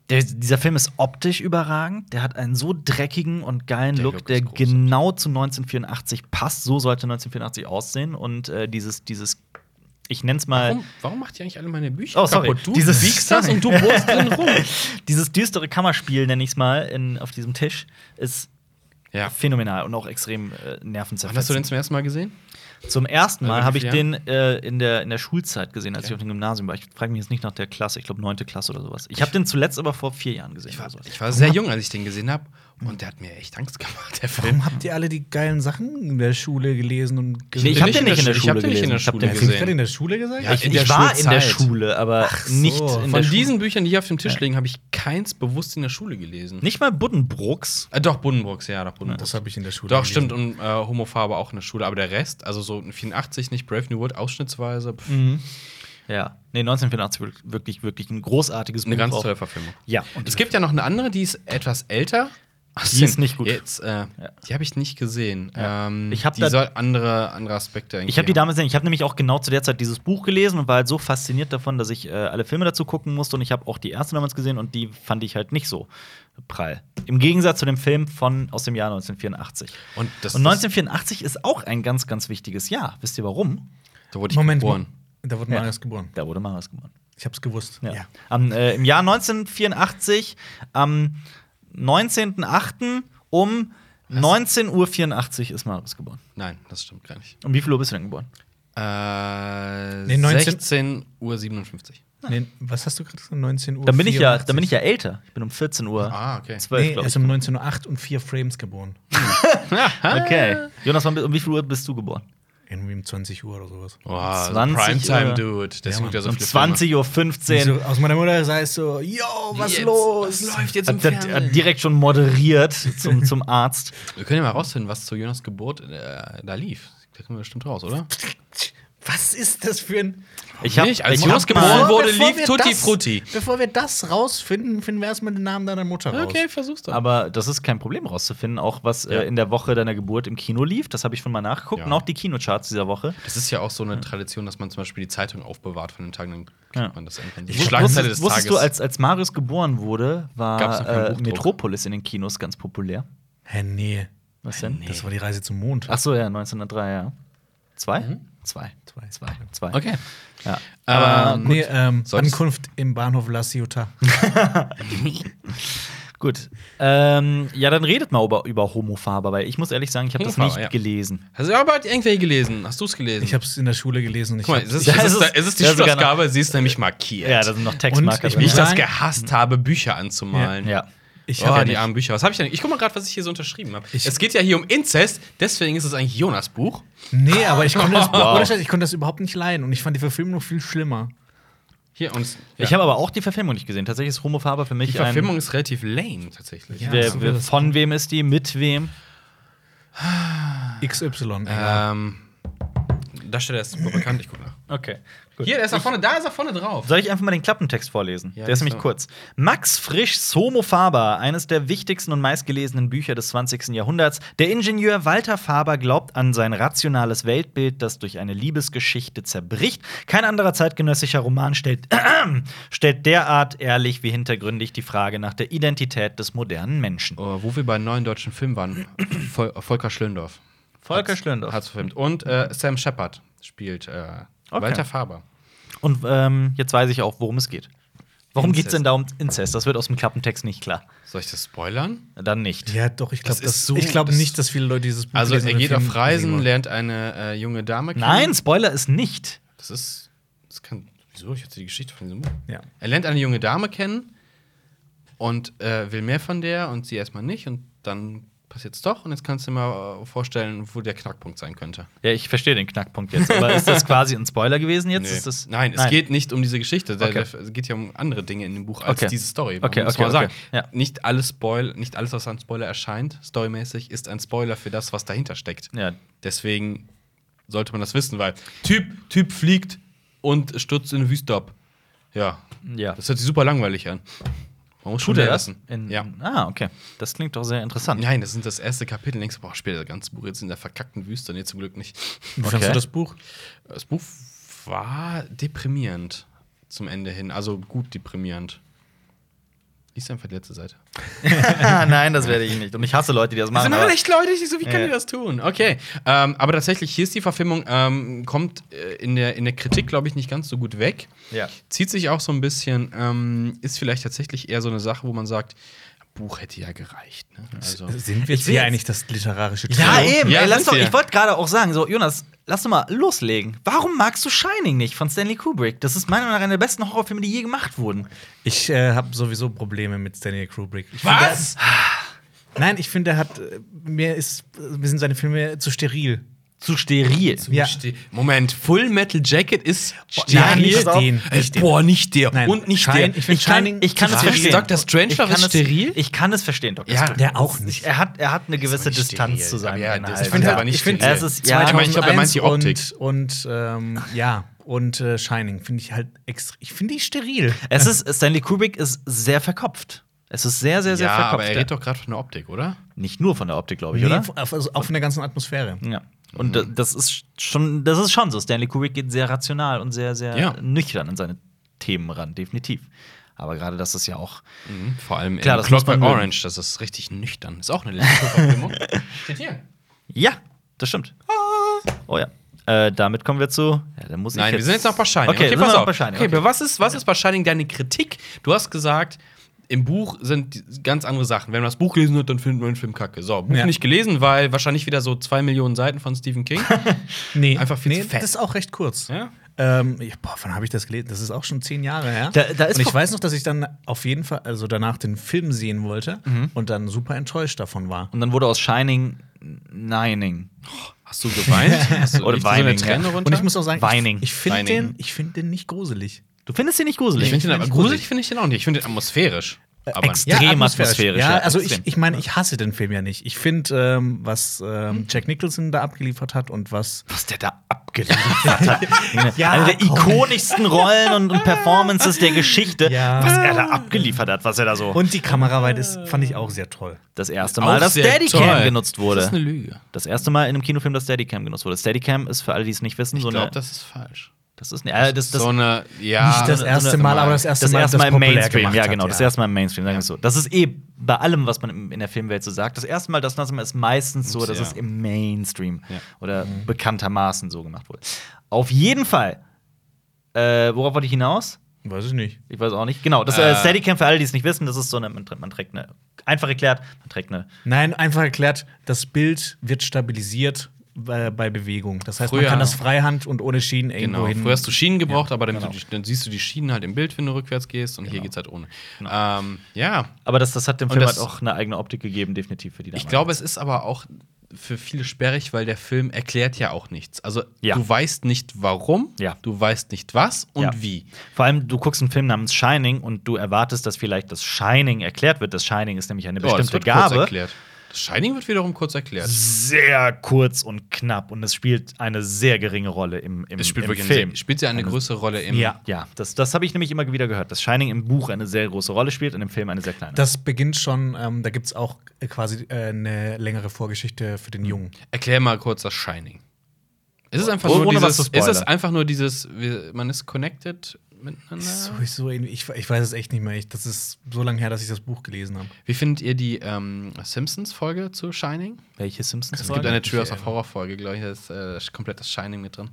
Speaker 2: Der, dieser Film ist optisch überragend. Der hat einen so dreckigen und geilen
Speaker 3: Der
Speaker 2: Look,
Speaker 3: Look
Speaker 2: der
Speaker 3: ist großartig.
Speaker 2: genau zu 1984 passt. So sollte 1984 aussehen. Und äh, dieses, dieses, ich nenn's mal.
Speaker 3: Warum, warum macht ihr eigentlich alle meine Bücher
Speaker 2: Oh, sorry.
Speaker 3: kaputt? Du
Speaker 2: Dieses-
Speaker 3: wiegst das
Speaker 2: sorry.
Speaker 3: und du bohrst drin rum.
Speaker 2: dieses düstere Kammerspiel, nenne ich es mal, in, auf diesem Tisch, ist
Speaker 3: Ja.
Speaker 2: phänomenal und auch extrem äh,
Speaker 3: Wann hast du den
Speaker 2: nervenzerfetzend.
Speaker 3: zum ersten Mal gesehen?
Speaker 2: Zum ersten Mal
Speaker 3: Also,
Speaker 2: habe
Speaker 3: wie
Speaker 2: ich
Speaker 3: viel
Speaker 2: den äh, in, der, in der Schulzeit gesehen, als
Speaker 3: Okay.
Speaker 2: ich auf dem Gymnasium war. Ich frage mich jetzt nicht nach der Klasse, ich glaube neunte Klasse oder sowas. Ich habe den zuletzt aber vor vier Jahren gesehen.
Speaker 3: Ich war,
Speaker 2: oder sowas.
Speaker 3: ich war sehr jung, als ich den gesehen habe. Und der hat mir echt Angst gemacht, der Film.
Speaker 1: Warum Ähm, habt ihr alle die geilen Sachen in der Schule gelesen und
Speaker 2: Nee, ich
Speaker 1: gelesen?
Speaker 2: habe
Speaker 3: nicht
Speaker 2: den
Speaker 3: in der
Speaker 2: nicht in der
Speaker 3: Schule- ich
Speaker 2: Schule
Speaker 3: hab den nicht
Speaker 2: gelesen.
Speaker 3: in der
Speaker 2: Ich habe
Speaker 3: Schule
Speaker 2: den
Speaker 1: Hast du
Speaker 3: gesehen.
Speaker 1: gerade in der Schule gesagt?
Speaker 3: Ja,
Speaker 1: Ich-
Speaker 2: Ich,
Speaker 3: in der
Speaker 2: ich war in der
Speaker 3: Schulzeit.
Speaker 2: Schule, aber nicht
Speaker 1: so.
Speaker 2: in
Speaker 3: Von
Speaker 2: der Schule.
Speaker 3: diesen Büchern, die hier auf dem Tisch liegen, habe ich keins bewusst in der Schule gelesen.
Speaker 2: Nicht mal Buddenbrooks.
Speaker 3: Äh, doch, Buddenbrooks, ja, doch, Buddenbrooks.
Speaker 1: Das habe ich in der Schule.
Speaker 3: Doch, stimmt,
Speaker 1: gelesen.
Speaker 3: und äh, Homophabe auch in der Schule, aber der Rest, also so ein 84 nicht, Brave New World ausschnittsweise, pff,
Speaker 2: Mhm. Ja. Nee, 1984 wirklich- wirklich, wirklich ein großartiges
Speaker 3: eine
Speaker 2: Buch
Speaker 3: ganz
Speaker 2: auch.
Speaker 3: tolle Verfilmung.
Speaker 2: Ja. Und
Speaker 3: Es gibt ja noch eine andere, die ist etwas älter.
Speaker 2: die ist nicht gut.
Speaker 3: Jetzt, äh, Die habe ich nicht gesehen. Ähm,
Speaker 2: Ich hab
Speaker 3: die
Speaker 2: da-
Speaker 3: soll andere, andere Aspekte irgendwie
Speaker 2: Ich habe die
Speaker 3: haben.
Speaker 2: damals, ich habe nämlich auch genau zu der Zeit dieses Buch gelesen und war halt so fasziniert davon, dass ich äh, alle Filme dazu gucken musste und ich habe auch die erste damals gesehen und die fand ich halt nicht so prall. Im Gegensatz zu dem Film von aus dem Jahr 1984.
Speaker 3: Und das
Speaker 2: Und 1984 ist auch ein ganz, ganz wichtiges Jahr. Wisst ihr warum?
Speaker 3: das, da wurde ich
Speaker 1: Moment,
Speaker 3: geboren.
Speaker 1: da wurde
Speaker 2: Ja.
Speaker 1: man erst geboren.
Speaker 2: Da wurde Marius geboren.
Speaker 1: Ich habe es gewusst.
Speaker 2: Ja.
Speaker 1: Ja.
Speaker 2: Am, äh, Im Jahr 1984, am 19.08. um 19.84 Uhr ist Marius geboren.
Speaker 3: Nein, das stimmt gar nicht.
Speaker 2: Um wie viel Uhr bist du denn geboren?
Speaker 3: Äh,
Speaker 1: Nee, 19
Speaker 3: 16 Uhr 57.
Speaker 1: Nee, was hast du gerade gesagt? 19 Uhr.
Speaker 2: Dann bin, ich ja, dann bin
Speaker 1: 84.
Speaker 2: ich ja älter. Ich bin um 14 Uhr.
Speaker 3: Ah, okay.
Speaker 2: 12,
Speaker 1: Nee, er
Speaker 2: glaub ich.
Speaker 1: ist um 19.08 und vier Frames geboren.
Speaker 2: Okay. Jonas, wann, um wie viel Uhr bist du geboren?
Speaker 1: Irgendwie um 20 Uhr oder sowas.
Speaker 3: Wow,
Speaker 2: 20
Speaker 3: Primetime
Speaker 2: Uhr.
Speaker 3: Dude. Der
Speaker 1: Ja,
Speaker 3: guckt ja so
Speaker 2: um
Speaker 3: viele
Speaker 2: 20 Uhr 15
Speaker 1: So, aus meiner Mutter sei es so, yo, was
Speaker 3: Jetzt,
Speaker 1: los?
Speaker 3: was läuft jetzt im
Speaker 2: Hat, hat,
Speaker 3: Fernsehen?
Speaker 2: hat direkt schon moderiert zum, zum Arzt.
Speaker 3: Wir können ja mal rausfinden, was zu Jonas Geburt äh, da lief. Da kommen wir bestimmt raus, oder?
Speaker 1: Was ist das für ein.
Speaker 2: Ich hab,
Speaker 3: Nicht, als
Speaker 2: ich
Speaker 3: Jonas
Speaker 2: hab
Speaker 3: geboren
Speaker 2: mal,
Speaker 3: wurde,
Speaker 1: Bevor
Speaker 3: lief
Speaker 1: wir
Speaker 3: Tutti
Speaker 1: das-
Speaker 3: Frutti.
Speaker 1: Bevor wir das rausfinden, finden wir erstmal den Namen deiner Mutter raus.
Speaker 3: versuch's doch.
Speaker 2: aber das ist kein Problem rauszufinden, auch was
Speaker 3: Ja.
Speaker 2: äh, in der Woche deiner Geburt im Kino lief. Das habe ich schon mal nachgeguckt.
Speaker 3: Ja.
Speaker 2: Und auch die Kinocharts dieser Woche.
Speaker 3: Das ist ja auch so eine Tradition, dass man zum Beispiel die Zeitung aufbewahrt von den Tagen, dann kriegt
Speaker 2: Ja.
Speaker 3: man das irgendwann.
Speaker 2: Wus-
Speaker 3: Schlagzeile
Speaker 2: wusstest, wusstest du, als, als Marius geboren wurde,
Speaker 3: Gab's noch
Speaker 2: war
Speaker 3: keinen
Speaker 2: äh,
Speaker 3: Buchdruck.
Speaker 2: Metropolis in den Kinos ganz populär.
Speaker 1: Hä, nee.
Speaker 2: Was denn?
Speaker 1: Das war die Reise zum Mond.
Speaker 2: Ach so, ja, 1903, ja. Zwei? Zwei.
Speaker 1: Zwei.
Speaker 2: Zwei. Zwei.
Speaker 3: Okay.
Speaker 2: Ja.
Speaker 3: Aber
Speaker 1: Ähm, nee, ähm,
Speaker 3: Sonst- Hm.
Speaker 1: Ankunft im Bahnhof La Ciotat.
Speaker 2: Gut. Ähm, ja, dann redet mal über, über Homophaber, weil ich muss ehrlich sagen, ich habe das
Speaker 3: Homophaber,
Speaker 2: nicht
Speaker 3: ja.
Speaker 2: gelesen.
Speaker 3: hast du aber irgendwelche gelesen? Hast du es gelesen?
Speaker 1: Ich habe es in der Schule gelesen und ich
Speaker 3: Guck mal,
Speaker 1: hab-
Speaker 3: es ist,
Speaker 2: Ja,
Speaker 3: es ist,
Speaker 2: es ist-
Speaker 3: es ist die
Speaker 2: ja, sogar
Speaker 3: Schlussausgabe, sie ist nämlich markiert.
Speaker 2: Ja, da sind noch Textmarker.
Speaker 1: ich
Speaker 3: Wie
Speaker 2: drin.
Speaker 3: ich das
Speaker 1: Nein.
Speaker 3: gehasst habe, Bücher anzumalen.
Speaker 2: ja.
Speaker 1: ich
Speaker 3: oh,
Speaker 1: hab ja
Speaker 3: die
Speaker 1: nicht-
Speaker 3: armen Bücher. Was habe ich denn? Ich guck mal gerade, was ich hier so unterschrieben habe.
Speaker 1: Ich-
Speaker 3: Es geht ja hier um Inzest, deswegen ist es eigentlich Jonas Buch.
Speaker 1: Nee, aber ich konnte, das,
Speaker 2: Wow.
Speaker 1: ohne Scheiß, ich konnte das überhaupt nicht leiden und ich fand die Verfilmung noch viel schlimmer.
Speaker 3: Hier und
Speaker 2: Ich habe aber auch die Verfilmung nicht gesehen. Tatsächlich ist Homophaber für mich
Speaker 3: die Verfilmung ist relativ lame tatsächlich.
Speaker 1: Ja.
Speaker 2: ein. Wer,
Speaker 1: so
Speaker 2: wer,
Speaker 1: wird es
Speaker 2: von wem ist die? Mit wem?
Speaker 1: XY.
Speaker 3: Ah. Ähm, da steht er ist bekannt, ich gucke nach.
Speaker 2: Okay. Gut.
Speaker 3: Hier, der ist da vorne, da ist er vorne drauf.
Speaker 2: Soll ich einfach mal den Klappentext vorlesen?
Speaker 3: Ja,
Speaker 2: der ist
Speaker 3: klar.
Speaker 2: nämlich kurz. Max Frischs Homo Faber, eines der wichtigsten und meistgelesenen Bücher des 20. Jahrhunderts. Der Ingenieur Walter Faber glaubt an sein rationales Weltbild, das durch eine Liebesgeschichte zerbricht. Kein anderer zeitgenössischer Roman stellt, stellt derart ehrlich wie hintergründig die Frage nach der Identität des modernen Menschen.
Speaker 3: Oh, wo wir bei neuen deutschen Filmen waren. Vol äh, Volker Schlöndorff.
Speaker 2: Volker
Speaker 3: Hat's-
Speaker 2: Schlöndorff.
Speaker 3: Hat's verfilmt. Und äh, Sam Shepard spielt äh, Walter Faber.
Speaker 2: Und ähm, jetzt weiß ich auch, worum es geht. Warum
Speaker 3: Inzest.
Speaker 2: geht es denn da um Inzest? Das wird aus dem Klappentext nicht klar.
Speaker 3: Soll ich das spoilern?
Speaker 2: Dann nicht.
Speaker 1: Ja, doch, ich
Speaker 3: Das
Speaker 1: glaube
Speaker 3: ist so-
Speaker 1: ich glaube
Speaker 3: das-
Speaker 1: nicht, dass viele Leute dieses Buch
Speaker 3: Also,
Speaker 1: gelesen
Speaker 3: er
Speaker 1: oder
Speaker 3: geht auf
Speaker 1: Film gesehen
Speaker 3: Reisen,
Speaker 1: haben.
Speaker 3: lernt eine äh, junge Dame kennen.
Speaker 2: Nein, Spoiler ist nicht.
Speaker 3: Das ist. Das kann. Wieso? Ich hatte die Geschichte von diesem Buch.
Speaker 1: Ja.
Speaker 3: Er lernt eine junge Dame kennen und äh, will mehr von der und sie erstmal nicht und dann passiert's doch und jetzt kannst du dir mal äh, vorstellen, wo der Knackpunkt sein könnte.
Speaker 2: Ja, ich verstehe den Knackpunkt jetzt. Aber ist das quasi ein Spoiler gewesen jetzt?
Speaker 3: Nee.
Speaker 2: Ist das,
Speaker 3: nein, es geht nicht um diese Geschichte. Der-
Speaker 2: Okay.
Speaker 3: der- Es geht ja um andere Dinge in dem Buch als
Speaker 2: Okay.
Speaker 3: diese Story.
Speaker 2: Okay,
Speaker 3: muss
Speaker 2: okay,
Speaker 3: man sagen.
Speaker 2: okay. Ja.
Speaker 3: Nicht alles Spoil, nicht alles, was an Spoiler erscheint, storymäßig, ist ein Spoiler für das, was dahinter steckt.
Speaker 2: Ja.
Speaker 3: Deswegen sollte man das wissen, weil Typ, Typ fliegt und stürzt in eine Wüste ab. Ja.
Speaker 2: Ja.
Speaker 3: Das hört sich super langweilig an. Man muss schon
Speaker 2: Tut er das?
Speaker 3: lassen.
Speaker 2: In,
Speaker 3: ja.
Speaker 2: Ah, okay. Das klingt doch sehr interessant.
Speaker 3: Nein, das sind das erste Kapitel. Denkst du, boah, später das ganze Buch jetzt in der verkackten Wüste. Nee, zum Glück nicht.
Speaker 1: Wie fandst
Speaker 2: Okay.
Speaker 1: du das Buch?
Speaker 3: Das Buch war deprimierend zum Ende hin. Also gut deprimierend. Lies einfach die letzte Seite.
Speaker 2: Ah, nein, das werde ich nicht. Und ich hasse Leute, die das machen. aber-
Speaker 3: Leute, die so, wie
Speaker 2: Ja.
Speaker 3: die das tun? Okay. Ähm, aber tatsächlich, hier ist die Verfilmung, ähm, kommt äh, in der, in der Kritik, glaube ich, nicht ganz so gut weg.
Speaker 2: Ja.
Speaker 3: Zieht sich auch so ein bisschen, ähm, ist vielleicht tatsächlich eher so eine Sache, wo man sagt, Buch hätte ja gereicht. Ne? Also.
Speaker 1: Sind wir jetzt
Speaker 2: will
Speaker 1: hier
Speaker 2: jetzt-
Speaker 1: eigentlich das literarische
Speaker 2: Ja,
Speaker 1: Trio?
Speaker 2: eben.
Speaker 3: Ja, eh.
Speaker 2: Ey, lass
Speaker 3: sind
Speaker 2: doch,
Speaker 3: wir.
Speaker 2: ich wollte gerade auch sagen, so, Jonas, lass doch mal loslegen. Warum magst du Shining nicht von Stanley Kubrick? Das ist meiner Meinung nach einer der besten Horrorfilme, die je gemacht wurden.
Speaker 1: Ich äh, habe sowieso Probleme mit Stanley Kubrick. Ich
Speaker 3: Was?
Speaker 1: find- Nein, ich finde, er hat äh, mir ist äh, mir sind seine Filme zu steril.
Speaker 2: Zu steril.
Speaker 1: Ja.
Speaker 3: Ste- Moment, Full Metal Jacket ist
Speaker 1: nein,
Speaker 3: steril.
Speaker 1: nicht den,
Speaker 3: Äh,
Speaker 1: nicht den.
Speaker 3: Boah, nicht der.
Speaker 1: Nein,
Speaker 3: Und nicht
Speaker 1: Shine-
Speaker 3: der.
Speaker 1: ich find Shining-
Speaker 2: ich kann es
Speaker 1: Was?
Speaker 2: verstehen.
Speaker 3: Dr. Strangelove
Speaker 2: Ich kann
Speaker 3: ist
Speaker 2: es-
Speaker 3: steril?
Speaker 2: Ich kann es verstehen, Dr.
Speaker 3: Ja.
Speaker 2: Strangelove.
Speaker 1: Der auch nicht.
Speaker 2: Er hat, er hat eine gewisse
Speaker 3: aber nicht
Speaker 2: Distanz
Speaker 3: steril.
Speaker 2: zu seinem
Speaker 3: Aber ja,
Speaker 2: Inhalt.
Speaker 3: das ist- Ich find's aber nicht
Speaker 1: ich find,
Speaker 3: steril.
Speaker 1: es ist
Speaker 2: Ja,
Speaker 1: ja,
Speaker 2: ich
Speaker 3: meine, ich glaub, er meint die Optik.
Speaker 1: Und, und ähm, ja, und äh, Shining finde ich halt extra. Ich finde die steril.
Speaker 2: Es ist, Stanley Kubrick ist sehr verkopft. Es ist sehr, sehr, sehr
Speaker 3: ja,
Speaker 2: verkopft.
Speaker 3: aber er redet doch gerade von der Optik, oder?
Speaker 2: Nicht nur von der Optik, glaube ich,
Speaker 1: Nee,
Speaker 2: oder?
Speaker 1: auf- also auch von der ganzen Atmosphäre.
Speaker 2: Ja. Und da- das ist schon, das ist schon so. Stanley Kubrick geht sehr rational und sehr, sehr
Speaker 3: Ja.
Speaker 2: nüchtern an seine Themen ran, definitiv. Aber gerade das ist ja auch.
Speaker 3: Vor allem
Speaker 2: Mhm. Klar,
Speaker 3: in
Speaker 2: das muss man
Speaker 3: Clockwork
Speaker 2: mögen.
Speaker 3: Orange, das ist richtig nüchtern. Ist auch eine Literaturverfilmung. Steht hier.
Speaker 2: Ja, das stimmt. Oh ja. Äh, damit kommen wir zu. Ja, dann muss ich
Speaker 3: Ah. Nein, wir sind jetzt noch bei Shining.
Speaker 2: Okay, sind wir
Speaker 3: pass
Speaker 2: noch
Speaker 3: auf.
Speaker 2: bei Shining.
Speaker 3: Okay,
Speaker 2: Okay.
Speaker 3: aber was ist, was ist bei Shining deine Kritik? Du hast gesagt, im Buch sind die- ganz andere Sachen. Wenn man das Buch gelesen hat, dann findet man den Film kacke. So, Buch
Speaker 1: Ja.
Speaker 3: nicht gelesen, weil wahrscheinlich wieder so zwei Millionen Seiten von Stephen King.
Speaker 1: Nee,
Speaker 3: Einfach viel
Speaker 1: nee,
Speaker 3: zu fett.
Speaker 1: Das ist auch recht kurz.
Speaker 3: Ja.
Speaker 1: Ähm, ich, boah, wann habe ich das gelesen? Das ist auch schon zehn Jahre her.
Speaker 2: Da- da ist
Speaker 1: und ich
Speaker 2: vor-
Speaker 1: weiß noch, dass ich dann auf jeden Fall, also danach den Film sehen wollte
Speaker 3: Mhm.
Speaker 1: und dann super enttäuscht davon war.
Speaker 2: Und dann wurde aus Shining Nining.
Speaker 3: Hast du geweint? Hast du
Speaker 2: Oder
Speaker 3: richtig
Speaker 2: Weining,
Speaker 3: so eine Träne
Speaker 2: ja.
Speaker 3: runter?
Speaker 1: Und ich muss auch sagen,
Speaker 2: Weining.
Speaker 1: ich, ich finde
Speaker 3: Weining.
Speaker 1: den, ich find den nicht gruselig.
Speaker 2: Du findest ihn nicht gruselig.
Speaker 3: ich finde den
Speaker 1: find
Speaker 3: aber
Speaker 1: ihn
Speaker 3: gruselig, finde ich den auch nicht. Ich finde den atmosphärisch. Aber
Speaker 2: extrem.
Speaker 1: atmosphärisch.
Speaker 2: atmosphärisch,
Speaker 1: Ja,
Speaker 2: ja,
Speaker 1: also ich,
Speaker 2: extrem.
Speaker 1: ich meine, ich hasse den Film ja nicht. Ich finde, ähm, was ähm, Jack Nicholson da abgeliefert hat und was
Speaker 2: was der da abgeliefert hat.
Speaker 1: Ja,
Speaker 3: Ah,
Speaker 2: Eine der
Speaker 1: komm.
Speaker 2: ikonischsten Rollen und, und Performances der Geschichte,
Speaker 1: Ja.
Speaker 2: was er da abgeliefert hat, was er da so.
Speaker 1: und die Kameraarbeit ist, fand ich auch sehr toll.
Speaker 2: das erste Mal, dass
Speaker 3: sehr
Speaker 2: Steadicam
Speaker 3: toll.
Speaker 2: genutzt wurde.
Speaker 3: Das ist eine Lüge.
Speaker 2: Das erste Mal in einem Kinofilm, dass Steadicam genutzt wurde. Steadicam ist für alle, die es nicht wissen, so
Speaker 3: Ich glaube,
Speaker 2: eine.
Speaker 3: das ist falsch.
Speaker 2: Das ist, äh, das, das,
Speaker 3: so eine, ja.
Speaker 1: Nicht das
Speaker 3: Ah, so eine-
Speaker 1: erste Mal, aber das erste
Speaker 2: das
Speaker 1: Mal,
Speaker 2: erste Mal im
Speaker 1: populär
Speaker 2: Mainstream.
Speaker 1: gemacht
Speaker 2: Ja,
Speaker 1: hat,
Speaker 2: genau, das erste Mal im Mainstream, sagen wir es so. Das ist eh bei allem, was man im- in der Filmwelt so sagt. Das erste Mal, das lassen wir, ist meistens so, dass
Speaker 3: ja.
Speaker 2: es im Mainstream
Speaker 3: Ja. Mhm.
Speaker 2: oder bekanntermaßen so gemacht wurde. Auf jeden Fall. Äh, worauf wollte ich hinaus?
Speaker 1: Weiß ich nicht.
Speaker 2: Ich weiß auch nicht. Genau, das
Speaker 3: Äh.
Speaker 2: äh, Steadicam, für alle, die es nicht wissen, das ist so eine, man, trägt- man trägt eine, einfach erklärt, man trägt eine,
Speaker 1: Nein, einfach erklärt, das Bild wird stabilisiert äh, bei Bewegung. Das heißt,
Speaker 3: Früher-
Speaker 1: man kann das Freihand und und ohne Schienen irgendwo
Speaker 3: Genau.
Speaker 1: hin.
Speaker 3: Früher hast du Schienen gebraucht, aber
Speaker 2: genau.
Speaker 3: damit du, dann siehst du die Schienen halt im Bild, wenn du rückwärts gehst, und hier geht's halt ohne.
Speaker 2: Genau.
Speaker 3: Ähm, ja,
Speaker 2: aber das, das hat dem Film
Speaker 3: das-
Speaker 2: halt auch eine eigene Optik gegeben, definitiv für die
Speaker 3: ich glaube, es ist aber auch für viele sperrig, weil der Film erklärt ja auch nichts. Also
Speaker 2: Ja.
Speaker 3: du weißt nicht warum,
Speaker 2: Ja.
Speaker 3: du weißt nicht was und
Speaker 2: Ja.
Speaker 3: wie.
Speaker 2: Vor allem, du guckst einen Film namens Shining und du erwartest, dass vielleicht das Shining erklärt wird. Das Shining ist nämlich eine
Speaker 3: Ja, das
Speaker 2: bestimmte
Speaker 3: wird kurz
Speaker 2: Gabe.
Speaker 3: erklärt. Das Shining wird wiederum kurz erklärt.
Speaker 2: Sehr kurz und knapp und es spielt eine sehr geringe Rolle im, im,
Speaker 3: Es spielt
Speaker 2: im
Speaker 3: wirklich
Speaker 2: Film.
Speaker 3: Eine, spielt ja eine größere Rolle im.
Speaker 1: Ja.
Speaker 2: Ja, das, das habe ich nämlich immer wieder gehört, dass Shining im Buch eine sehr große Rolle spielt und im Film eine sehr kleine.
Speaker 1: Das beginnt schon, ähm, da gibt es auch äh, quasi äh, eine längere Vorgeschichte für den Jungen.
Speaker 3: Erklär mal kurz das Shining. Ist es einfach
Speaker 2: Oh, Ohne
Speaker 3: nur
Speaker 2: was
Speaker 3: dieses,
Speaker 2: zu
Speaker 3: ist
Speaker 2: spoilern.
Speaker 3: es einfach nur dieses, wir, man ist connected miteinander?
Speaker 1: So, so ähnlich- ich, ich weiß es echt nicht mehr. Ich, das ist so lange her, dass ich das Buch gelesen habe.
Speaker 3: Wie findet ihr die ähm, Simpsons-Folge zu Shining?
Speaker 2: Welche Simpsons?
Speaker 3: Es gibt eine Trios of
Speaker 1: erinnern.
Speaker 3: Horror-Folge, glaube ich, da ist äh, komplett das Shining mit drin.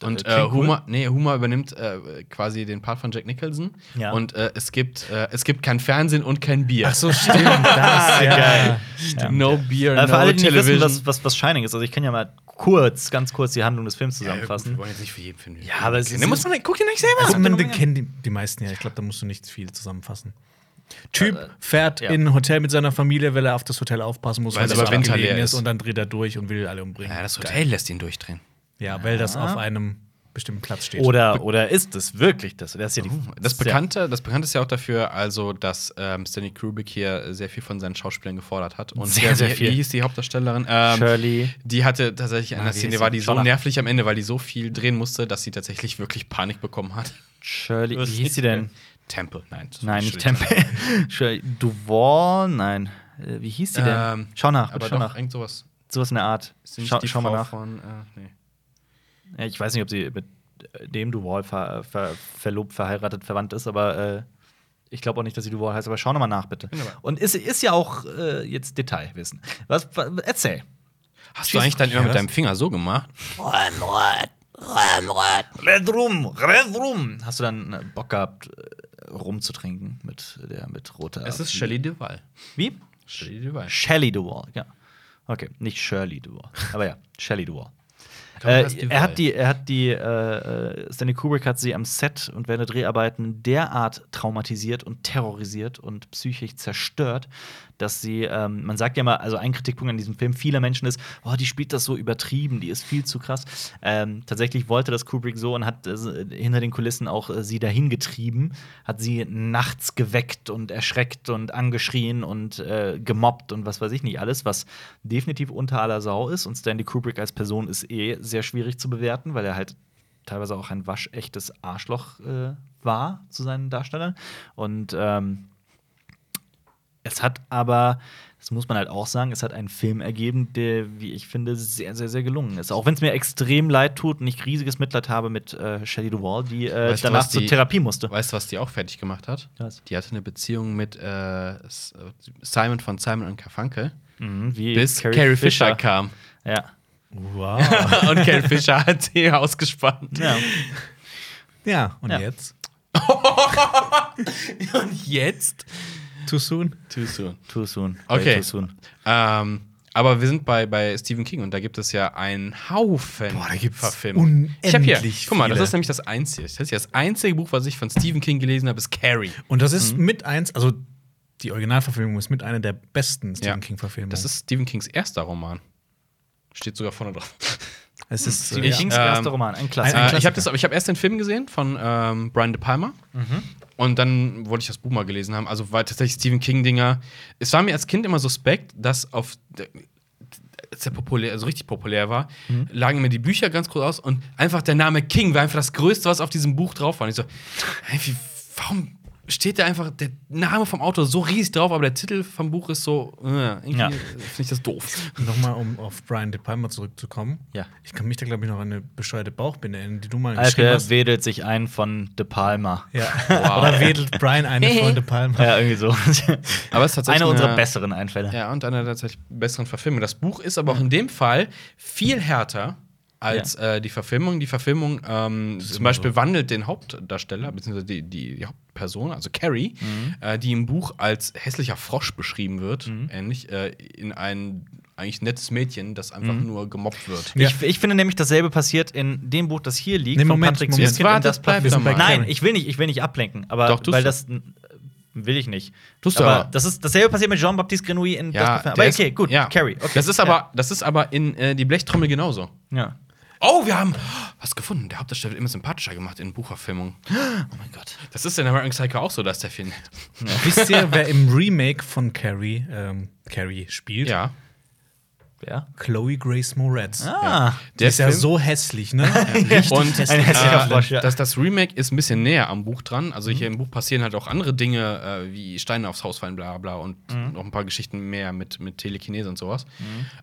Speaker 2: äh,
Speaker 3: Und äh,
Speaker 2: klingt cool.
Speaker 3: Homer, nee, Homer übernimmt äh, quasi den Part von Jack Nicholson.
Speaker 2: Ja.
Speaker 3: Und äh, es, gibt, äh, es gibt kein Fernsehen und kein Bier.
Speaker 1: Ach so, stimmt. Das, ja.
Speaker 2: geil.
Speaker 3: No Beer,
Speaker 2: Äh,
Speaker 3: no
Speaker 2: für alle, die nicht
Speaker 3: Television.
Speaker 2: wissen, was, was, was Shining ist. Also ich kann ja mal kurz, ganz kurz die Handlung des Films
Speaker 3: Ja, gut, wir
Speaker 2: zusammenfassen.
Speaker 3: wollen jetzt nicht für jeden Film.
Speaker 2: Ja, aber es
Speaker 3: den
Speaker 2: ist-
Speaker 3: ne, muss man, guck den nicht selber.
Speaker 1: Also,
Speaker 2: Ja.
Speaker 1: man den kennen die, die meisten ja. Ich glaube, da musst du nicht viel zusammenfassen. Typ
Speaker 2: Äh,
Speaker 1: fährt
Speaker 2: ja.
Speaker 1: in ein Hotel mit seiner Familie, weil er auf das Hotel aufpassen muss,
Speaker 3: Weil es
Speaker 1: das
Speaker 3: aber winterleer
Speaker 1: abgelegen
Speaker 3: ist.
Speaker 1: und dann dreht er durch und will alle umbringen.
Speaker 3: Ja, das Hotel lässt ihn durchdrehen.
Speaker 1: Ja, weil das auf einem bestimmten Platz steht.
Speaker 2: Oder, oder ist es wirklich das? Das ist ja die,
Speaker 3: Oh, Das
Speaker 2: ist ja-
Speaker 3: Bekannte, das Bekannte ist ja auch dafür, also, dass ähm, Stanley Kubrick hier sehr viel von seinen Schauspielern gefordert hat. Und
Speaker 2: Sehr,
Speaker 3: wer-
Speaker 2: sehr
Speaker 3: wie-
Speaker 2: viel.
Speaker 3: Wie hieß die Hauptdarstellerin? Ähm,
Speaker 2: Shirley.
Speaker 3: Die hatte tatsächlich
Speaker 2: Na,
Speaker 3: eine
Speaker 2: wie
Speaker 3: Szene,
Speaker 2: hieß
Speaker 3: die war
Speaker 2: sie?
Speaker 3: die so
Speaker 2: Scholler.
Speaker 3: nervlich am Ende, weil die so viel drehen musste, dass sie tatsächlich wirklich Panik bekommen hat.
Speaker 2: Shirley. Wie hieß sie denn?
Speaker 3: Temple, nein. das war
Speaker 2: Nein, nicht
Speaker 3: Shirley
Speaker 2: Temple. Shirley Duval, nein. Äh, Wie hieß sie denn?
Speaker 3: Ähm,
Speaker 2: schau nach,
Speaker 3: Aber
Speaker 2: schau
Speaker 3: doch,
Speaker 2: nach.
Speaker 3: irgend sowas.
Speaker 2: Sowas in der Art.
Speaker 3: Ist sie nicht
Speaker 2: Schau,
Speaker 3: die
Speaker 2: schau mal
Speaker 3: Frau
Speaker 2: nach.
Speaker 3: Von, äh, nee.
Speaker 2: Ja, ich weiß nicht, ob sie mit äh, dem Duval ver, ver, verlobt, verheiratet, verwandt ist, aber äh, ich glaube auch nicht, dass sie Duval heißt. Aber schau nochmal nach, bitte.
Speaker 3: Wunderbar.
Speaker 2: Und ist, ist ja auch äh, jetzt Detailwissen. Was, was, erzähl.
Speaker 3: Hast du eigentlich dann immer
Speaker 1: Ja,
Speaker 3: mit
Speaker 1: das-
Speaker 3: deinem Finger so gemacht?
Speaker 2: Red rum, red rum. Hast du dann äh, Bock gehabt, äh, rumzutrinken mit der mit roter?
Speaker 3: Es ist Shelley Duval.
Speaker 2: Wie?
Speaker 3: Shelley Duval.
Speaker 2: Shelley Duval, ja. Okay, nicht Shirley Duval, aber ja, Shelley Duval. Äh,
Speaker 3: Thomas Duval.
Speaker 2: er hat die, er hat die, äh, äh, Stanley Kubrick hat sie am Set und während der Dreharbeiten derart traumatisiert und terrorisiert und psychisch zerstört, dass sie, ähm, man sagt ja mal, also ein Kritikpunkt an diesem Film vieler Menschen ist, oh, die spielt das so übertrieben, die ist viel zu krass. Ähm, tatsächlich wollte das Kubrick so und hat äh, hinter den Kulissen auch äh, sie dahin getrieben, hat sie nachts geweckt und erschreckt und angeschrien und äh, gemobbt und was weiß ich nicht alles, was definitiv unter aller Sau ist. Und Stanley Kubrick als Person ist eh sehr schwierig zu bewerten, weil er halt teilweise auch ein waschechtes Arschloch äh, war zu seinen Darstellern. Und ähm, es hat aber, das muss man halt auch sagen, es hat einen Film ergeben, der, wie ich finde, sehr, sehr, sehr gelungen ist. Auch wenn es mir extrem leid tut und ich riesiges Mitleid habe mit äh, Shelley Duvall, die äh,
Speaker 3: Weißt du,
Speaker 2: danach
Speaker 3: was
Speaker 2: zur
Speaker 3: die-
Speaker 2: Therapie musste.
Speaker 3: Weißt du, was die auch fertig gemacht hat?
Speaker 2: Was?
Speaker 3: Die hatte eine Beziehung mit äh, S- äh, Simon von Simon und Carfunkel,
Speaker 2: Mhm, wie
Speaker 3: bis Carrie Fisher, kam.
Speaker 2: Ja.
Speaker 1: Wow.
Speaker 3: und Carrie Fisher hat sie ausgespannt.
Speaker 2: ja.
Speaker 1: ja, und
Speaker 2: Ja.
Speaker 1: jetzt?
Speaker 3: Und jetzt?
Speaker 1: Too soon?
Speaker 3: Too soon.
Speaker 2: Too soon.
Speaker 3: Okay.
Speaker 2: Way Too soon.
Speaker 3: Ähm, aber wir sind bei, bei Stephen King und da gibt es ja einen Haufen
Speaker 1: Boah, da gibt's
Speaker 3: Ich hab hier,
Speaker 1: unendlich
Speaker 3: guck mal, das
Speaker 1: viele.
Speaker 3: ist nämlich das einzige. Das ist das einzige Buch, was ich von Stephen King gelesen habe, ist Carrie.
Speaker 1: Und das ist mit eins, also die Originalverfilmung ist mit einer der besten Stephen King-Verfilmungen.
Speaker 3: Das ist Stephen Kings erster Roman. Steht sogar vorne drauf.
Speaker 1: es ist äh,
Speaker 2: Stephen
Speaker 1: ja.
Speaker 2: Kings
Speaker 3: Ähm,
Speaker 2: erster Roman, ein Klassiker.
Speaker 1: Ein
Speaker 3: Äh, ich
Speaker 1: Klassiker.
Speaker 3: habe das, aber ich habe erst den Film gesehen von ähm, Brian De Palma. Und dann wollte ich das Buch mal gelesen haben. Also war tatsächlich Stephen King Dinger. Es war mir als Kind immer suspekt, dass auf als er populär, also richtig populär war, lagen mir die Bücher ganz groß aus und einfach der Name King war einfach das Größte, was auf diesem Buch drauf war. Und ich so, hey, wie, warum steht da einfach der Name vom Autor so riesig drauf, aber der Titel vom Buch ist so, äh, irgendwie
Speaker 2: Ja.
Speaker 3: finde ich das doof.
Speaker 1: Nochmal, um auf Brian De Palma zurückzukommen.
Speaker 2: Ja. Ah,
Speaker 1: Ich kann mich da, glaube ich, noch an eine bescheuerte Bauchbinde erinnern, die du mal geschrieben
Speaker 2: Alke
Speaker 1: hast.
Speaker 2: wedelt sich ein von De Palma.
Speaker 1: Ja. Oder wedelt Brian eine von De Palma.
Speaker 2: Ja, irgendwie so.
Speaker 3: Aber es ist tatsächlich
Speaker 2: Einer unserer
Speaker 3: eine-
Speaker 2: besseren Einfälle.
Speaker 3: Ja, und einer der tatsächlich besseren Verfilmung. Das Buch ist aber auch in dem Fall viel härter als äh, die Verfilmung. Die Verfilmung ähm, zum Beispiel wandelt den Hauptdarsteller, beziehungsweise die, die, die Hauptperson, also Carrie,
Speaker 2: Mhm.
Speaker 3: äh, die im Buch als hässlicher Frosch beschrieben wird, ähnlich, äh, in ein eigentlich nettes Mädchen, das einfach
Speaker 2: Mhm.
Speaker 3: nur gemobbt wird.
Speaker 1: Ja.
Speaker 2: Ich, ich finde nämlich, dasselbe passiert in dem Buch, das hier liegt,
Speaker 1: Nee,
Speaker 2: von
Speaker 1: Moment,
Speaker 2: Patrick
Speaker 1: Moment.
Speaker 2: Süskind in
Speaker 3: Warte,
Speaker 2: das Patrick.
Speaker 3: bleib doch mal.
Speaker 2: Nein,
Speaker 1: Kevin.
Speaker 2: ich will nicht, ich will nicht ablenken, aber
Speaker 3: Doch, tust
Speaker 2: weil
Speaker 3: du.
Speaker 2: das n- äh, will ich nicht.
Speaker 3: Tust du
Speaker 2: aber,
Speaker 3: aber.
Speaker 2: das ist dasselbe passiert mit Jean-Baptiste Grenouille in das Parfum.
Speaker 3: der
Speaker 2: Aber okay,
Speaker 3: ist-
Speaker 2: gut,
Speaker 3: ja.
Speaker 2: Carrie, okay.
Speaker 3: Das ist aber, das ist aber in äh, die Blechtrommel genauso.
Speaker 2: Ja.
Speaker 3: Oh, wir haben Was gefunden? Der Hauptdarsteller wird immer sympathischer gemacht in Buchverfilmung.
Speaker 2: Oh mein Gott.
Speaker 3: Das ist in American Psycho auch so, dass der Film.
Speaker 1: Wisst ihr, wer im Remake von Carrie, ähm, Carrie spielt?
Speaker 3: Ja.
Speaker 2: Ja.
Speaker 1: Chloe Grace Moretz.
Speaker 2: Ah.
Speaker 1: Die ist ja so hässlich, ne? Richtig
Speaker 3: Und
Speaker 2: Ein hässlicher
Speaker 3: äh,
Speaker 2: Frosch, ja.
Speaker 3: das, das Remake ist ein bisschen näher am Buch dran. Also hier im Buch passieren halt auch andere Dinge, äh, wie Steine aufs Haus fallen, bla bla und noch ein paar Geschichten mehr mit, mit Telekinese und sowas.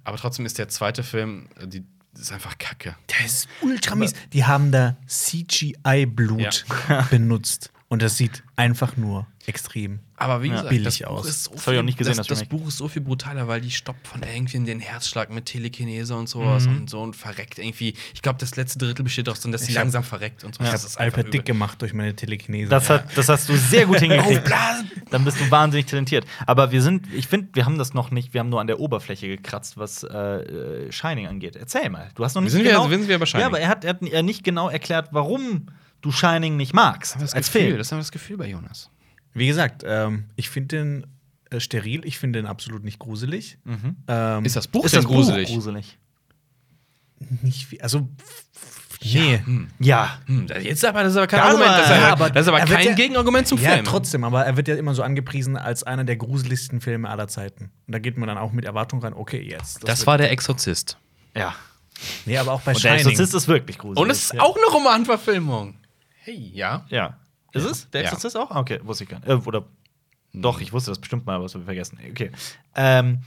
Speaker 3: Aber trotzdem ist der zweite Film, äh, die das ist einfach Kacke.
Speaker 1: Der ist ultra mies. Die haben da CGI-Blut benutzt. Und das sieht einfach nur extrem.
Speaker 3: Aber wie gesagt,
Speaker 1: billig
Speaker 3: das Buch
Speaker 1: aus.
Speaker 3: ist so
Speaker 2: Das hab ich auch nicht gesehen,
Speaker 3: das,
Speaker 2: das
Speaker 3: das
Speaker 2: Remake.
Speaker 3: Buch ist so viel brutaler, weil die stoppt von irgendwem den Herzschlag mit Telekinese und sowas und so und verreckt irgendwie. Ich glaube, das letzte Drittel besteht daraus, dass sie
Speaker 1: hab-
Speaker 3: langsam verreckt und so.
Speaker 1: Ich
Speaker 3: Das ist
Speaker 1: habe
Speaker 3: einfach
Speaker 1: Alper
Speaker 3: übel.
Speaker 1: dick gemacht durch meine Telekinese.
Speaker 2: Das, hat, das hast du sehr gut hingekriegt.
Speaker 3: Aufblasen!
Speaker 2: Dann bist du wahnsinnig talentiert. Aber wir sind, ich finde, wir haben das noch nicht, wir haben nur an der Oberfläche gekratzt, was äh, äh, Shining angeht. Erzähl mal. Du hast noch nicht
Speaker 3: sind wir-
Speaker 2: genau,
Speaker 3: sind wir bei Shining?
Speaker 2: Ja, aber er hat, er hat er nicht genau erklärt, warum du Shining nicht magst.
Speaker 3: Das,
Speaker 2: als
Speaker 3: Gefühl,
Speaker 2: Film.
Speaker 3: das ist aber das Gefühl bei Jonas.
Speaker 1: Wie gesagt, ähm, ich finde den äh, steril, ich finde den absolut nicht gruselig. Ähm,
Speaker 3: Ist das Buch
Speaker 2: Ist
Speaker 3: denn
Speaker 2: das Buch
Speaker 3: gruselig?
Speaker 2: gruselig?
Speaker 1: nicht wie, also nee.
Speaker 2: Ja.
Speaker 3: Hm, das- jetzt aber, das ist aber kein
Speaker 2: Das
Speaker 3: Argument.
Speaker 2: war-
Speaker 3: Das ist aber,
Speaker 2: ja,
Speaker 1: aber
Speaker 3: das ist aber
Speaker 1: er wird
Speaker 3: kein
Speaker 1: ja-
Speaker 3: Gegenargument zum
Speaker 1: ja,
Speaker 3: Film.
Speaker 1: trotzdem, aber er wird ja immer so angepriesen als einer der gruseligsten Filme aller Zeiten. Und da geht man dann auch mit Erwartung ran, okay, jetzt.
Speaker 3: das
Speaker 1: wird-
Speaker 3: war der Exorzist.
Speaker 2: Ja.
Speaker 1: Nee, aber auch bei
Speaker 2: Und der
Speaker 1: Shining.
Speaker 2: Exorzist ist wirklich gruselig.
Speaker 3: Und es ist auch eine Romanverfilmung. Hey, ja.
Speaker 2: Ja. Ist es? Der
Speaker 3: Ja.
Speaker 2: Exorzist auch? Ah, Okay, wusste ich gar nicht. Äh, oder doch, ich wusste das bestimmt mal, aber es habe ich vergessen. Okay. Ähm,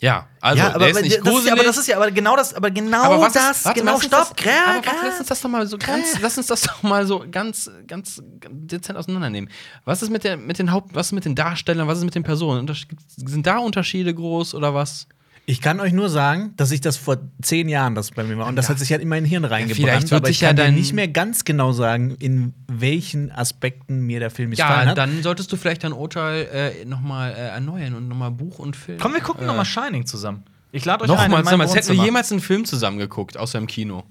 Speaker 3: Ja, also,
Speaker 2: ja, aber,
Speaker 3: der ist nicht
Speaker 2: das, ist-
Speaker 3: gruselig.
Speaker 2: aber das ist ja aber genau das, aber genau
Speaker 3: aber was
Speaker 2: das,
Speaker 3: ist, warte,
Speaker 2: genau
Speaker 3: lass uns
Speaker 2: stopp, ah.
Speaker 3: das,
Speaker 2: Gra-
Speaker 3: aber warte,
Speaker 2: Gra-
Speaker 3: lass uns das doch mal so ganz, lass uns das doch mal so ganz, ganz dezent auseinandernehmen. Was ist mit der, mit den Haupt, was ist mit den Darstellern, was ist mit den Personen? Untersch- gibt's- Sind da Unterschiede groß oder was?
Speaker 1: Ich kann euch nur sagen, dass ich das vor zehn Jahren das bei mir war und das hat sich halt in mein Hirn reingebrannt.
Speaker 3: vielleicht wird
Speaker 1: aber ich
Speaker 3: sich ja
Speaker 1: kann dir
Speaker 3: dein-
Speaker 1: nicht mehr ganz genau sagen, in welchen Aspekten mir der Film
Speaker 3: Ja,
Speaker 1: gefallen
Speaker 2: ne?
Speaker 1: hat.
Speaker 3: dann solltest du vielleicht dein Urteil äh, nochmal äh, erneuern und nochmal Buch und Film.
Speaker 2: Komm, wir gucken
Speaker 3: äh,
Speaker 2: nochmal Shining zusammen. Ich lade euch ein.
Speaker 3: Nochmal,
Speaker 2: in mein
Speaker 3: sag mal, als hätten wir
Speaker 2: Wohnzimmer.
Speaker 3: jemals einen Film zusammen geguckt, außer im Kino.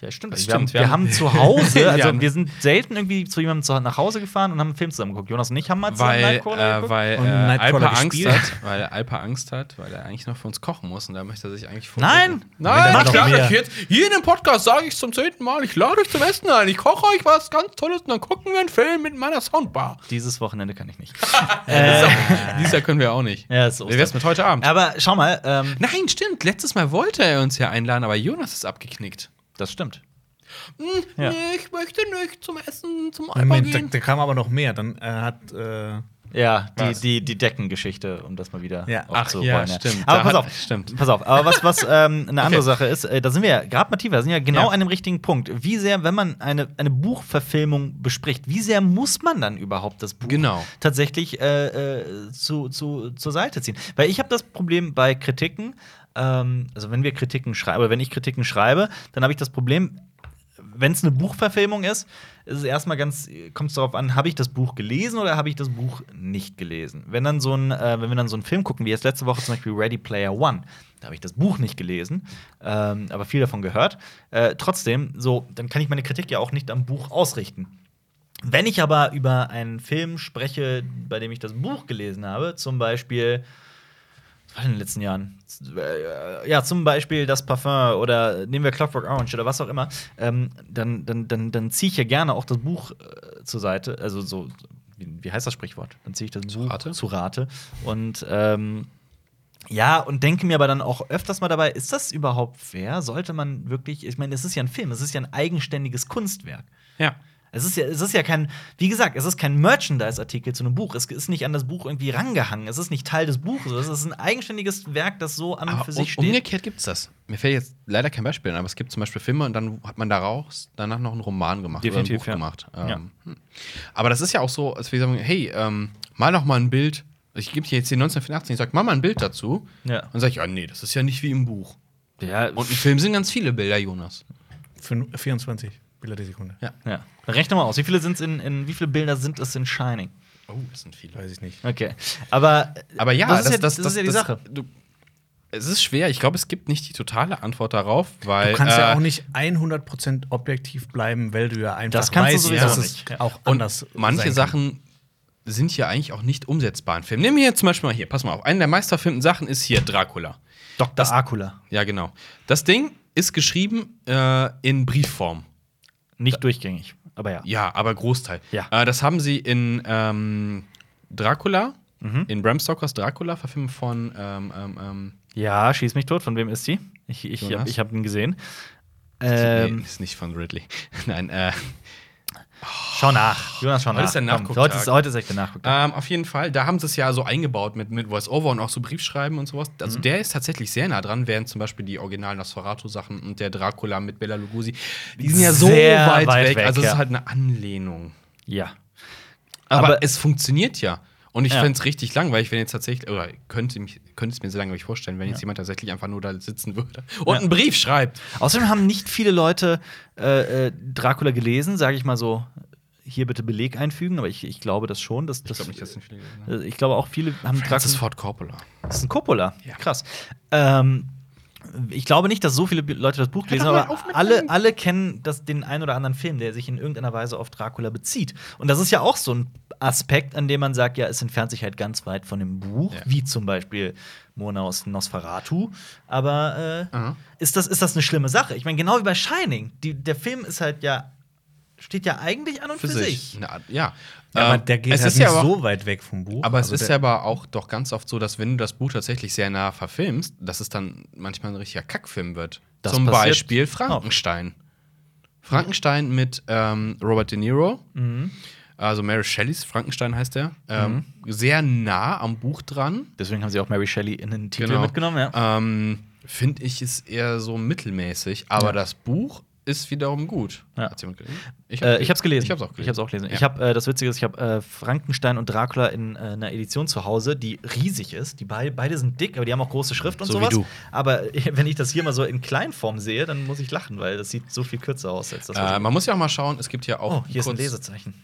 Speaker 2: Ja, stimmt.
Speaker 3: Das
Speaker 2: Wir, haben,
Speaker 3: stimmt, wir
Speaker 2: wir
Speaker 3: haben-
Speaker 2: haben zu Hause,
Speaker 3: Wir
Speaker 2: also
Speaker 3: haben-
Speaker 2: wir sind selten irgendwie zu jemandem zu, nach Hause gefahren und haben einen Film zusammen geguckt. Jonas und ich haben mal zusammen
Speaker 3: Weil,
Speaker 2: Nightcrawler
Speaker 3: äh,
Speaker 2: geguckt.
Speaker 3: weil äh,
Speaker 1: Und Nightcrawler
Speaker 3: Alpa Angst
Speaker 1: gespielt.
Speaker 3: hat, weil Alpa Angst hat, weil er eigentlich noch für uns kochen muss und da möchte er sich eigentlich vor-
Speaker 2: Nein!
Speaker 1: Nein,
Speaker 3: Nein,
Speaker 1: mach
Speaker 3: ich lade
Speaker 1: doch
Speaker 3: euch jetzt hier in dem Podcast sage ich zum zehnten Mal, ich lade euch zum Essen ein, ich koche euch was ganz Tolles und dann gucken wir einen Film mit meiner Soundbar.
Speaker 2: Dieses Wochenende kann ich nicht.
Speaker 3: Dieses Jahr können wir auch nicht.
Speaker 2: Äh. Ja, ist
Speaker 3: Wie wär's mit heute Abend?
Speaker 2: Aber schau mal, ähm,
Speaker 3: Nein, stimmt. Letztes Mal wollte er uns ja einladen, aber Jonas ist abgeknickt.
Speaker 2: das stimmt. Ja.
Speaker 3: Ja. Ich möchte nicht zum Essen, zum Alpa
Speaker 1: Moment, da,
Speaker 3: gehen.
Speaker 1: da kam aber noch mehr. Dann äh, hat äh,
Speaker 2: Ja, die,
Speaker 3: Was?
Speaker 2: die, die Deckengeschichte, um das mal wieder
Speaker 1: Ja.
Speaker 3: Ach
Speaker 2: aufzurollen,
Speaker 3: ja, stimmt.
Speaker 2: Aber
Speaker 3: Da
Speaker 2: pass
Speaker 3: hat-
Speaker 2: auf,
Speaker 3: stimmt.
Speaker 2: pass auf. Aber was, was ähm, eine andere
Speaker 3: Okay.
Speaker 2: Sache ist, äh, da sind wir ja gerade mal tiefer, da sind wir ja genau
Speaker 3: Ja.
Speaker 2: an dem richtigen Punkt. Wie sehr, wenn man eine, eine Buchverfilmung bespricht, wie sehr muss man dann überhaupt das Buch
Speaker 3: Genau.
Speaker 2: tatsächlich äh, äh, zu, zu, zur Seite ziehen? Weil ich habe das Problem bei Kritiken, ähm, also wenn wir Kritiken schreiben, oder wenn ich Kritiken schreibe, dann habe ich das Problem, wenn es eine Buchverfilmung ist, ist es erstmal ganz, kommt es darauf an, habe ich das Buch gelesen oder habe ich das Buch nicht gelesen? Wenn dann so ein, äh, wenn wir dann so einen Film gucken, wie jetzt letzte Woche zum Beispiel Ready Player One, da habe ich das Buch nicht gelesen, ähm, aber viel davon gehört. Äh, trotzdem, so, dann kann ich meine Kritik ja auch nicht am Buch ausrichten. Wenn ich aber über einen Film spreche, bei dem ich das Buch gelesen habe, zum Beispiel, was war denn in den letzten Jahren? Äh, Ja, zum Beispiel das Parfum oder nehmen wir Clockwork Orange oder was auch immer, ähm, dann, dann, dann, dann ziehe ich ja gerne auch das Buch äh, zur Seite, also so, wie, wie heißt das Sprichwort? Dann ziehe ich das Buch
Speaker 3: Rate?
Speaker 2: zu Rate und ähm, ja, und denke mir aber dann auch öfters mal dabei, ist das überhaupt fair? Sollte man wirklich, ich meine, es ist ja ein Film, es ist ja ein eigenständiges Kunstwerk.
Speaker 3: Ja.
Speaker 2: Es ist ja, es ist ja kein, wie gesagt, es ist kein Merchandise-Artikel zu einem Buch. Es ist nicht an das Buch irgendwie rangehangen. Es ist nicht Teil des Buches. Es ist ein eigenständiges Werk, das so an und
Speaker 3: Aber
Speaker 2: für
Speaker 3: um-
Speaker 2: sich steht.
Speaker 3: umgekehrt gibt es das. Mir fällt jetzt leider kein Beispiel ein, aber es gibt zum Beispiel Filme und dann hat man daraus danach noch einen Roman gemacht oder ein
Speaker 2: Definitiv,
Speaker 3: Buch
Speaker 2: ja.
Speaker 3: gemacht. Ähm,
Speaker 2: Ja.
Speaker 3: hm. Aber das ist ja auch so, als wir sagen, hey, ähm, mal noch mal ein Bild. Ich gebe dir jetzt hier 1984, ich sag, mal mal ein Bild dazu.
Speaker 2: Ja.
Speaker 3: Und sag ich, ja, nee, das ist ja nicht wie im Buch.
Speaker 2: Ja,
Speaker 3: Und im Film sind ganz viele Bilder, Jonas.
Speaker 1: fün- 24 Bilder die Sekunde.
Speaker 3: Ja.
Speaker 2: ja. Rechne mal aus. Wie viele sind's in, in wie viele Bilder sind es in Shining?
Speaker 3: Oh, das sind viele.
Speaker 1: Weiß ich nicht.
Speaker 2: Okay. Aber,
Speaker 3: Aber ja,
Speaker 2: das ist ja, das, ist ja die
Speaker 3: das-
Speaker 2: Sache.
Speaker 3: Du, es ist schwer. Ich glaube, es gibt nicht die totale Antwort darauf, weil.
Speaker 1: Du kannst
Speaker 3: äh,
Speaker 1: ja auch nicht 100% objektiv bleiben, weil du ja einfach
Speaker 2: Das kannst du
Speaker 1: weißt,
Speaker 2: sowieso
Speaker 1: dass
Speaker 2: nicht.
Speaker 1: es auch
Speaker 3: Und
Speaker 1: anders
Speaker 3: manche
Speaker 1: sein kann.
Speaker 3: Sachen sind hier eigentlich auch nicht umsetzbar in Filmen. Nehmen wir hier zum Beispiel mal hier, pass mal auf. Einer der meisterfilmten Sachen ist hier Dracula.
Speaker 2: Dr. Acula.
Speaker 3: Ja, genau. Das Ding ist geschrieben äh, in Briefform.
Speaker 2: Nicht durchgängig, aber ja.
Speaker 3: Ja, aber Großteil.
Speaker 2: Ja.
Speaker 3: Äh, das haben sie in ähm, Dracula,
Speaker 1: Mhm.
Speaker 3: in Bram Stokers Dracula, Verfilmung von ähm, ähm, ähm,
Speaker 2: Ja, schieß mich tot. Von wem ist die? Ich, ich
Speaker 3: Jonas?
Speaker 2: habe ich hab ihn gesehen.
Speaker 3: nee,
Speaker 2: Ähm,
Speaker 3: ist nicht von Ridley. Nein, äh,
Speaker 2: schau nach. Jonas, schau nach.
Speaker 3: Heute ist der
Speaker 2: Komm,
Speaker 3: Nachgucktag.
Speaker 2: Heute ist, heute ist echt der Nachgucktag.
Speaker 3: ähm, auf jeden Fall, da haben sie es ja so eingebaut mit, mit Voice-Over und auch so Briefschreiben und sowas. Also der ist tatsächlich sehr nah dran, während zum Beispiel die originalen Nosferatu-Sachen und der Dracula mit Bela Lugosi, die sind ja so
Speaker 2: Sehr
Speaker 3: weit,
Speaker 2: weit
Speaker 3: weg.
Speaker 2: weg,
Speaker 3: Also es
Speaker 2: ja.
Speaker 3: ist halt eine Anlehnung.
Speaker 2: Ja.
Speaker 3: Aber,
Speaker 2: Aber-
Speaker 3: es funktioniert ja. Und ich
Speaker 2: Ja.
Speaker 3: fänd's es richtig langweilig, wenn jetzt tatsächlich, oder könnte, mich, könnte es mir sehr langweilig vorstellen, wenn jetzt jemand tatsächlich einfach nur da sitzen würde und
Speaker 2: Ja.
Speaker 3: einen Brief schreibt.
Speaker 2: Außerdem haben nicht viele Leute äh, äh, Dracula gelesen, sage ich mal so. Hier bitte Beleg einfügen, aber ich, ich glaube das schon. Dass,
Speaker 3: Ich glaube nicht, dass sind viele gesehen haben.
Speaker 2: äh, ich glaube auch viele haben
Speaker 3: Francis
Speaker 2: Dracula.
Speaker 3: Ford Coppola.
Speaker 2: Das ist ein Coppola.
Speaker 3: Ja.
Speaker 2: Krass. Ähm, ich glaube nicht, dass so viele Leute das Buch lesen,
Speaker 3: doch mal
Speaker 2: aber
Speaker 3: auf mit
Speaker 2: alle,
Speaker 3: dem-
Speaker 2: alle kennen das, den einen oder anderen Film, der sich in irgendeiner Weise auf Dracula bezieht. Und das ist ja auch so ein Aspekt, an dem man sagt, ja, es entfernt sich halt ganz weit von dem Buch,
Speaker 3: Ja.
Speaker 2: wie zum Beispiel Mona aus Nosferatu. Aber äh,
Speaker 3: Aha.
Speaker 2: ist, das, ist das eine schlimme Sache? Ich meine, genau wie bei Shining. Die, der Film ist halt ja, steht ja eigentlich an und für, sich.
Speaker 3: Eine Art, ja.
Speaker 1: Ja, aber
Speaker 3: Ähm,
Speaker 1: der geht
Speaker 3: es
Speaker 1: halt
Speaker 3: ist
Speaker 1: nicht
Speaker 3: ja aber,
Speaker 1: so weit weg vom
Speaker 2: Oh,
Speaker 1: Buch.
Speaker 3: Aber es
Speaker 1: Also
Speaker 3: ist ja
Speaker 1: der-
Speaker 3: aber auch doch ganz oft so, dass wenn du das Buch tatsächlich sehr nah verfilmst, dass es dann manchmal ein richtiger Kackfilm wird.
Speaker 2: Das
Speaker 3: Zum
Speaker 2: passiert
Speaker 3: Beispiel Frankenstein. Frankenstein mit ähm, Robert De Niro.
Speaker 2: Mhm.
Speaker 3: Also Mary Shelleys Frankenstein heißt der. Ähm,
Speaker 2: Mhm.
Speaker 3: Sehr nah am Buch dran.
Speaker 2: Deswegen haben sie auch Mary Shelley in den Titel
Speaker 3: Genau.
Speaker 2: mitgenommen, ja.
Speaker 3: Ähm, Finde ich es eher so mittelmäßig, aber
Speaker 2: Ja.
Speaker 3: das Buch ist wiederum gut.
Speaker 2: Ja.
Speaker 3: Hat's jemand gelesen?
Speaker 2: Äh, ich hab's gelesen.
Speaker 3: Ich hab's auch gelesen.
Speaker 2: Ich hab's auch gelesen.
Speaker 3: Ja.
Speaker 2: Ich hab, äh, das Witzige ist, ich habe äh, Frankenstein und Dracula in äh, einer Edition zu Hause, die riesig ist. Die beid- beide sind dick, aber die haben auch große Schrift und
Speaker 3: So wie
Speaker 2: sowas.
Speaker 3: du.
Speaker 2: Aber äh, wenn ich das hier mal so in Kleinform sehe, dann muss ich lachen, weil das sieht so viel kürzer aus als das. was
Speaker 3: Äh,
Speaker 2: ich-
Speaker 3: man muss ja auch mal schauen, es gibt ja auch.
Speaker 2: oh, hier ist ein
Speaker 3: Kunst-
Speaker 2: Lesezeichen.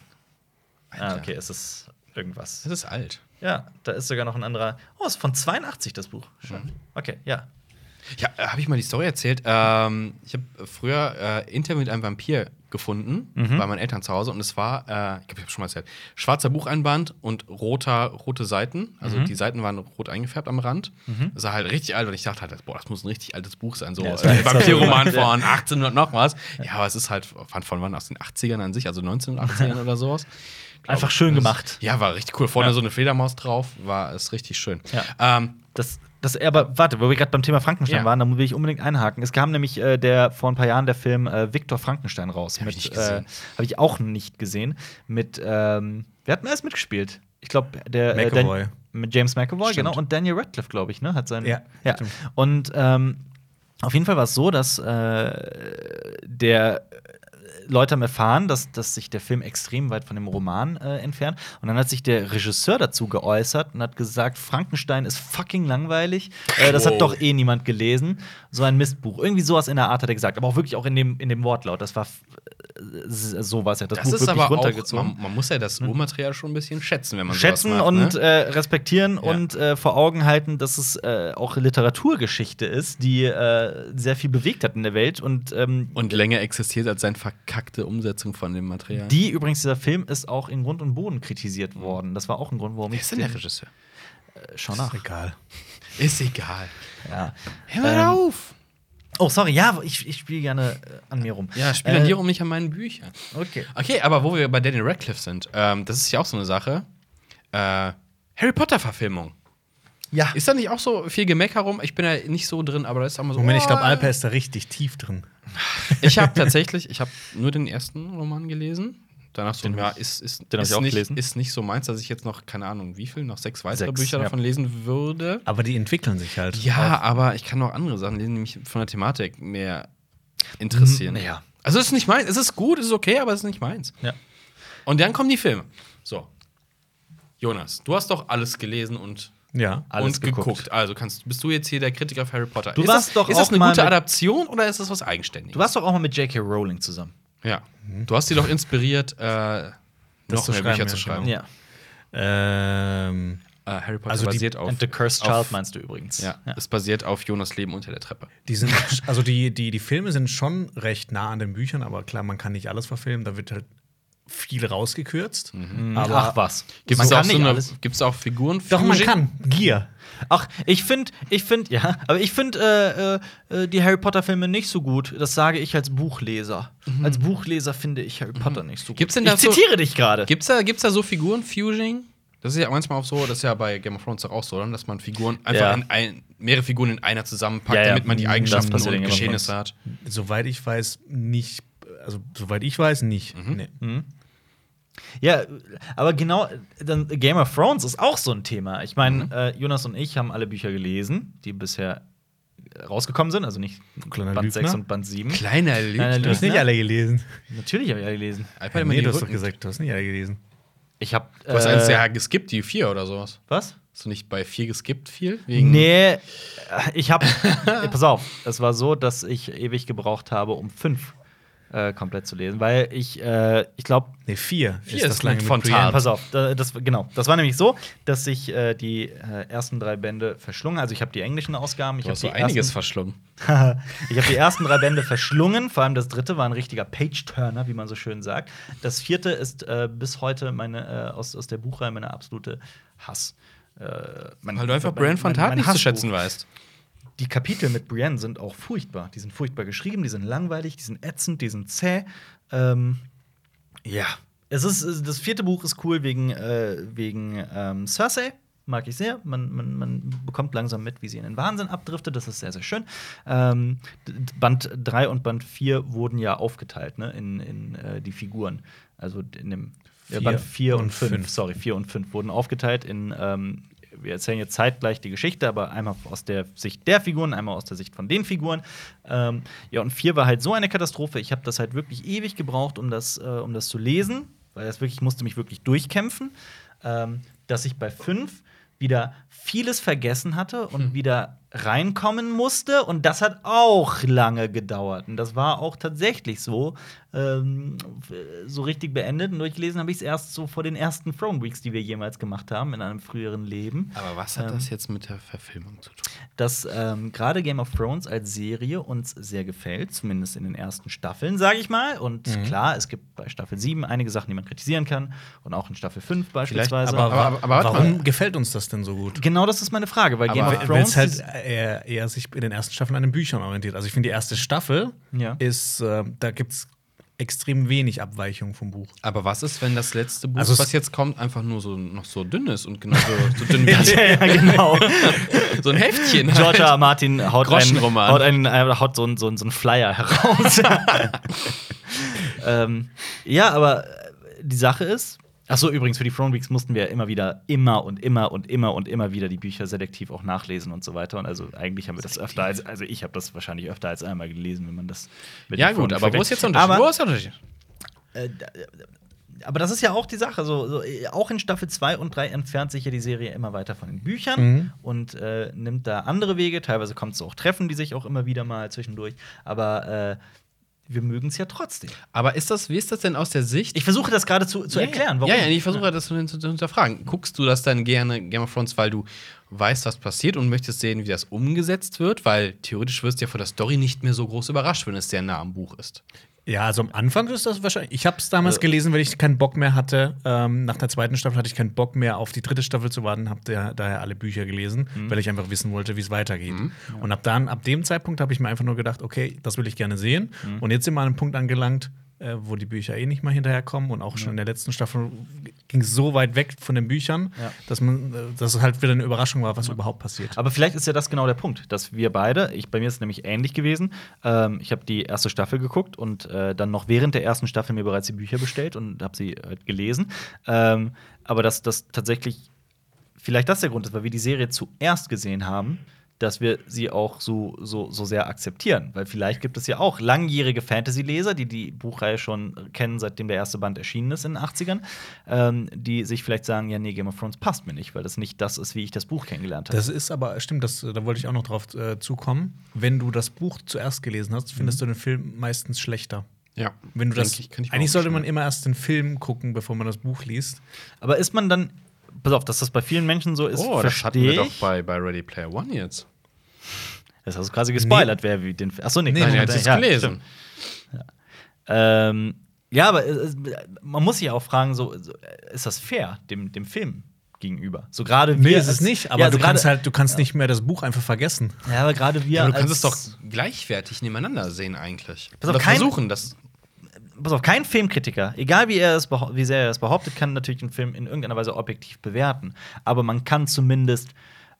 Speaker 2: Ah,
Speaker 3: Alter.
Speaker 2: okay, es ist irgendwas.
Speaker 3: Das ist alt.
Speaker 2: Ja, da ist sogar noch ein anderer. Oh, ist von 82 das Buch. Schön.
Speaker 3: Mhm.
Speaker 2: Okay, ja.
Speaker 3: Ja, habe ich mal die Story erzählt. Ähm, ich habe früher äh, Interview mit einem Vampir gefunden
Speaker 2: Mhm.
Speaker 3: bei meinen Eltern zu Hause und es war, äh, ich glaube, ich habe schon mal erzählt, schwarzer Bucheinband und roter, rote Seiten. Also
Speaker 2: Mhm.
Speaker 3: die Seiten waren rot eingefärbt am Rand. Sah halt richtig alt und ich dachte halt, boah, das muss ein richtig altes Buch sein. So
Speaker 2: Ja, das war
Speaker 3: äh,
Speaker 2: jetzt-
Speaker 3: Vampirroman
Speaker 2: Ja.
Speaker 3: von 1800 noch was. Ja, aber es ist halt von, von wann aus den 80ern an sich, also 1980ern oder sowas. Glaub,
Speaker 2: Einfach schön
Speaker 3: das-
Speaker 2: gemacht.
Speaker 3: Ja, war richtig cool. Vorne so eine Fledermaus drauf, war es richtig schön.
Speaker 2: Ja.
Speaker 3: Ähm,
Speaker 2: Das, das, aber warte, wo wir gerade beim Thema Frankenstein
Speaker 3: Ja.
Speaker 2: waren, da will ich unbedingt einhaken. Es kam nämlich äh, der vor ein paar Jahren der Film äh, Viktor Frankenstein raus.
Speaker 3: Den hab ich nicht gesehen.
Speaker 2: Äh, Habe ich auch nicht gesehen. Mit ähm, wer hat denn alles mitgespielt? Ich glaube der äh, Dan-
Speaker 1: McAvoy.
Speaker 2: mit James McAvoy
Speaker 1: Stimmt.
Speaker 2: genau und Daniel Radcliffe glaube ich ne hat seinen
Speaker 1: Ja,
Speaker 2: ja.
Speaker 1: stimmt.
Speaker 2: und ähm, auf jeden Fall war es so, dass äh, der Leute haben erfahren, dass, dass sich der Film extrem weit von dem Roman äh, entfernt. Und dann hat sich der Regisseur dazu geäußert und hat gesagt, Frankenstein ist fucking langweilig. Äh, das
Speaker 3: Wow.
Speaker 2: hat doch eh niemand gelesen. So ein Mistbuch. Irgendwie sowas in der Art hat er gesagt. Aber auch wirklich auch in dem, in dem Wortlaut. Das war f- äh, so was er hat das, Buch wirklich runtergezogen.
Speaker 3: Auch, man, man muss ja das Rohmaterial schon ein bisschen Hm. schätzen, wenn man
Speaker 2: Schätzen
Speaker 3: sowas macht,
Speaker 2: und
Speaker 3: ne?
Speaker 2: äh, respektieren und äh, vor Augen halten, dass es äh, auch Literaturgeschichte ist, die äh, sehr viel bewegt hat in der Welt und ähm,
Speaker 3: und länger existiert als seine verkackte Umsetzung von dem Material.
Speaker 2: Die übrigens, dieser Film ist auch in Grund und Boden kritisiert
Speaker 3: Mhm.
Speaker 2: worden. Das war auch ein Grund, warum ich. den-
Speaker 3: Regisseur?
Speaker 2: Äh, Schau nach.
Speaker 1: egal.
Speaker 3: Ist egal.
Speaker 2: Ja.
Speaker 3: Hör mal
Speaker 2: Ähm,
Speaker 3: auf!
Speaker 2: Oh, sorry, ja, ich, ich spiele gerne äh, an mir rum.
Speaker 3: Ja, spiel an dir rum, nicht an meinen Büchern.
Speaker 2: Okay.
Speaker 3: Okay, aber wo wir bei Daniel Radcliffe sind, ähm, das ist ja auch so eine Sache. Äh, Harry Potter-Verfilmung.
Speaker 2: Ja.
Speaker 3: Ist da nicht auch so viel Gemecker rum? Ich bin ja nicht so drin, aber das ist immer so.
Speaker 1: Moment, ich glaube,
Speaker 3: oh.
Speaker 1: Alper ist da richtig tief drin.
Speaker 3: Ich habe tatsächlich, ich habe nur den ersten Roman gelesen. Danach so, ja, ist, ist,
Speaker 2: den hab
Speaker 3: ist,
Speaker 2: ich auch
Speaker 3: nicht,
Speaker 2: gelesen.
Speaker 3: ist nicht so meins, dass ich jetzt noch, keine Ahnung, wie viel, noch sechs weitere
Speaker 2: Sechs,
Speaker 3: Bücher
Speaker 2: ja.
Speaker 3: davon lesen würde.
Speaker 1: Aber die entwickeln sich halt.
Speaker 3: Ja, aber ich kann noch andere Sachen lesen, die mich von der Thematik mehr interessieren.
Speaker 2: Hm, ja.
Speaker 3: Also es ist nicht meins, es ist gut, es ist okay, aber es ist nicht meins.
Speaker 2: ja.
Speaker 3: Und dann kommen die Filme. So. Jonas, du hast doch alles gelesen und,
Speaker 1: Ja.
Speaker 2: Alles
Speaker 3: und geguckt.
Speaker 2: geguckt.
Speaker 3: Also kannst, bist du jetzt hier der Kritiker für Harry Potter.
Speaker 2: Du
Speaker 3: ist
Speaker 2: warst
Speaker 3: das,
Speaker 2: doch
Speaker 3: ist das
Speaker 2: auch
Speaker 3: eine
Speaker 2: mal
Speaker 3: gute
Speaker 2: mit-
Speaker 3: Adaption oder ist das was Eigenständiges?
Speaker 2: Du warst doch auch mal mit J.K. Rowling zusammen.
Speaker 3: Ja. Du hast sie doch inspiriert, äh, noch
Speaker 1: Mhm. zu
Speaker 3: mehr
Speaker 1: schreiben,
Speaker 3: Bücher
Speaker 1: ja,
Speaker 3: zu schreiben.
Speaker 1: genau. Ähm,
Speaker 3: Äh, Harry Potter
Speaker 1: Also die-
Speaker 3: basiert auf.
Speaker 2: Und The Cursed
Speaker 3: auf,
Speaker 2: Child meinst du übrigens.
Speaker 3: Ja, es basiert auf Jonas Leben unter der Treppe.
Speaker 1: die sind, also die, die, die Filme sind schon recht nah an den Büchern, aber klar, man kann nicht alles verfilmen. Da wird halt viel rausgekürzt.
Speaker 3: Mhm.
Speaker 2: Ach
Speaker 1: Aber
Speaker 2: was.
Speaker 3: Gibt
Speaker 2: Ähm, Man
Speaker 3: es
Speaker 2: kann
Speaker 3: auch, so
Speaker 2: nicht
Speaker 3: eine,
Speaker 2: alles.
Speaker 3: gibt's auch Figuren?
Speaker 1: doch, man kann. Gier.
Speaker 2: Ach, ich finde, ich finde, ja, aber ich finde äh, äh, die Harry Potter-Filme nicht so gut. Das sage ich als Buchleser. Als Buchleser finde ich Harry Potter nicht so gut.
Speaker 3: Mhm. Gibt's denn da
Speaker 2: ich
Speaker 3: so-
Speaker 2: zitiere dich gerade.
Speaker 3: Gibt es da, gibt's da so Figuren-Fusing? Das ist ja manchmal auch so, das ist ja bei Game of Thrones doch auch so, oder? dass man Figuren einfach
Speaker 2: Ja.
Speaker 3: in ein, mehrere Figuren in einer zusammenpackt,
Speaker 2: Ja, ja.
Speaker 3: damit man die
Speaker 2: Das
Speaker 3: Eigenschaften
Speaker 2: passiert in
Speaker 3: und
Speaker 2: Game of
Speaker 3: Geschehnisse hat.
Speaker 1: Soweit ich weiß, nicht. Also, soweit ich weiß, nicht.
Speaker 3: Mhm.
Speaker 1: Nee.
Speaker 2: Ja, aber genau, dann Game of Thrones ist auch so ein Thema. Ich meine,
Speaker 3: Mhm.
Speaker 2: äh, Jonas und ich haben alle Bücher gelesen, die bischer rausgekommen sind, also nicht
Speaker 1: Kleiner
Speaker 2: Band 6
Speaker 1: Lügner.
Speaker 2: und Band 7.
Speaker 3: Kleiner
Speaker 2: Kleiner
Speaker 1: Du
Speaker 3: Lügner.
Speaker 2: Lügner.
Speaker 1: hast nicht alle gelesen.
Speaker 2: Natürlich habe ich alle gelesen.
Speaker 3: Einfach
Speaker 1: nee,
Speaker 3: die
Speaker 1: du hast doch
Speaker 3: Rücken-
Speaker 1: gesagt, du hast nicht alle gelesen.
Speaker 2: Ich habe
Speaker 3: Du hast eins ja geskippt, die vier oder sowas.
Speaker 2: was?
Speaker 3: Hast du nicht bei vier geskippt viel? Wegen
Speaker 2: Nee, äh, ich habe pass auf, es war so, dass ich ewig gebraucht habe, um 5 äh, komplett zu lesen, weil ich äh, ich glaube
Speaker 1: Nee, vier.
Speaker 3: Vier ist mit
Speaker 1: mit
Speaker 3: Fontan.
Speaker 1: Brienne.
Speaker 2: Ja, pass auf, da- das, genau. Das war nämlich so, dass ich äh, die äh, ersten drei Bände verschlungen. Also ich habe die englischen Ausgaben. Ich
Speaker 3: Du
Speaker 2: habe
Speaker 3: hast so
Speaker 2: die
Speaker 3: einiges
Speaker 2: ersten,
Speaker 3: verschlungen.
Speaker 2: ich habe die ersten drei Bände verschlungen. Vor allem das dritte war ein richtiger Page-Turner, wie man so schön sagt. Das vierte ist äh, bis heute meine äh, aus, aus der Buchreihe meine absolute Hass. Äh, mein-
Speaker 3: Weil du einfach
Speaker 2: mein-
Speaker 3: Brian
Speaker 2: mein-
Speaker 3: von Tat
Speaker 2: mein
Speaker 3: nicht zu
Speaker 2: Hassbuch.
Speaker 3: schätzen weißt.
Speaker 2: Die Kapitel mit Brienne sind auch furchtbar. Die sind furchtbar geschrieben, die sind langweilig, die sind ätzend, die sind zäh. Ähm, ja. Es ist, äh, das vierte Buch ist cool wegen, äh, wegen ähm, Cersei. Mag ich sehr. Man, man, man bekommt langsam mit, wie sie in den Wahnsinn abdriftet. Das ist sehr, sehr schön. Ähm, d- d- Band 3 und Band 4 wurden ja aufgeteilt ne, in, in äh, die Figuren. Also in dem
Speaker 1: Vier
Speaker 2: äh, Band 4 und
Speaker 1: und
Speaker 2: 5
Speaker 1: fünf.
Speaker 2: sorry, 4 und 5 wurden aufgeteilt in, ähm, wir erzählen jetzt zeitgleich die Geschichte, aber einmal aus der Sicht der Figuren, einmal aus der Sicht von den Figuren. Ähm, ja, und 4 war halt so eine Katastrophe. Ich habe das halt wirklich ewig gebraucht, um das, äh, um das zu lesen, weil das wirklich, ich musste mich wirklich durchkämpfen, ähm, dass ich bei 5 wieder vieles vergessen hatte und
Speaker 1: Hm.
Speaker 2: wieder reinkommen musste. Und das hat auch lange gedauert. Und das war auch tatsächlich so. Ähm, f- so richtig beendet und durchgelesen habe ich es erst so vor den ersten Throne Weeks, die wir jemals gemacht haben in einem früheren Leben.
Speaker 3: Aber was
Speaker 2: Ähm.
Speaker 3: hat das jetzt mit der Verfilmung zu tun?
Speaker 2: Dass ähm, gerade Game of Thrones als Serie uns sehr gefällt, zumindest in den ersten Staffeln, sage ich mal. Und
Speaker 1: Mhm.
Speaker 2: klar, es gibt bei Staffel 7 einige Sachen, die man kritisieren kann. Und auch in Staffel 5 beispielsweise.
Speaker 1: Aber,
Speaker 3: Aber- aber- aber warte
Speaker 1: warum gefällt uns das denn so gut?
Speaker 2: genau das ist meine Frage, weil Game
Speaker 3: Aber-
Speaker 2: of
Speaker 1: Weil es
Speaker 2: Thrones.
Speaker 1: halt eher, eher sich in den ersten Staffeln an den Büchern orientiert. Also ich finde, die erste Staffel
Speaker 2: Ja.
Speaker 1: ist, äh, da gibt es extrem wenig Abweichung vom Buch.
Speaker 3: Aber was ist, wenn das letzte Buch,
Speaker 1: Also es-
Speaker 3: was jetzt kommt, einfach nur so noch so dünn ist und genau so, so dünn wie
Speaker 2: ja, genau.
Speaker 3: so ein Heftchen? halt?
Speaker 2: Georgia R. Martin haut einen,
Speaker 3: Groschenroman.
Speaker 2: haut einen äh, haut so einen, so einen, so einen Flyer heraus. ähm, ja, aber äh, die Sache ist, ach so übrigens für die Throne Weeks mussten wir immer wieder immer und immer und immer und immer wieder die Bücher selektiv auch nachlesen und so weiter und also eigentlich haben wir das öfter als also ich habe das wahrscheinlich öfter als einmal gelesen, wenn man das mit
Speaker 3: Ja,
Speaker 2: den
Speaker 3: gut,
Speaker 2: Throne
Speaker 3: aber wo
Speaker 2: vergleicht.
Speaker 3: ist jetzt der Unterschied?
Speaker 2: Aber-
Speaker 3: wo ist der Unterschied?
Speaker 2: aber das ist ja auch die Sache. So, so, äh, auch in Staffel 2 und 3 entfernt sich ja die Serie immer weiter von den Büchern
Speaker 1: Mhm.
Speaker 2: und äh, nimmt da andere Wege. Teilweise kommt es auch Treffen, die sich auch immer wieder mal zwischendurch. Aber äh, wir mögen es ja trotzdem.
Speaker 3: Aber ist das, wie ist das denn aus der Sicht?
Speaker 2: Ich versuche das gerade zu, zu erklären,
Speaker 3: Ja, ja, ich versuche halt, das zu, zu hinterfragen. Guckst du das dann gerne Game of Thrones, weil du weißt, was passiert und möchtest sehen, wie das umgesetzt wird? Weil theoretisch wirst du ja von der Story nicht mehr so groß überrascht, wenn es sehr nah am Buch ist.
Speaker 1: Ja, also am Anfang ist das wahrscheinlich. Ich habe es damals gelesen, weil ich keinen Bock mehr hatte. Ähm, nach der zweiten Staffel hatte ich keinen Bock mehr auf die dritte Staffel zu warten, habe da, daher alle Bücher gelesen, weil ich einfach wissen wollte, wie es weitergeht. Und ab dann, ab dem Zeitpunkt habe ich mir einfach nur gedacht, okay, das will ich gerne sehen. Und jetzt sind wir an einem Punkt angelangt, äh, wo die Bücher eh nicht mal hinterherkommen und auch schon in der letzten Staffel ging es so weit weg von den Büchern,
Speaker 2: Ja.
Speaker 1: dass man, äh, dass es halt wieder eine Überraschung war, was überhaupt passiert.
Speaker 2: Aber vielleicht ist ja das genau der Punkt, dass wir beide, ich bei mir ist es nämlich ähnlich gewesen. Ähm, ich habe die erste Staffel geguckt und äh, dann noch während der ersten Staffel mir bereits die Bücher bestellt und habe sie halt gelesen. Ähm, aber dass das tatsächlich vielleicht das der Grund ist, weil wir die Serie zuerst gesehen haben, dass wir sie auch so, so, so sehr akzeptieren. Weil vielleicht gibt es ja auch langjährige Fantasy-Leser, die die Buchreihe schon kennen, seitdem der erste Band erschienen ist in den 80ern, ähm, die sich vielleicht sagen, ja, nee, Game of Thrones passt mir nicht, weil das nicht das ist, wie ich das Buch kennengelernt habe.
Speaker 1: Das ist aber, stimmt, das, da wollte ich auch noch drauf äh, zukommen. Wenn du das Buch zuerst gelesen hast, findest du den Film meistens schlechter.
Speaker 3: Ja.
Speaker 1: Wenn du das, eigentlich sollte man
Speaker 3: immer.
Speaker 1: immer erst den Film gucken, bevor man das Buch liest.
Speaker 2: Aber ist man dann, pass auf, dass das bei vielen Menschen so ist,
Speaker 3: Oh, das hatten
Speaker 2: verstehe
Speaker 3: wir
Speaker 2: ich.
Speaker 3: doch bei, bei Ready Player One jetzt.
Speaker 2: das hast du quasi gespoilert, wer wie den. Achso, nee,
Speaker 1: Nee,
Speaker 2: klar,
Speaker 1: nee,
Speaker 2: ja,
Speaker 3: Als ich es
Speaker 2: ja,
Speaker 3: gelesen.
Speaker 2: stimmt. Ähm, Ja, aber äh, man muss sich auch fragen, so, so, äh, ist das fair dem, dem Film gegenüber? So gerade wir
Speaker 1: Nee, ist es
Speaker 2: als-
Speaker 1: nicht, aber
Speaker 2: ja, so
Speaker 1: du kannst
Speaker 2: gerade-
Speaker 1: halt, du kannst nicht mehr das Buch einfach vergessen.
Speaker 2: Ja, aber gerade wir.
Speaker 3: Ja, du kannst
Speaker 2: als-
Speaker 3: es doch gleichwertig nebeneinander sehen, eigentlich.
Speaker 2: Pass auf,
Speaker 3: Oder
Speaker 2: kein-
Speaker 3: versuchen, das.
Speaker 2: pass auf, kein Filmkritiker, egal wie, er es behau- wie sehr er es behauptet, kann natürlich einen Film in irgendeiner Weise objektiv bewerten. Aber man kann zumindest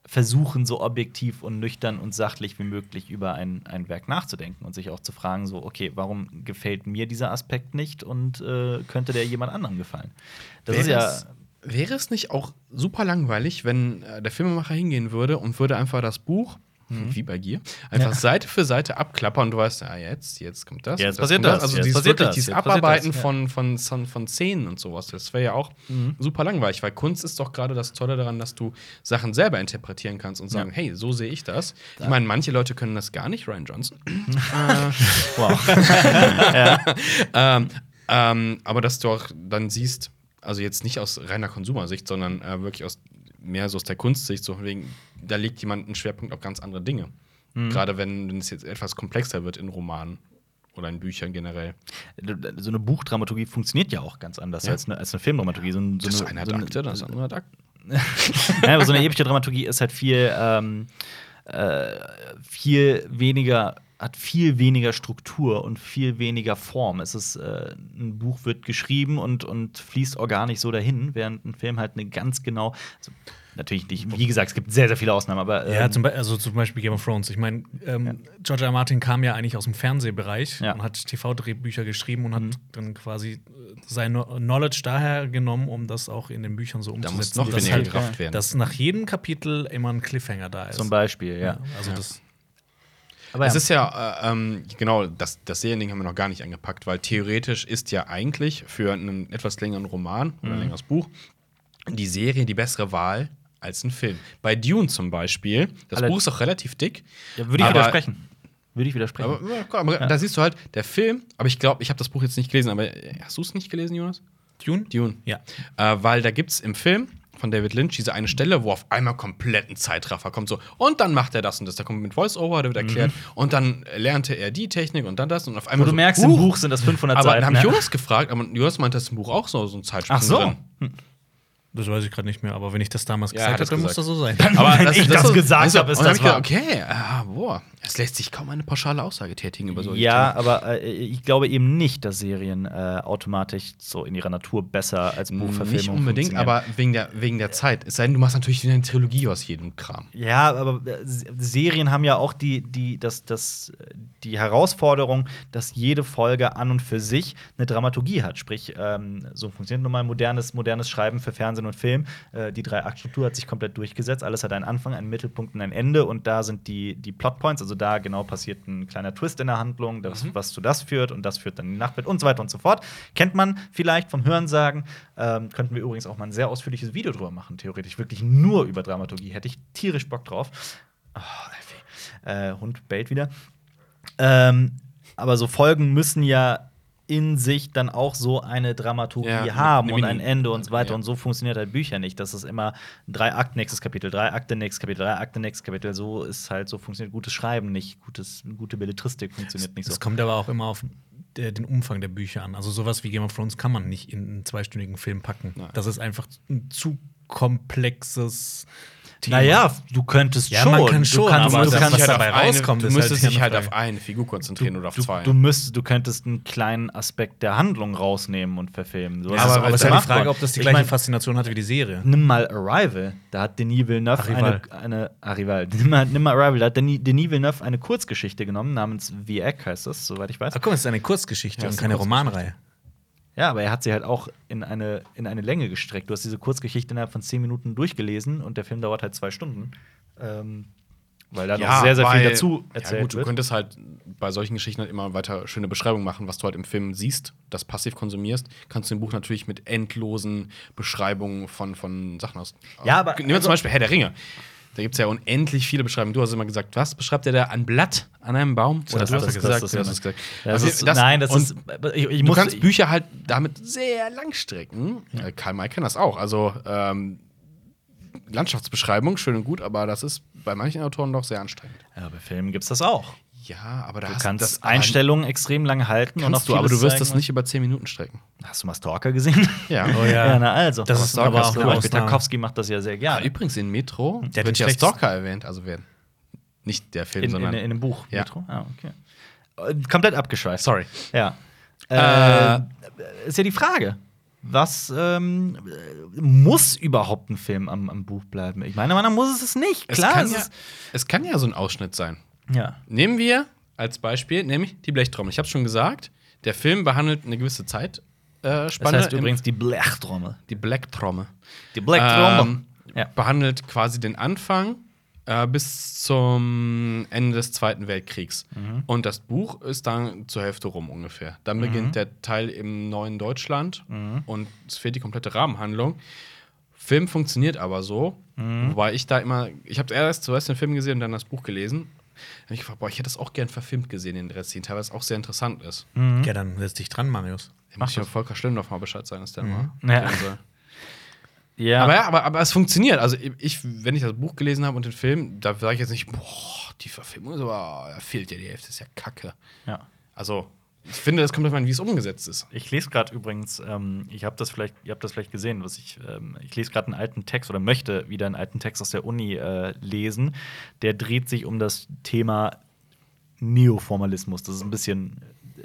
Speaker 2: versuchen, so objektiv und nüchtern und sachlich wie möglich über ein, ein Werk nachzudenken und sich auch zu fragen, so, okay, warum gefällt mir dieser Aspekt nicht und äh, könnte der jemand anderem gefallen? Das ist ja.
Speaker 3: es, wäre es nicht auch super langweilig, wenn äh, der Filmemacher hingehen würde und würde einfach das Buch,
Speaker 2: Mhm.
Speaker 3: wie bei Gier, einfach Seite für Seite abklappern und du weißt, ah, jetzt, jetzt kommt das.
Speaker 2: Jetzt
Speaker 3: und
Speaker 2: passiert
Speaker 3: kommt
Speaker 2: das,
Speaker 3: Also
Speaker 2: jetzt
Speaker 3: dieses,
Speaker 2: passiert
Speaker 3: wirklich,
Speaker 2: das,
Speaker 3: dieses
Speaker 2: jetzt passiert
Speaker 3: Abarbeiten
Speaker 2: das, ja.
Speaker 3: von, von, von, von Szenen und sowas. Das wäre ja auch
Speaker 2: Mhm.
Speaker 3: super langweilig, weil Kunst ist doch gerade das Tolle daran, dass du Sachen selber interpretieren kannst und sagen, hey, so sehe ich das. Ich meine, manche Leute können das gar nicht, Ryan Johnson.
Speaker 2: Wow.
Speaker 3: Ähm, ähm, aber dass du auch dann siehst, also jetzt nicht aus reiner Konsumersicht, sondern äh, wirklich aus mehr so aus der Kunstsicht, so von wegen, da legt jemand einen Schwerpunkt auf ganz andere Dinge.
Speaker 2: Mhm.
Speaker 3: Gerade wenn wenn es jetzt etwas komplexer wird in Romanen oder in Büchern generell.
Speaker 2: so eine Buchdramaturgie funktioniert ja auch ganz anders als, eine, als eine Filmdramaturgie. So, ein- so eine, so eine-
Speaker 3: andere hat Akte.
Speaker 2: Nein, aber so eine epische Dramaturgie ist halt viel, ähm, äh, viel weniger, hat viel weniger Struktur und viel weniger Form. Es ist, äh, ein Buch wird geschrieben und, und fließt organisch so dahin, während ein Film halt eine ganz genau, also, natürlich nicht, wie gesagt, es gibt sehr, sehr viele Ausnahmen, aber ähm,
Speaker 1: Ja, zum, Be also zum Beispiel Game of Thrones. Ich meine, ähm, George R. R. Martin kam ja eigentlich aus dem Fernsehbereich
Speaker 2: Ja.
Speaker 1: und hat TV-Drehbücher geschrieben und hat dann quasi äh, sein Kno- Knowledge daher genommen, um das auch in den Büchern so
Speaker 3: Da
Speaker 1: umzusetzen.
Speaker 3: muss noch
Speaker 1: dass
Speaker 3: weniger
Speaker 1: halt,
Speaker 3: Kraft werden.
Speaker 1: dass nach jedem Kapitel immer ein Cliffhanger da ist.
Speaker 2: zum Beispiel, ja.
Speaker 1: Ja, also das
Speaker 2: Aber
Speaker 3: Es ist ja, äh, ähm, genau, das, das Seriending haben wir noch gar nicht angepackt, weil theoretisch ist ja eigentlich für einen etwas längeren Roman oder ein längeres Buch die Serie die bessere Wahl als ein Film. Bei Dune zum Beispiel, das
Speaker 2: Alle-
Speaker 3: Buch ist auch relativ dick.
Speaker 2: ja, würde ich
Speaker 3: aber-
Speaker 2: widersprechen. Würde ich widersprechen.
Speaker 3: Aber, ja, komm, aber da siehst du halt, der Film, aber ich glaube, ich habe das Buch jetzt nicht gelesen, aber äh, hast du es nicht gelesen, Jonas?
Speaker 1: Dune?
Speaker 3: Dune.
Speaker 1: Ja.
Speaker 3: Äh, weil da gibt es im Film von David Lynch diese eine Stelle, wo auf einmal komplett ein Zeitraffer kommt, so und dann macht er das und das. Da kommt mit Voice-Over, da wird erklärt und dann lernte er die Technik und dann das und auf
Speaker 2: Mhm. Wo
Speaker 3: einmal.
Speaker 2: du
Speaker 3: so,
Speaker 2: merkst, im
Speaker 3: huch.
Speaker 2: Buch sind das 500
Speaker 3: Also Aber
Speaker 2: Seiten. ne?
Speaker 3: dann habe
Speaker 2: ja.
Speaker 3: ich Jonas gefragt, aber Jonas meinte, das ist im Buch auch so, so ein Zeitsprung
Speaker 2: Ach so.
Speaker 3: drin.
Speaker 1: Das weiß ich gerade nicht mehr, aber wenn ich das damals gesagt
Speaker 3: Ja, hat
Speaker 1: habe,
Speaker 3: es
Speaker 1: dann muss das
Speaker 3: gesagt.
Speaker 1: so sein.
Speaker 3: Aber
Speaker 2: Wenn ich das
Speaker 3: so-
Speaker 2: gesagt
Speaker 3: weißt du,
Speaker 2: habe, ist
Speaker 3: und dann
Speaker 2: das
Speaker 3: hab ich gedacht, Okay, ah, boah, es lässt sich kaum eine pauschale Aussage tätigen über solche
Speaker 2: Ja, aber äh, ich glaube eben nicht, dass Serien äh, automatisch so in ihrer Natur besser als Buchverfilmung
Speaker 3: Nicht unbedingt,
Speaker 2: funktionieren.
Speaker 3: aber wegen der, wegen der Zeit. Es sei denn, du machst natürlich wieder eine Trilogie aus jedem Kram.
Speaker 2: Ja, aber äh, S- Serien haben ja auch die, die, das, das, äh, die Herausforderung, dass jede Folge an und für sich eine Dramaturgie hat. Sprich, ähm, so funktioniert nun mal modernes, modernes Schreiben für Fernsehen und Film. Äh, die Drei-Akt-Struktur hat sich komplett durchgesetzt. Alles hat einen Anfang, einen Mittelpunkt und ein Ende. Und da sind die, die Plotpoints. Also da genau passiert ein kleiner Twist in der Handlung, das,
Speaker 3: Mhm.
Speaker 2: was zu das führt. Und das führt dann in die Nachtwelt und so weiter und so fort. Kennt man vielleicht vom Hörensagen. Ähm, könnten wir übrigens auch mal ein sehr ausführliches Video drüber machen, theoretisch. Wirklich nur über Dramaturgie. Hätte ich tierisch Bock drauf. Oh, Alfie. Äh, Hund bellt wieder. Ähm, aber so Folgen müssen ja in sich dann auch so eine Dramaturgie
Speaker 3: Ja,
Speaker 2: haben
Speaker 3: eine
Speaker 2: und
Speaker 3: Mini-
Speaker 2: ein Ende und so weiter.
Speaker 3: Ja.
Speaker 2: Und so funktioniert halt Bücher nicht. Das ist immer drei Akten, nächstes Kapitel, drei Akten, nächstes Kapitel, drei Akten, nächstes Kapitel. So ist halt, so funktioniert gutes Schreiben nicht. Gutes, gute Belletristik funktioniert nicht so.
Speaker 1: Es kommt aber auch immer auf der, den Umfang der Bücher an. Also sowas wie Game of Thrones kann man nicht in einen zweistündigen Film packen.
Speaker 3: Nein.
Speaker 1: Das ist einfach ein zu komplexes Thema.
Speaker 2: Naja, du könntest
Speaker 1: Ja,
Speaker 2: schon.
Speaker 1: man kann schon,
Speaker 2: du kannst,
Speaker 1: aber
Speaker 2: du
Speaker 1: das- eh
Speaker 2: kannst
Speaker 1: was
Speaker 3: halt
Speaker 1: dabei
Speaker 3: auf eine-
Speaker 1: rauskommt,
Speaker 3: du
Speaker 1: ist halt
Speaker 3: müsstest
Speaker 1: hier
Speaker 3: dich
Speaker 1: eine
Speaker 3: halt
Speaker 1: Frage.
Speaker 3: auf eine Figur konzentrieren oder auf zwei.
Speaker 2: Du, du, müsstest, du könntest einen kleinen Aspekt der Handlung rausnehmen und verfilmen. So,
Speaker 1: Ja, aber es ist halt die
Speaker 2: gemacht
Speaker 1: Frage,
Speaker 2: worden.
Speaker 1: ob das die
Speaker 2: Ich
Speaker 1: gleiche
Speaker 2: mein,
Speaker 1: Faszination hatte wie die Serie.
Speaker 2: Nimm mal Arrival, da hat Denis Villeneuve
Speaker 1: Arrival.
Speaker 2: eine, eine Arrival, nimm mal, nimm mal Arrival, da hat Denis, Denis Villeneuve eine Kurzgeschichte genommen namens The Egg heißt das, soweit ich weiß.
Speaker 1: Ach guck, mal, es ist eine Kurzgeschichte
Speaker 3: Ja, es
Speaker 1: und
Speaker 3: ist eine
Speaker 1: keine Romanreihe.
Speaker 2: Ja, aber er hat sie halt auch in eine, in eine Länge gestreckt. Du hast diese Kurzgeschichte innerhalb von zehn Minuten durchgelesen und der Film dauert halt zwei Stunden. Ähm, weil da noch sehr, sehr viel
Speaker 3: weil-
Speaker 2: dazu ne? erzählt
Speaker 3: ja, gut, Du
Speaker 2: wird.
Speaker 3: könntest halt bei solchen Geschichten halt immer weiter schöne Beschreibungen machen, was du halt im Film siehst, das passiv konsumierst, kannst du im Buch natürlich mit endlosen Beschreibungen von, von Sachen aus.
Speaker 2: Ja, aber-
Speaker 3: Nehmen wir
Speaker 2: also-
Speaker 3: zum Beispiel Herr der Ringe. Da gibt es ja unendlich viele Beschreibungen. Du hast immer gesagt, was beschreibt der da? Ein Blatt an einem Baum? Oder
Speaker 2: das-
Speaker 3: du hast
Speaker 2: das-
Speaker 3: es gesagt,
Speaker 2: das-
Speaker 3: du hast es gesagt.
Speaker 2: genau. Das
Speaker 3: Okay,
Speaker 2: ist, nein, das
Speaker 3: und
Speaker 2: ist. Ich, ich
Speaker 3: Du
Speaker 2: muss,
Speaker 3: kannst Bücher halt damit sehr lang strecken. Äh, Karl May kann das auch. Also ähm, Landschaftsbeschreibung, schön und gut, aber das ist bei manchen Autoren doch sehr anstrengend.
Speaker 2: ja, bei Filmen gibt's das auch.
Speaker 3: Ja, aber da
Speaker 2: Du
Speaker 3: hast
Speaker 2: kannst
Speaker 3: das
Speaker 2: Einstellungen extrem lang halten und auch
Speaker 3: Kannst du, aber du wirst
Speaker 2: vieles
Speaker 3: das
Speaker 2: zeigen. ne?
Speaker 3: nicht über 10 Minuten strecken.
Speaker 2: Hast du mal Stalker gesehen?
Speaker 3: Ja.
Speaker 1: ja.
Speaker 2: na also.
Speaker 1: Das ist aber auch
Speaker 2: zum
Speaker 1: eine
Speaker 2: Beispiel
Speaker 1: Ausnahme.
Speaker 2: Tarkovsky macht das ja sehr
Speaker 3: Ah,
Speaker 2: gerne.
Speaker 3: übrigens, in Metro
Speaker 1: Der hat
Speaker 3: wird
Speaker 1: den
Speaker 3: ja
Speaker 1: schlechtesten-
Speaker 3: Stalker erwähnt, also werden. Nicht der Film,
Speaker 2: In, in,
Speaker 3: sondern.
Speaker 2: in einem Buch.
Speaker 3: Ja.
Speaker 2: Metro? Ah, okay. Äh, Komplett abgeschweift.
Speaker 3: Sorry.
Speaker 2: Ja.
Speaker 3: Äh,
Speaker 2: Äh, ist ja die Frage. Was ähm, äh, muss überhaupt ein Film am, am Buch bleiben? Ich meine, meiner muss es nicht. Klar,
Speaker 3: es, kann
Speaker 2: es
Speaker 3: ja,
Speaker 2: ist,
Speaker 3: es kann ja so ein Ausschnitt sein.
Speaker 2: ja.
Speaker 3: Nehmen wir als Beispiel, nämlich die Blechtrommel. Ich habe schon gesagt, der Film behandelt eine gewisse Zeit. Äh,
Speaker 2: Das
Speaker 3: Spanne
Speaker 2: heißt
Speaker 3: im-
Speaker 2: übrigens die Blechtrommel.
Speaker 3: die Blechtrommel.
Speaker 2: Die Blechtrommel.
Speaker 3: Ähm,
Speaker 2: ja.
Speaker 3: behandelt quasi den Anfang äh, bis zum Ende des Zweiten Weltkriegs. Und das Buch ist dann zur Hälfte rum ungefähr. Dann beginnt der Teil im neuen Deutschland und es fehlt die komplette Rahmenhandlung. Film funktioniert aber so, wobei ich da immer, ich habe erst zuerst den Film gesehen und dann das Buch gelesen. Da hab ich gefragt, boah, ich hätte das auch gern verfilmt gesehen, den Rest, weil es auch sehr interessant ist.
Speaker 1: Ja, dann setz dich dran, Marius.
Speaker 3: Da muss ich ja Volker Schlindorf mal Bescheid sagen, dass der mal.
Speaker 2: Ja.
Speaker 3: drehen soll.
Speaker 2: ja.
Speaker 3: Aber ja, aber, aber es funktioniert. Also ich, wenn ich das Buch gelesen habe und den Film, da sage ich jetzt nicht, boah, die Verfilmung ist aber, da fehlt ja die Hälfte, ist ja kacke.
Speaker 2: ja.
Speaker 3: Also, ich finde, das kommt darauf an, wie es umgesetzt ist.
Speaker 2: Ich lese gerade übrigens, ähm, ich habe das vielleicht, ihr habt das vielleicht gesehen, was ich, ähm, ich lese gerade einen alten Text oder möchte wieder einen alten Text aus der Uni äh, lesen. Der dreht sich um das Thema Neoformalismus. Das ist ein bisschen äh,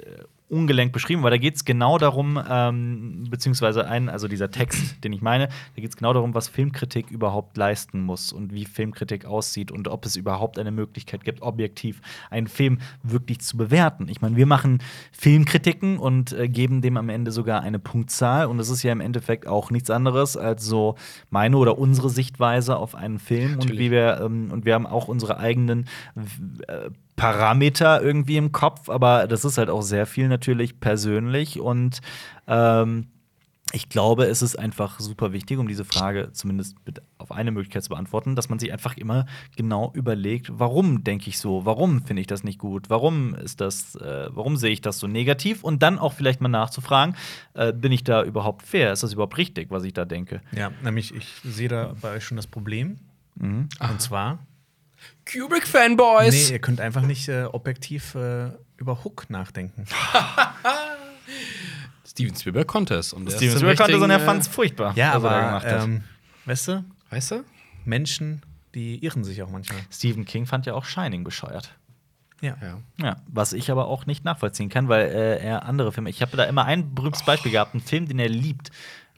Speaker 2: ungelenk beschrieben, weil da geht es genau darum, ähm, beziehungsweise ein, also dieser Text, den ich meine, da geht es genau darum, was Filmkritik überhaupt leisten muss und wie Filmkritik aussieht und ob es überhaupt eine Möglichkeit gibt, objektiv einen Film wirklich zu bewerten. Ich meine, wir machen Filmkritiken und äh, geben dem am Ende sogar eine Punktzahl und das ist ja im Endeffekt auch nichts anderes als so meine oder unsere Sichtweise auf einen Film und
Speaker 3: Natürlich.
Speaker 2: wie wir ähm, und wir haben auch unsere eigenen äh, Parameter irgendwie im Kopf, aber das ist halt auch sehr viel natürlich persönlich und ähm, ich glaube, es ist einfach super wichtig, um diese Frage zumindest mit auf eine Möglichkeit zu beantworten, dass man sich einfach immer genau überlegt, warum denke ich so, warum finde ich das nicht gut, warum ist das, äh, warum sehe ich das so negativ und dann auch vielleicht mal nachzufragen, äh, bin ich da überhaupt fair, ist das überhaupt richtig, was ich da denke?
Speaker 1: Ja, nämlich ich sehe da bei euch schon das Problem. Und zwar, nee,
Speaker 3: Kubrick-Fanboys!
Speaker 1: ihr könnt einfach nicht äh, objektiv äh, über Hook nachdenken.
Speaker 3: Steven Spielberg konnte es. Und der
Speaker 2: Steven
Speaker 3: ist im
Speaker 2: Spielberg konnte,
Speaker 3: richtigen,
Speaker 2: sondern er
Speaker 3: äh,
Speaker 2: fand es furchtbar,
Speaker 1: Ja,
Speaker 2: was er da
Speaker 1: aber
Speaker 2: gemacht hat.
Speaker 1: ähm, weißt du,
Speaker 3: Weißt du?
Speaker 1: Menschen, die irren sich auch manchmal.
Speaker 2: Stephen King fand ja auch Shining bescheuert.
Speaker 1: Ja.
Speaker 3: Ja.
Speaker 2: Ja, was ich aber auch nicht nachvollziehen kann, weil äh, er andere Filme. Ich habe da immer ein berühmtes
Speaker 3: Oh.
Speaker 2: Beispiel gehabt, einen Film, den er liebt,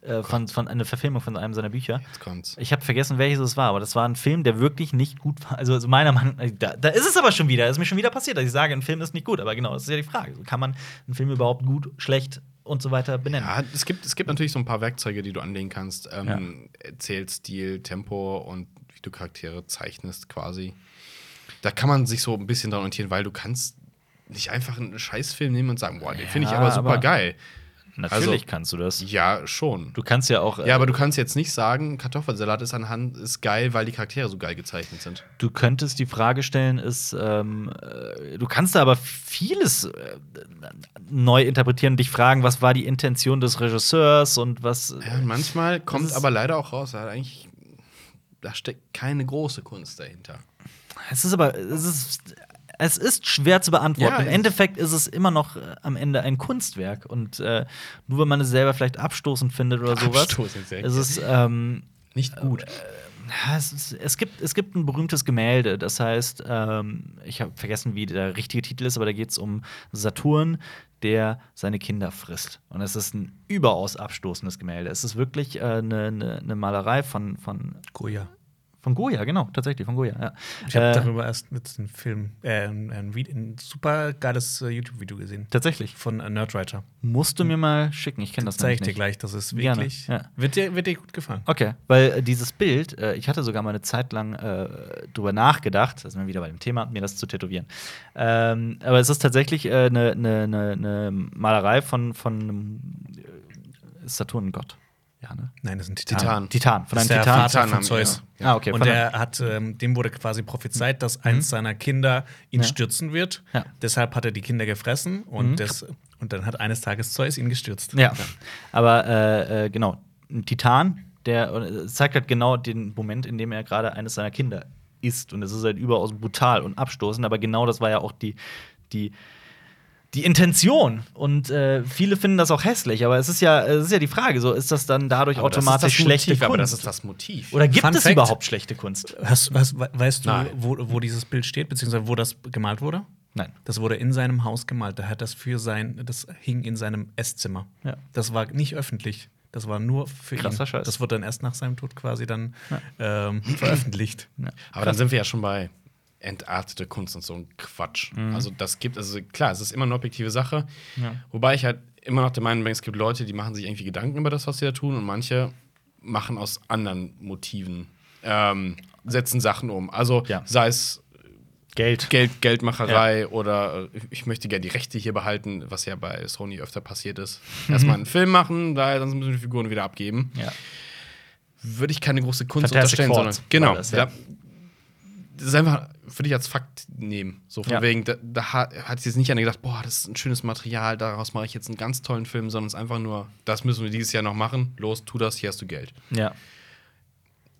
Speaker 2: äh, von, von einer Verfilmung von einem seiner Bücher.
Speaker 3: Jetzt kommt's.
Speaker 2: Ich habe vergessen, welches es war, aber das war ein Film, der wirklich nicht gut war. Also, also meiner Meinung nach, da, da ist es aber schon wieder, ist mir schon wieder passiert, dass ich sage, ein Film ist nicht gut. Aber genau, das ist ja die Frage. Also, kann man einen Film überhaupt gut, schlecht und so weiter benennen?
Speaker 3: Ja, Ah, es gibt, es gibt natürlich so ein paar Werkzeuge, die du anlegen kannst. Ähm, Erzählstil, Tempo und wie du Charaktere zeichnest quasi. Da kann man sich so ein bisschen dran orientieren, weil du kannst nicht einfach einen Scheißfilm nehmen und sagen, boah, den finde ich
Speaker 2: Ja,
Speaker 3: aber super
Speaker 2: aber-
Speaker 3: geil.
Speaker 2: Natürlich
Speaker 3: also-
Speaker 2: kannst du das.
Speaker 3: Ja, schon.
Speaker 2: Du kannst ja auch. äh,
Speaker 3: Ja, aber du kannst jetzt nicht sagen, Kartoffelsalat ist anhand ist geil, weil die Charaktere so geil gezeichnet sind.
Speaker 2: Du könntest die Frage stellen, ist, ähm, äh, du kannst da aber vieles äh, neu interpretieren und dich fragen, was war die Intention des Regisseurs und was.
Speaker 3: Ja, und manchmal kommt
Speaker 2: Äh, ist-
Speaker 3: aber leider auch raus, da hat eigentlich da steckt keine große Kunst dahinter.
Speaker 2: Es ist aber, es ist, es ist schwer zu beantworten.
Speaker 3: Ja,
Speaker 2: Im
Speaker 3: es-
Speaker 2: Endeffekt ist es immer noch äh, am Ende ein Kunstwerk und äh, nur wenn man es selber vielleicht abstoßend findet oder sowas,
Speaker 3: Abstoßend, sehr
Speaker 2: ist es ähm,
Speaker 3: Nicht gut.
Speaker 2: Ja, äh, Es, ist, es, gibt, es gibt ein berühmtes Gemälde, das heißt, ähm, ich habe vergessen, wie der richtige Titel ist, aber da geht es um Saturn, der seine Kinder frisst. Und es ist ein überaus abstoßendes Gemälde. Es ist wirklich eine äh, ne- ne- ne Malerei von, von,
Speaker 1: Goya.
Speaker 2: von Goya, genau, tatsächlich, von Goya.
Speaker 1: Ich habe
Speaker 2: Ja. Äh,
Speaker 1: darüber erst jetzt einen Film, äh, ein, ein, Vide- ein super geiles äh, YouTube-Video gesehen.
Speaker 2: tatsächlich.
Speaker 1: Von äh, Nerdwriter.
Speaker 2: Musst du mir mal schicken, ich kenne das
Speaker 1: Zeige ich
Speaker 2: nämlich
Speaker 1: dir gleich,
Speaker 2: nicht.
Speaker 1: das ist
Speaker 2: Gerne,
Speaker 1: wirklich.
Speaker 2: ja.
Speaker 1: Wird, dir, wird dir gut gefallen.
Speaker 2: Okay, weil äh, dieses Bild, äh, ich hatte sogar mal eine Zeit lang äh, drüber nachgedacht, da sind wir wieder bei dem Thema, mir das zu tätowieren. Ähm, aber es ist tatsächlich äh, eine eine- eine- eine ne Malerei von, von einem äh, Saturnengott. Ja, ne?
Speaker 1: Nein, das ist ein Titan.
Speaker 3: Titan.
Speaker 2: Titan, von
Speaker 1: Das
Speaker 2: einem
Speaker 1: ist der
Speaker 2: Titan.
Speaker 1: Vater
Speaker 3: Titan
Speaker 1: von
Speaker 3: haben wir,
Speaker 1: Zeus.
Speaker 2: ja. Ah, okay,
Speaker 1: Und
Speaker 2: von Mhm.
Speaker 1: er hat, ähm, dem wurde quasi prophezeit, dass eins seiner Kinder ihn
Speaker 2: Ja.
Speaker 1: stürzen wird.
Speaker 2: Ja. Mhm.
Speaker 1: Deshalb hat er die Kinder gefressen und, des, und dann hat eines Tages Zeus ihn gestürzt.
Speaker 2: Ja. Aber äh, äh, genau, ein Titan, der äh, zeigt halt genau den Moment, in dem er gerade eines seiner Kinder ist. Und es ist halt überaus brutal und abstoßend, aber genau das war ja auch die, die, die Intention. Und äh, viele finden das auch hässlich, aber es ist ja, es ist ja die Frage: so, ist das dann dadurch
Speaker 3: Aber das ist das
Speaker 2: automatisch schlechte
Speaker 3: Motiv,
Speaker 2: Kunst?
Speaker 3: Aber das ist das Motiv.
Speaker 2: Oder gibt
Speaker 1: Fun
Speaker 2: es
Speaker 1: Fact.
Speaker 2: überhaupt schlechte Kunst?
Speaker 1: Hast, hast, we- weißt du,
Speaker 3: Nein.
Speaker 1: wo, wo dieses Bild steht, beziehungsweise wo das gemalt wurde?
Speaker 2: Nein.
Speaker 1: Das wurde in seinem Haus gemalt. Da hat das für sein, das hing in seinem Esszimmer.
Speaker 2: Ja.
Speaker 1: Das war nicht öffentlich. Das war nur für
Speaker 2: Krasser
Speaker 1: ihn.
Speaker 2: Scheiß.
Speaker 1: Das wurde dann erst nach seinem Tod quasi dann ähm, veröffentlicht.
Speaker 3: Aber dann sind wir ja schon bei entartete Kunst und so ein Quatsch. Also das gibt, also klar, es ist immer eine objektive Sache. Wobei ich halt immer noch der Meinung bin, es gibt Leute, die machen sich irgendwie Gedanken über das, was sie da tun, und manche machen aus anderen Motiven, ähm, setzen Sachen um. Also
Speaker 2: Ja.
Speaker 3: sei es
Speaker 2: Geld.
Speaker 3: Geld, Geldmacherei oder äh, ich möchte gerne die Rechte hier behalten, was ja bei Sony öfter passiert ist. Erstmal einen Film machen, da sonst müssen wir die Figuren wieder abgeben.
Speaker 2: Ja.
Speaker 3: Würde ich keine große Kunst
Speaker 2: Fantastic
Speaker 3: unterstellen,
Speaker 2: Four
Speaker 3: sondern
Speaker 2: war
Speaker 3: genau.
Speaker 2: das,
Speaker 3: Das,
Speaker 2: ja.
Speaker 3: ja. das ist einfach würde ich als Fakt nehmen. So von
Speaker 2: Ja.
Speaker 3: wegen, da, da hat, hat jetzt nicht einer gedacht, boah, das ist ein schönes Material, daraus mache ich jetzt einen ganz tollen Film, sondern es ist einfach nur, das müssen wir dieses Jahr noch machen. Los, tu das, hier hast du Geld
Speaker 2: Ja.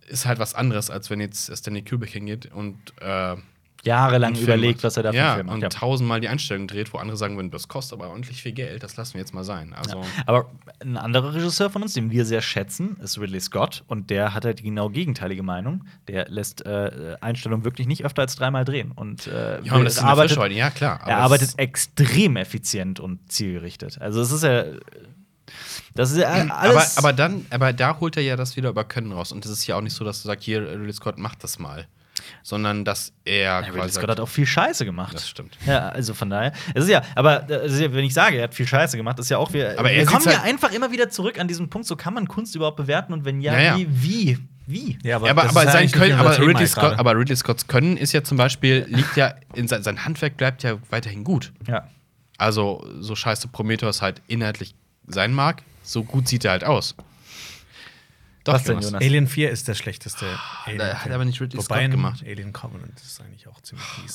Speaker 3: ist halt was anderes, als wenn jetzt Stanley Kubrick hingeht und äh,
Speaker 2: Jahrelang
Speaker 3: einen Film
Speaker 2: überlegt,
Speaker 3: macht.
Speaker 2: was er dafür
Speaker 3: ja,
Speaker 2: Film macht.
Speaker 3: und
Speaker 2: Ja.
Speaker 3: tausendmal die Einstellung dreht, wo andere sagen würden, das kostet aber ordentlich viel Geld, das lassen wir jetzt mal sein. Also
Speaker 2: Aber ein anderer Regisseur von uns, den wir sehr schätzen, ist Ridley Scott und der hat halt die genau gegenteilige Meinung. Der lässt äh, Einstellungen wirklich nicht öfter als dreimal drehen und äh,
Speaker 3: ja, aber das ist eine
Speaker 2: arbeitet,
Speaker 3: Fischhäute, ja klar. aber
Speaker 2: er
Speaker 3: es
Speaker 2: arbeitet
Speaker 3: ist-
Speaker 2: extrem effizient und zielgerichtet. Also es ist ja, das ist ja
Speaker 3: aber,
Speaker 2: alles.
Speaker 3: aber dann, aber da holt er ja das wieder über Können raus. Und es ist ja auch nicht so, dass du sagst, hier, Ridley Scott, macht das mal. Sondern, dass er
Speaker 2: Ja, Ridley
Speaker 3: quasi
Speaker 2: Scott
Speaker 3: sagt,
Speaker 2: hat auch viel Scheiße gemacht.
Speaker 3: Das stimmt.
Speaker 2: Ja, also von daher. Es ist ja, aber äh, es ist ja, wenn ich sage, er hat viel Scheiße gemacht, ist ja auch wir.
Speaker 3: Aber er
Speaker 2: wir kommen
Speaker 3: sieht's
Speaker 2: ja
Speaker 3: halt-
Speaker 2: einfach immer wieder zurück an diesen Punkt, so kann man Kunst überhaupt bewerten und wenn ja,
Speaker 3: Ja, ja.
Speaker 2: wie, wie? Wie?
Speaker 1: Ja,
Speaker 3: Ja, aber,
Speaker 1: das
Speaker 3: aber,
Speaker 1: ist ja
Speaker 3: sein
Speaker 1: eigentlich
Speaker 3: Können,
Speaker 1: nicht
Speaker 3: aber,
Speaker 1: unser Thema
Speaker 3: Ridley
Speaker 1: jetzt
Speaker 3: Scott,
Speaker 1: gerade.
Speaker 3: aber Ridley Scotts Können ist ja zum Beispiel, liegt ja, in sein, sein Handwerk bleibt ja weiterhin gut.
Speaker 2: Ja.
Speaker 3: Also, so scheiße Prometheus halt inhaltlich sein mag, so gut sieht er halt aus. Doch,
Speaker 2: Was denn, Jonas?
Speaker 1: Alien 4 ist der schlechteste.
Speaker 3: da Ah, hat
Speaker 1: Film.
Speaker 3: aber nicht Ridley
Speaker 1: Wobei
Speaker 3: Scott
Speaker 1: ein
Speaker 3: gemacht. Genau.
Speaker 1: Alien Covenant ist eigentlich auch ziemlich fies.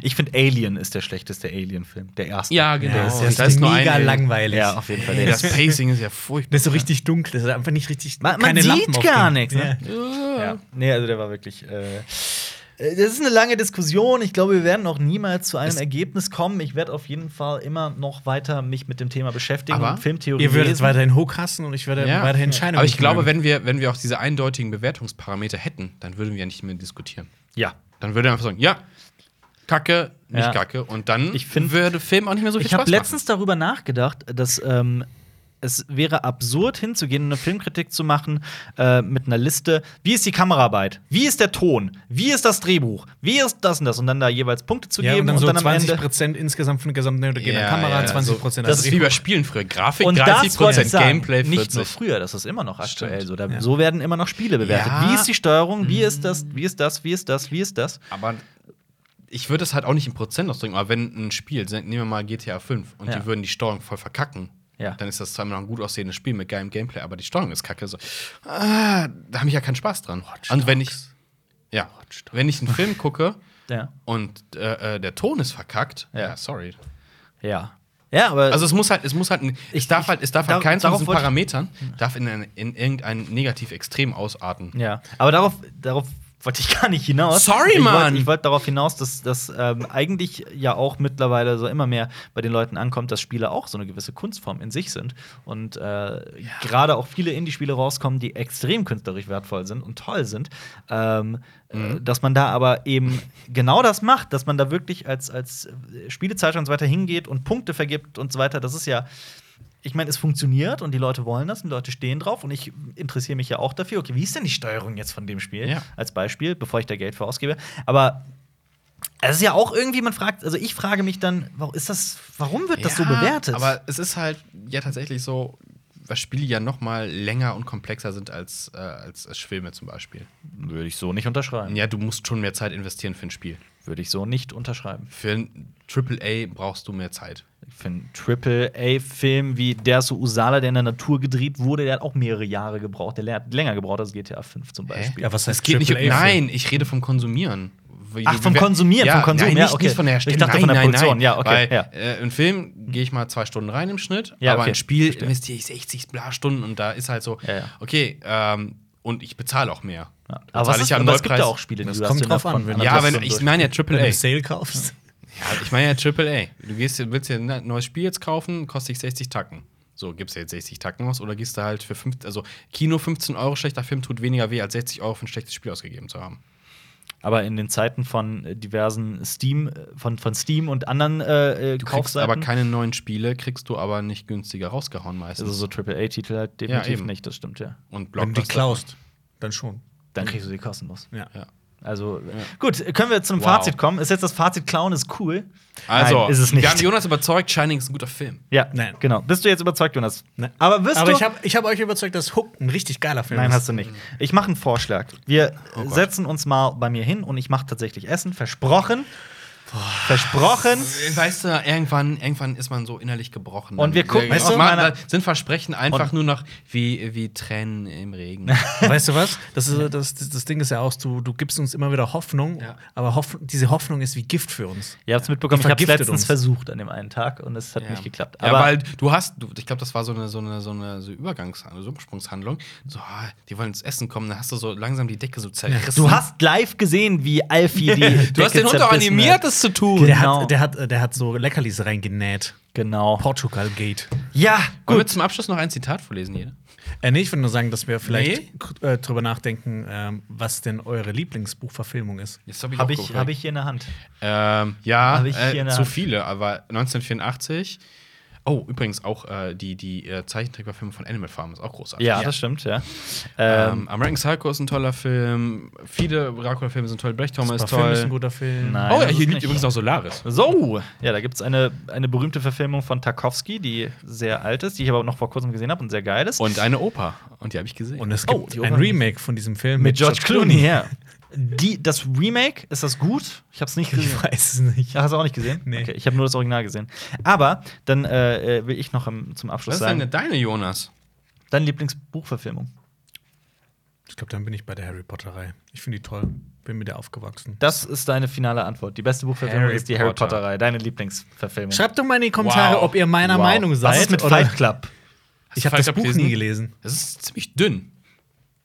Speaker 2: Ich finde Alien ist der schlechteste Alien-Film. Der erste.
Speaker 3: Ja, genau.
Speaker 1: Ja,
Speaker 3: das da ist nur
Speaker 1: mega
Speaker 3: ein-
Speaker 1: langweilig.
Speaker 2: Ja, auf jeden Fall. Der
Speaker 3: Das
Speaker 2: ist,
Speaker 3: Pacing ist ja furchtbar.
Speaker 1: Der ist so richtig dunkel, das ist einfach nicht richtig.
Speaker 2: man man
Speaker 1: keine Lampen
Speaker 2: sieht
Speaker 1: auf
Speaker 2: gar
Speaker 1: dem-
Speaker 2: nichts.
Speaker 1: Ja.
Speaker 2: Ne? Ja. Nee, also der war wirklich. Äh, das ist eine lange Diskussion. Ich glaube, wir werden auch niemals zu einem Ergebnis kommen. Ich werde auf jeden Fall immer noch weiter mich mit dem Thema beschäftigen
Speaker 3: Aber
Speaker 2: und Filmtheorie
Speaker 1: Ihr würdet
Speaker 2: lesen.
Speaker 1: weiterhin Hook hassen und ich werde
Speaker 3: Ja.
Speaker 1: weiterhin Shining
Speaker 3: Aber ich glaube,
Speaker 1: mögen.
Speaker 3: wenn wir, wenn wir auch diese eindeutigen Bewertungsparameter hätten, dann würden wir ja nicht mehr diskutieren.
Speaker 2: Ja.
Speaker 3: Dann würde er einfach sagen, ja, Kacke, nicht
Speaker 2: Ja.
Speaker 3: Kacke. Und dann
Speaker 2: Ich find-
Speaker 3: würde Film auch nicht mehr so viel
Speaker 2: Ich
Speaker 3: Spaß
Speaker 2: habe
Speaker 3: machen.
Speaker 2: letztens darüber nachgedacht, dass ähm, es wäre absurd hinzugehen, eine Filmkritik zu machen äh, mit einer Liste. Wie ist die Kameraarbeit? Wie ist der Ton? Wie ist das Drehbuch? Wie ist das und das? Und dann da jeweils Punkte zu
Speaker 1: ja,
Speaker 2: geben
Speaker 1: und dann so
Speaker 2: am
Speaker 1: 20
Speaker 2: Ende.
Speaker 1: Prozent insgesamt von der gesamten Note gehen
Speaker 3: Ja,
Speaker 1: an Kamera,
Speaker 3: ja,
Speaker 1: 20
Speaker 3: so-
Speaker 1: Prozent
Speaker 3: Das ist wie bei Spielen früher. Grafik
Speaker 2: Und das
Speaker 3: 30
Speaker 2: wollte ich
Speaker 3: Prozent,
Speaker 2: sagen,
Speaker 3: Gameplay
Speaker 2: nicht nur
Speaker 3: 40.
Speaker 2: früher, das ist immer noch aktuell
Speaker 3: Stimmt.
Speaker 2: so. Da,
Speaker 1: Ja.
Speaker 2: So werden immer noch Spiele bewertet.
Speaker 3: Ja.
Speaker 2: Wie ist die Steuerung? Wie ist das? Wie ist das? Wie ist das? Wie ist das?
Speaker 3: Aber ich würde es halt auch nicht in Prozent ausdrücken, aber wenn ein Spiel, se- nehmen wir mal GTA 5 und
Speaker 2: Ja.
Speaker 3: die würden die Steuerung voll verkacken,
Speaker 2: Ja.
Speaker 3: dann ist das zwar immer noch ein gut aussehendes Spiel mit geilem Gameplay, aber die Steuerung ist kacke. So, ah, da habe ich ja keinen Spaß dran. und wenn ich, ja, wenn ich einen Film gucke
Speaker 2: Ja.
Speaker 3: und äh, äh, der Ton ist verkackt,
Speaker 2: Ja.
Speaker 3: ja, sorry.
Speaker 2: Ja. Ja, aber
Speaker 3: Also es muss halt, es muss halt, ein,
Speaker 2: Ich-
Speaker 3: es darf halt, es darf
Speaker 2: dar-
Speaker 3: halt keins von
Speaker 2: darauf
Speaker 3: diesen
Speaker 2: wollte ich-
Speaker 3: Parametern darf in, ein, in irgendein negativ extrem ausarten.
Speaker 2: Ja, aber darauf, darauf wollte ich gar nicht hinaus.
Speaker 3: Sorry,
Speaker 2: ich
Speaker 3: Mann.
Speaker 2: Wollte, ich wollte darauf hinaus, dass das ähm, eigentlich ja auch mittlerweile so immer mehr bei den Leuten ankommt, dass Spiele auch so eine gewisse Kunstform in sich sind. Und äh, gerade auch viele Indie-Spiele rauskommen, die extrem künstlerisch wertvoll sind und toll sind. Ähm,
Speaker 3: Mhm.
Speaker 2: äh, Dass man da aber eben genau das macht, dass man da wirklich als, als äh, Spielezeitschrift und so weiter hingeht und Punkte vergibt und so weiter. Das ist ja ich meine, es funktioniert und die Leute wollen das und die Leute stehen drauf und ich interessiere mich ja auch dafür. Okay, wie ist denn die Steuerung jetzt von dem Spiel?
Speaker 3: Ja.
Speaker 2: Als Beispiel, bevor ich da Geld für ausgebe. Aber es ist ja auch irgendwie, man fragt, also ich frage mich dann, warum ist das, warum wird das so
Speaker 3: Ja,
Speaker 2: bewertet?
Speaker 3: Aber es ist halt ja tatsächlich so, dass Spiele ja noch mal länger und komplexer sind als, äh, als, als Filme zum Beispiel.
Speaker 2: würde ich so nicht unterschreiben.
Speaker 3: Ja, du musst schon mehr Zeit investieren für ein Spiel.
Speaker 2: Würde ich so nicht unterschreiben.
Speaker 3: Für ein AAA brauchst du mehr Zeit.
Speaker 2: Für einen Triple-A-Film wie der so Usala, der in der Natur gedreht wurde, der hat auch mehrere Jahre gebraucht. Der hat länger gebraucht als GTA 5 zum Beispiel.
Speaker 1: ja, was heißt
Speaker 3: Es geht nicht um,
Speaker 1: AAA-Film?
Speaker 3: Nein, ich rede vom Konsumieren. Wie-
Speaker 2: Ach, vom
Speaker 3: wie-
Speaker 2: Konsumieren, vom Konsum,
Speaker 3: nein,
Speaker 2: ja,
Speaker 3: nicht,
Speaker 2: okay.
Speaker 3: nicht von der Herstellung.
Speaker 2: Ich dachte
Speaker 3: nein,
Speaker 2: von der
Speaker 3: nein,
Speaker 2: Produktion,
Speaker 3: nein.
Speaker 2: ja, okay,
Speaker 3: Weil,
Speaker 2: ja.
Speaker 3: Äh, Ein Film gehe ich mal zwei Stunden rein im Schnitt,
Speaker 2: Ja,
Speaker 3: aber
Speaker 2: okay,
Speaker 3: ein Spiel
Speaker 2: verstehe.
Speaker 3: investiere ich 60 bla Stunden und da ist halt so,
Speaker 2: Ja, ja.
Speaker 3: okay, ähm, Und ich bezahle auch mehr.
Speaker 2: Ja.
Speaker 3: Dann
Speaker 2: Aber was
Speaker 3: zahle
Speaker 2: ist,
Speaker 3: ja am
Speaker 2: aber es gibt ja
Speaker 3: Neupreis-
Speaker 2: auch Spiele, die
Speaker 1: Das
Speaker 2: du hast
Speaker 1: kommt
Speaker 2: du in der
Speaker 1: drauf an,
Speaker 2: Front-
Speaker 1: wenn
Speaker 2: an der
Speaker 3: Ja, wenn,
Speaker 2: Brust
Speaker 3: ich
Speaker 2: durch-
Speaker 3: meine ja Triple
Speaker 1: Wenn
Speaker 3: A.
Speaker 1: du Sale kaufst.
Speaker 3: Ja, ich meine ja Triple A. Du gehst, willst dir ein neues Spiel jetzt kaufen, kostet dich 60 Tacken. So, gibst du jetzt 60 Tacken aus oder gehst du halt für 5, also Kino 15 Euro, schlechter Film tut weniger weh, als 60 Euro für ein schlechtes Spiel ausgegeben zu haben.
Speaker 2: Aber in den Zeiten von äh, diversen Steam, äh, von, von Steam und anderen äh, äh,
Speaker 3: Du kriegst
Speaker 2: Kaufseiten.
Speaker 3: aber keine neuen Spiele, kriegst du aber nicht günstiger rausgehauen meistens.
Speaker 2: also so AAA-Titel halt definitiv
Speaker 3: eben.
Speaker 2: nicht, das stimmt, ja.
Speaker 3: Und
Speaker 1: Wenn du die klaust, dann schon.
Speaker 2: Dann kriegst du die kostenlos.
Speaker 1: Ja.
Speaker 3: Ja.
Speaker 2: Also, gut, können wir zum
Speaker 3: Wow.
Speaker 2: Fazit kommen? Ist jetzt das Fazit Clown ist cool?
Speaker 3: Also,
Speaker 2: Nein, ist es
Speaker 3: wir haben
Speaker 2: nicht.
Speaker 3: Jonas überzeugt, Shining ist ein guter Film.
Speaker 2: Ja,
Speaker 1: Nein.
Speaker 2: genau. Bist du jetzt überzeugt, Jonas?
Speaker 1: Nein.
Speaker 2: Aber wirst
Speaker 1: Ne, Aber
Speaker 2: du
Speaker 1: ich habe ich hab euch überzeugt, dass Hook ein richtig geiler Film
Speaker 2: Nein,
Speaker 1: ist.
Speaker 2: hast du nicht. Ich mache einen Vorschlag. Wir
Speaker 3: Oh Gott.
Speaker 2: setzen uns mal bei mir hin und ich mache tatsächlich Essen. Versprochen. Versprochen.
Speaker 3: Weißt du, irgendwann, irgendwann ist man so innerlich gebrochen.
Speaker 2: Und wir gucken
Speaker 3: Weißt
Speaker 1: auf
Speaker 3: du, man,
Speaker 2: meiner-
Speaker 3: da sind Versprechen einfach
Speaker 2: Und-
Speaker 3: nur noch wie, wie Tränen im Regen.
Speaker 1: Weißt du was? Das, ist, das, das, das Ding ist ja auch, du, du gibst uns immer wieder Hoffnung,
Speaker 3: Ja.
Speaker 1: aber Hoff, diese Hoffnung ist wie Gift für uns.
Speaker 2: Ihr habt es mitbekommen,
Speaker 1: Die
Speaker 2: ich habe
Speaker 1: vergiftet
Speaker 2: letztens
Speaker 1: uns.
Speaker 2: versucht an dem einen Tag und es hat nicht geklappt.
Speaker 3: ja, weil du hast, du, ich glaube, das war so eine, so eine, so eine so Übergangshandlung, so Übersprungshandlung. So, ah, die wollen ins Essen kommen, dann hast du so langsam die Decke so zerrissen.
Speaker 2: du hast live gesehen, wie Alfie die.
Speaker 3: du hast
Speaker 2: Decke
Speaker 3: den Hund auch
Speaker 2: zerbissen
Speaker 3: animiert,
Speaker 2: hat.
Speaker 3: das zu tun.
Speaker 2: Genau.
Speaker 3: Wollen
Speaker 1: Der, hat, der, hat, der hat so Leckerlis reingenäht.
Speaker 2: Genau.
Speaker 1: Portugal Gate.
Speaker 2: Ja,
Speaker 3: wir
Speaker 2: gut.
Speaker 3: zum Abschluss noch ein Zitat vorlesen, jeder?
Speaker 1: Äh, nee, ich würde nur sagen, dass wir vielleicht k- äh, drüber nachdenken, ähm, was denn eure Lieblingsbuchverfilmung ist.
Speaker 3: Jetzt hab
Speaker 2: Habe
Speaker 3: auch
Speaker 2: ich,
Speaker 3: geguckt.
Speaker 2: hab ich hier in der Hand.
Speaker 3: Ähm, ja,
Speaker 2: Hab ich hier in
Speaker 3: äh,
Speaker 2: der
Speaker 3: zu
Speaker 2: Hand.
Speaker 3: viele, aber 1984. Oh, übrigens auch äh, die, die äh, Zeichentrickverfilmung von Animal Farm ist auch großartig.
Speaker 2: Ja, das stimmt, ja. Ähm,
Speaker 3: Ähm, American Psycho ist ein toller Film. Viele Dracula-Filme sind toll. Brechthaumer ist
Speaker 1: Parfüm ist ein
Speaker 3: toll.
Speaker 1: guter Film.
Speaker 2: Nein.
Speaker 3: Oh, ja,
Speaker 2: das ist
Speaker 3: hier liegt
Speaker 2: nicht.
Speaker 3: übrigens noch Solaris.
Speaker 2: So, ja, da gibt es eine, eine berühmte Verfilmung von Tarkovsky, die sehr alt ist, die ich aber noch vor kurzem gesehen habe und sehr geil ist.
Speaker 3: Und eine Oper. Und die habe ich gesehen.
Speaker 1: Und es
Speaker 2: Oh,
Speaker 1: gibt
Speaker 2: die
Speaker 1: ein
Speaker 2: Ohren-
Speaker 1: Remake von diesem Film
Speaker 2: Mit George Clooney, ja. Die, das Remake, ist das gut? Ich hab's nicht gesehen.
Speaker 1: Ich weiß es nicht.
Speaker 2: Ach, hast du auch nicht gesehen?
Speaker 1: Nee.
Speaker 2: Okay, ich habe nur das Original gesehen. Aber dann äh, äh, will ich noch am- zum
Speaker 3: Was
Speaker 2: Abschluss
Speaker 3: ist denn
Speaker 2: sagen,
Speaker 3: eine- deine, Jonas?
Speaker 2: deine Lieblingsbuchverfilmung.
Speaker 1: Ich glaube, dann bin ich bei der Harry Potter-Reihe. Ich finde die toll. Bin mit der aufgewachsen.
Speaker 2: Das ist deine finale Antwort. Die beste Buchverfilmung
Speaker 3: Harry
Speaker 2: ist die Harry
Speaker 3: Potter.
Speaker 2: Potter-Reihe. Deine Lieblingsverfilmung.
Speaker 1: Schreibt doch mal in die Kommentare,
Speaker 3: Wow.
Speaker 1: ob ihr meiner
Speaker 3: Wow.
Speaker 1: Meinung seid.
Speaker 2: Was ist mit
Speaker 1: oder-
Speaker 2: Fight Club?
Speaker 1: Ich habe das
Speaker 3: Fight Club
Speaker 1: Buch nie gelesen.
Speaker 3: Das ist ziemlich dünn.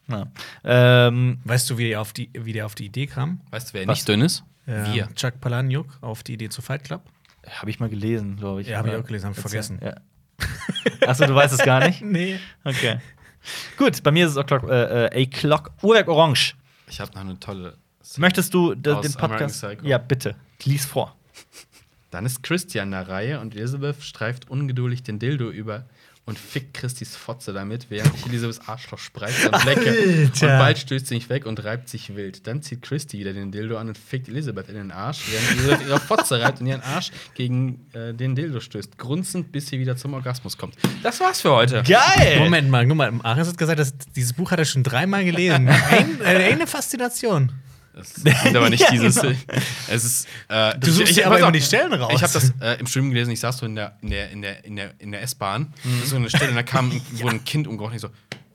Speaker 2: Ja. Ähm,
Speaker 1: Weißt du, wie der auf die, wie der auf die Idee kam?
Speaker 3: Weißt du, wer
Speaker 2: Was?
Speaker 3: nicht dünn ist?
Speaker 1: Ähm,
Speaker 3: Wir.
Speaker 1: Chuck Palahniuk auf die Idee zu Fight Club.
Speaker 2: habe ich mal gelesen, glaube ich.
Speaker 1: Ja, hab ich auch gelesen, hab ich
Speaker 2: Erzähl-
Speaker 1: vergessen.
Speaker 2: Ja. Achso, du weißt es gar nicht?
Speaker 1: Nee.
Speaker 2: Okay. Gut, bei mir ist es O'Clock, äh, äh, A Clock, Uhrwerk Orange.
Speaker 3: Ich habe noch eine tolle. Szene.
Speaker 2: Möchtest du d-
Speaker 3: Aus
Speaker 2: den Podcast?
Speaker 3: American Psycho.
Speaker 2: Ja, bitte. Lies vor.
Speaker 3: Dann ist Christy an der Reihe und Elizabeth streift ungeduldig den Dildo über und fickt Christys Fotze damit, während ich Elizabeths Arschloch spreizt und lecke. Und
Speaker 1: Alter.
Speaker 3: bald stößt sie nicht weg und reibt sich wild. Dann zieht Christy wieder den Dildo an und fickt Elizabeth in den Arsch, während Elizabeth ihre Fotze reibt und ihren Arsch gegen äh, den Dildo stößt, grunzend, bis sie wieder zum Orgasmus kommt. Das war's für heute.
Speaker 1: Genau.
Speaker 2: Geil!
Speaker 1: Moment mal, guck mal, Ares hat gesagt, dass dieses Buch hat er schon dreimal gelesen. Ein, äh, eine Faszination.
Speaker 3: Das ist aber nicht
Speaker 2: Ja,
Speaker 3: dieses.
Speaker 2: genau.
Speaker 3: Es ist. Äh,
Speaker 1: Du suchst dir aber
Speaker 3: pass
Speaker 1: immer
Speaker 3: auf,
Speaker 1: die Stellen raus.
Speaker 3: Ich habe das äh, im Studium gelesen. Ich saß so in der in der in der in der, in der S-Bahn.
Speaker 1: Mhm.
Speaker 3: So eine Stelle, und da kam wurde ein Kind umgebracht. Und ich so.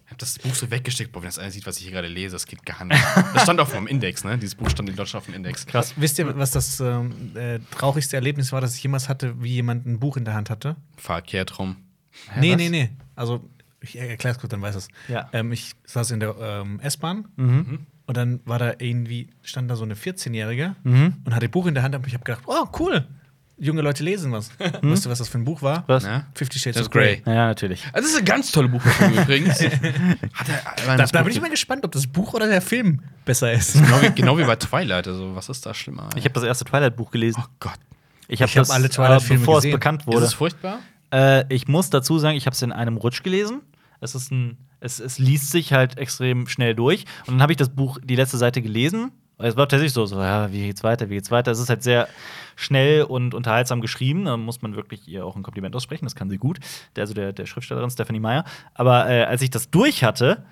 Speaker 3: Ich hab das Buch so weggesteckt, boah, wenn das einer sieht, was ich hier gerade lese, das geht gar nicht. Das stand auch auf dem Index, ne? Dieses Buch stand in Deutschland auf dem Index.
Speaker 2: Krass.
Speaker 1: Wisst ihr, was das ähm, äh, traurigste Erlebnis war, das ich jemals hatte, wie jemand ein Buch in der Hand hatte?
Speaker 3: Verkehrt rum.
Speaker 1: nee,
Speaker 2: was?
Speaker 1: nee, nee. Also, ich erkläre es kurz, dann weiß es.
Speaker 2: Ja.
Speaker 1: Ähm, ich saß in der ähm, S-Bahn und dann war da irgendwie, stand da so eine 14-Jährige und hatte ein Buch in der Hand und ich habe gedacht, oh, cool, junge Leute lesen was. Weißt du, Mhm. was das für ein Buch war?
Speaker 2: Was?
Speaker 3: Ne?
Speaker 1: Fifty Shades
Speaker 3: Das
Speaker 1: of
Speaker 3: ist Grey.
Speaker 1: Grey.
Speaker 2: Ja, natürlich.
Speaker 3: Also, das ist ein ganz tolles Buch übrigens. Hat er,
Speaker 1: Da, da bin ich mal gespannt, ob das Buch oder der Film besser ist.
Speaker 3: genau, wie, genau wie bei Twilight, also was ist da schlimmer?
Speaker 2: Ich habe das erste Twilight-Buch gelesen.
Speaker 3: oh Gott.
Speaker 2: Ich habe
Speaker 1: Ich hab
Speaker 2: das, äh,
Speaker 1: alle Twilight-Filme
Speaker 2: bevor es
Speaker 1: gesehen.
Speaker 2: bekannt
Speaker 3: Ist
Speaker 2: wurde.
Speaker 3: es furchtbar?
Speaker 2: Äh, ich muss dazu sagen, ich habe es in einem Rutsch gelesen. Es ist ein, es, es liest sich halt extrem schnell durch. Und dann habe ich das Buch die letzte Seite gelesen. Und Es war tatsächlich so, so, ja, wie geht's weiter, wie geht's weiter. Es ist halt sehr schnell und unterhaltsam geschrieben. Da muss man wirklich ihr auch ein Kompliment aussprechen. Das kann sie gut. Der, also der, der Schriftstellerin Stephanie Meyer. Aber äh, als ich das durch hatte,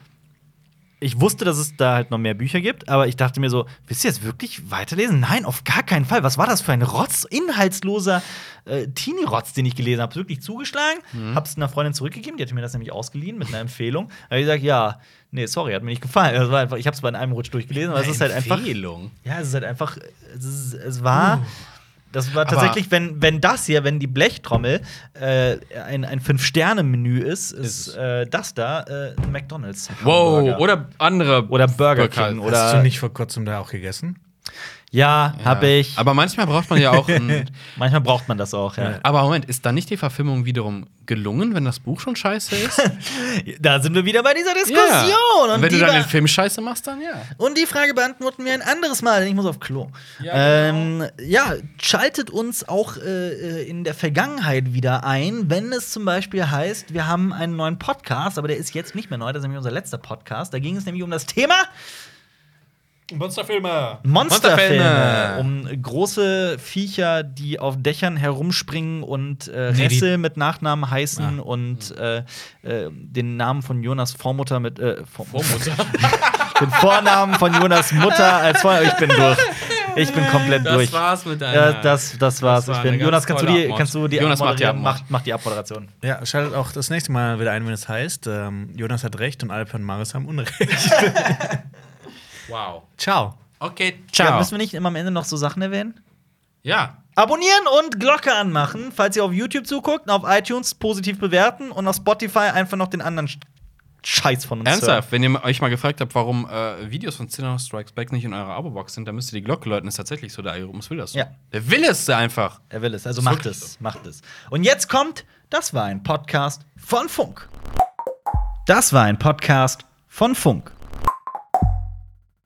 Speaker 2: ich wusste, dass es da halt noch mehr Bücher gibt, aber ich dachte mir so, willst du jetzt wirklich weiterlesen? Nein, auf gar keinen Fall. Was war das für ein Rotz, inhaltsloser äh, Teenie-Rotz, den ich gelesen habe? Wirklich zugeschlagen,
Speaker 3: Mhm.
Speaker 2: hab's einer Freundin zurückgegeben, die hatte mir das nämlich ausgeliehen mit einer Empfehlung. Da hab ich gesagt, ja, nee, sorry, hat mir nicht gefallen. Das war einfach, ich hab's bei einem Rutsch durchgelesen, aber es ist halt einfach.
Speaker 3: Empfehlung.
Speaker 2: Ja, es ist halt einfach, es, ist, es war. Das war
Speaker 3: Hm. Aber-
Speaker 2: tatsächlich, wenn, wenn das hier, wenn die Blechtrommel äh, ein, ein Fünf-Sterne-Menü ist, ist äh, das da äh, ein McDonalds.
Speaker 3: Wow,
Speaker 2: Hamburger.
Speaker 3: oder andere.
Speaker 2: Oder Burger King.
Speaker 3: Burger.
Speaker 2: Oder
Speaker 1: Hast du nicht vor kurzem da auch gegessen?
Speaker 2: ja, hab ich.
Speaker 3: Aber manchmal braucht man ja auch ein.
Speaker 2: Manchmal braucht man das auch, ja.
Speaker 3: Aber Moment, ist dann nicht die Verfilmung wiederum gelungen, wenn das Buch schon scheiße ist?
Speaker 2: Da sind wir wieder bei dieser Diskussion.
Speaker 3: Ja. Und wenn du
Speaker 2: die
Speaker 3: dann
Speaker 2: war-
Speaker 3: den Film scheiße machst, dann ja.
Speaker 2: Und die Frage beantworten wir ein anderes Mal, denn ich muss auf Klo.
Speaker 3: Ja,
Speaker 2: ähm, ja schaltet uns auch äh, äh, in der Vergangenheit wieder ein, wenn es zum Beispiel heißt, wir haben einen neuen Podcast, aber der ist jetzt nicht mehr neu, das ist nämlich unser letzter Podcast. Da ging es nämlich um das Thema
Speaker 1: Monsterfilme.
Speaker 2: Monsterfilme.
Speaker 3: Monsterfilme.
Speaker 2: Um große Viecher, die auf Dächern herumspringen und äh,
Speaker 1: Nee, die-
Speaker 2: Ressel mit Nachnamen heißen und
Speaker 3: Hm.
Speaker 2: äh, äh, den Namen von Jonas Vormutter mit äh, Vor- den Vornamen von Jonas Mutter als Vor Ich bin durch. Ich bin komplett durch.
Speaker 3: mit
Speaker 2: Ja, das, das war's.
Speaker 3: war
Speaker 2: ich bin,
Speaker 3: eine
Speaker 2: Jonas,
Speaker 3: ganz
Speaker 2: kannst du,
Speaker 3: tolle
Speaker 2: die,
Speaker 3: Abmod.
Speaker 2: kannst du die
Speaker 3: Jonas macht die
Speaker 2: abmoderieren?
Speaker 3: Abmod.
Speaker 2: Macht, macht die Abmoderation.
Speaker 1: Ja, schaltet auch das nächste Mal wieder ein, wenn es heißt, ähm, Jonas hat recht und Alper und Maris haben Unrecht.
Speaker 3: Wow.
Speaker 1: Ciao.
Speaker 3: Okay,
Speaker 2: Ja,
Speaker 3: ciao.
Speaker 2: müssen wir nicht immer am Ende noch so Sachen erwähnen?
Speaker 3: Ja.
Speaker 2: Abonnieren und Glocke anmachen, falls ihr auf YouTube zuguckt, auf iTunes positiv bewerten und auf Spotify einfach noch den anderen Sch- Scheiß von uns
Speaker 3: Ernsthaft, wenn ihr euch mal gefragt habt, warum äh, Videos von Cinema Strikes Back nicht in eurer Abo-Box sind, dann müsst ihr die Glocke läuten. Ist tatsächlich so, der Algorithmus will das. so.
Speaker 2: Ja.
Speaker 3: Der will es einfach.
Speaker 2: hören. Er will es, also
Speaker 3: Ist
Speaker 2: macht
Speaker 3: wirklich
Speaker 2: es, macht es. Und jetzt kommt, das war ein Podcast von Funk. Das war ein Podcast von Funk.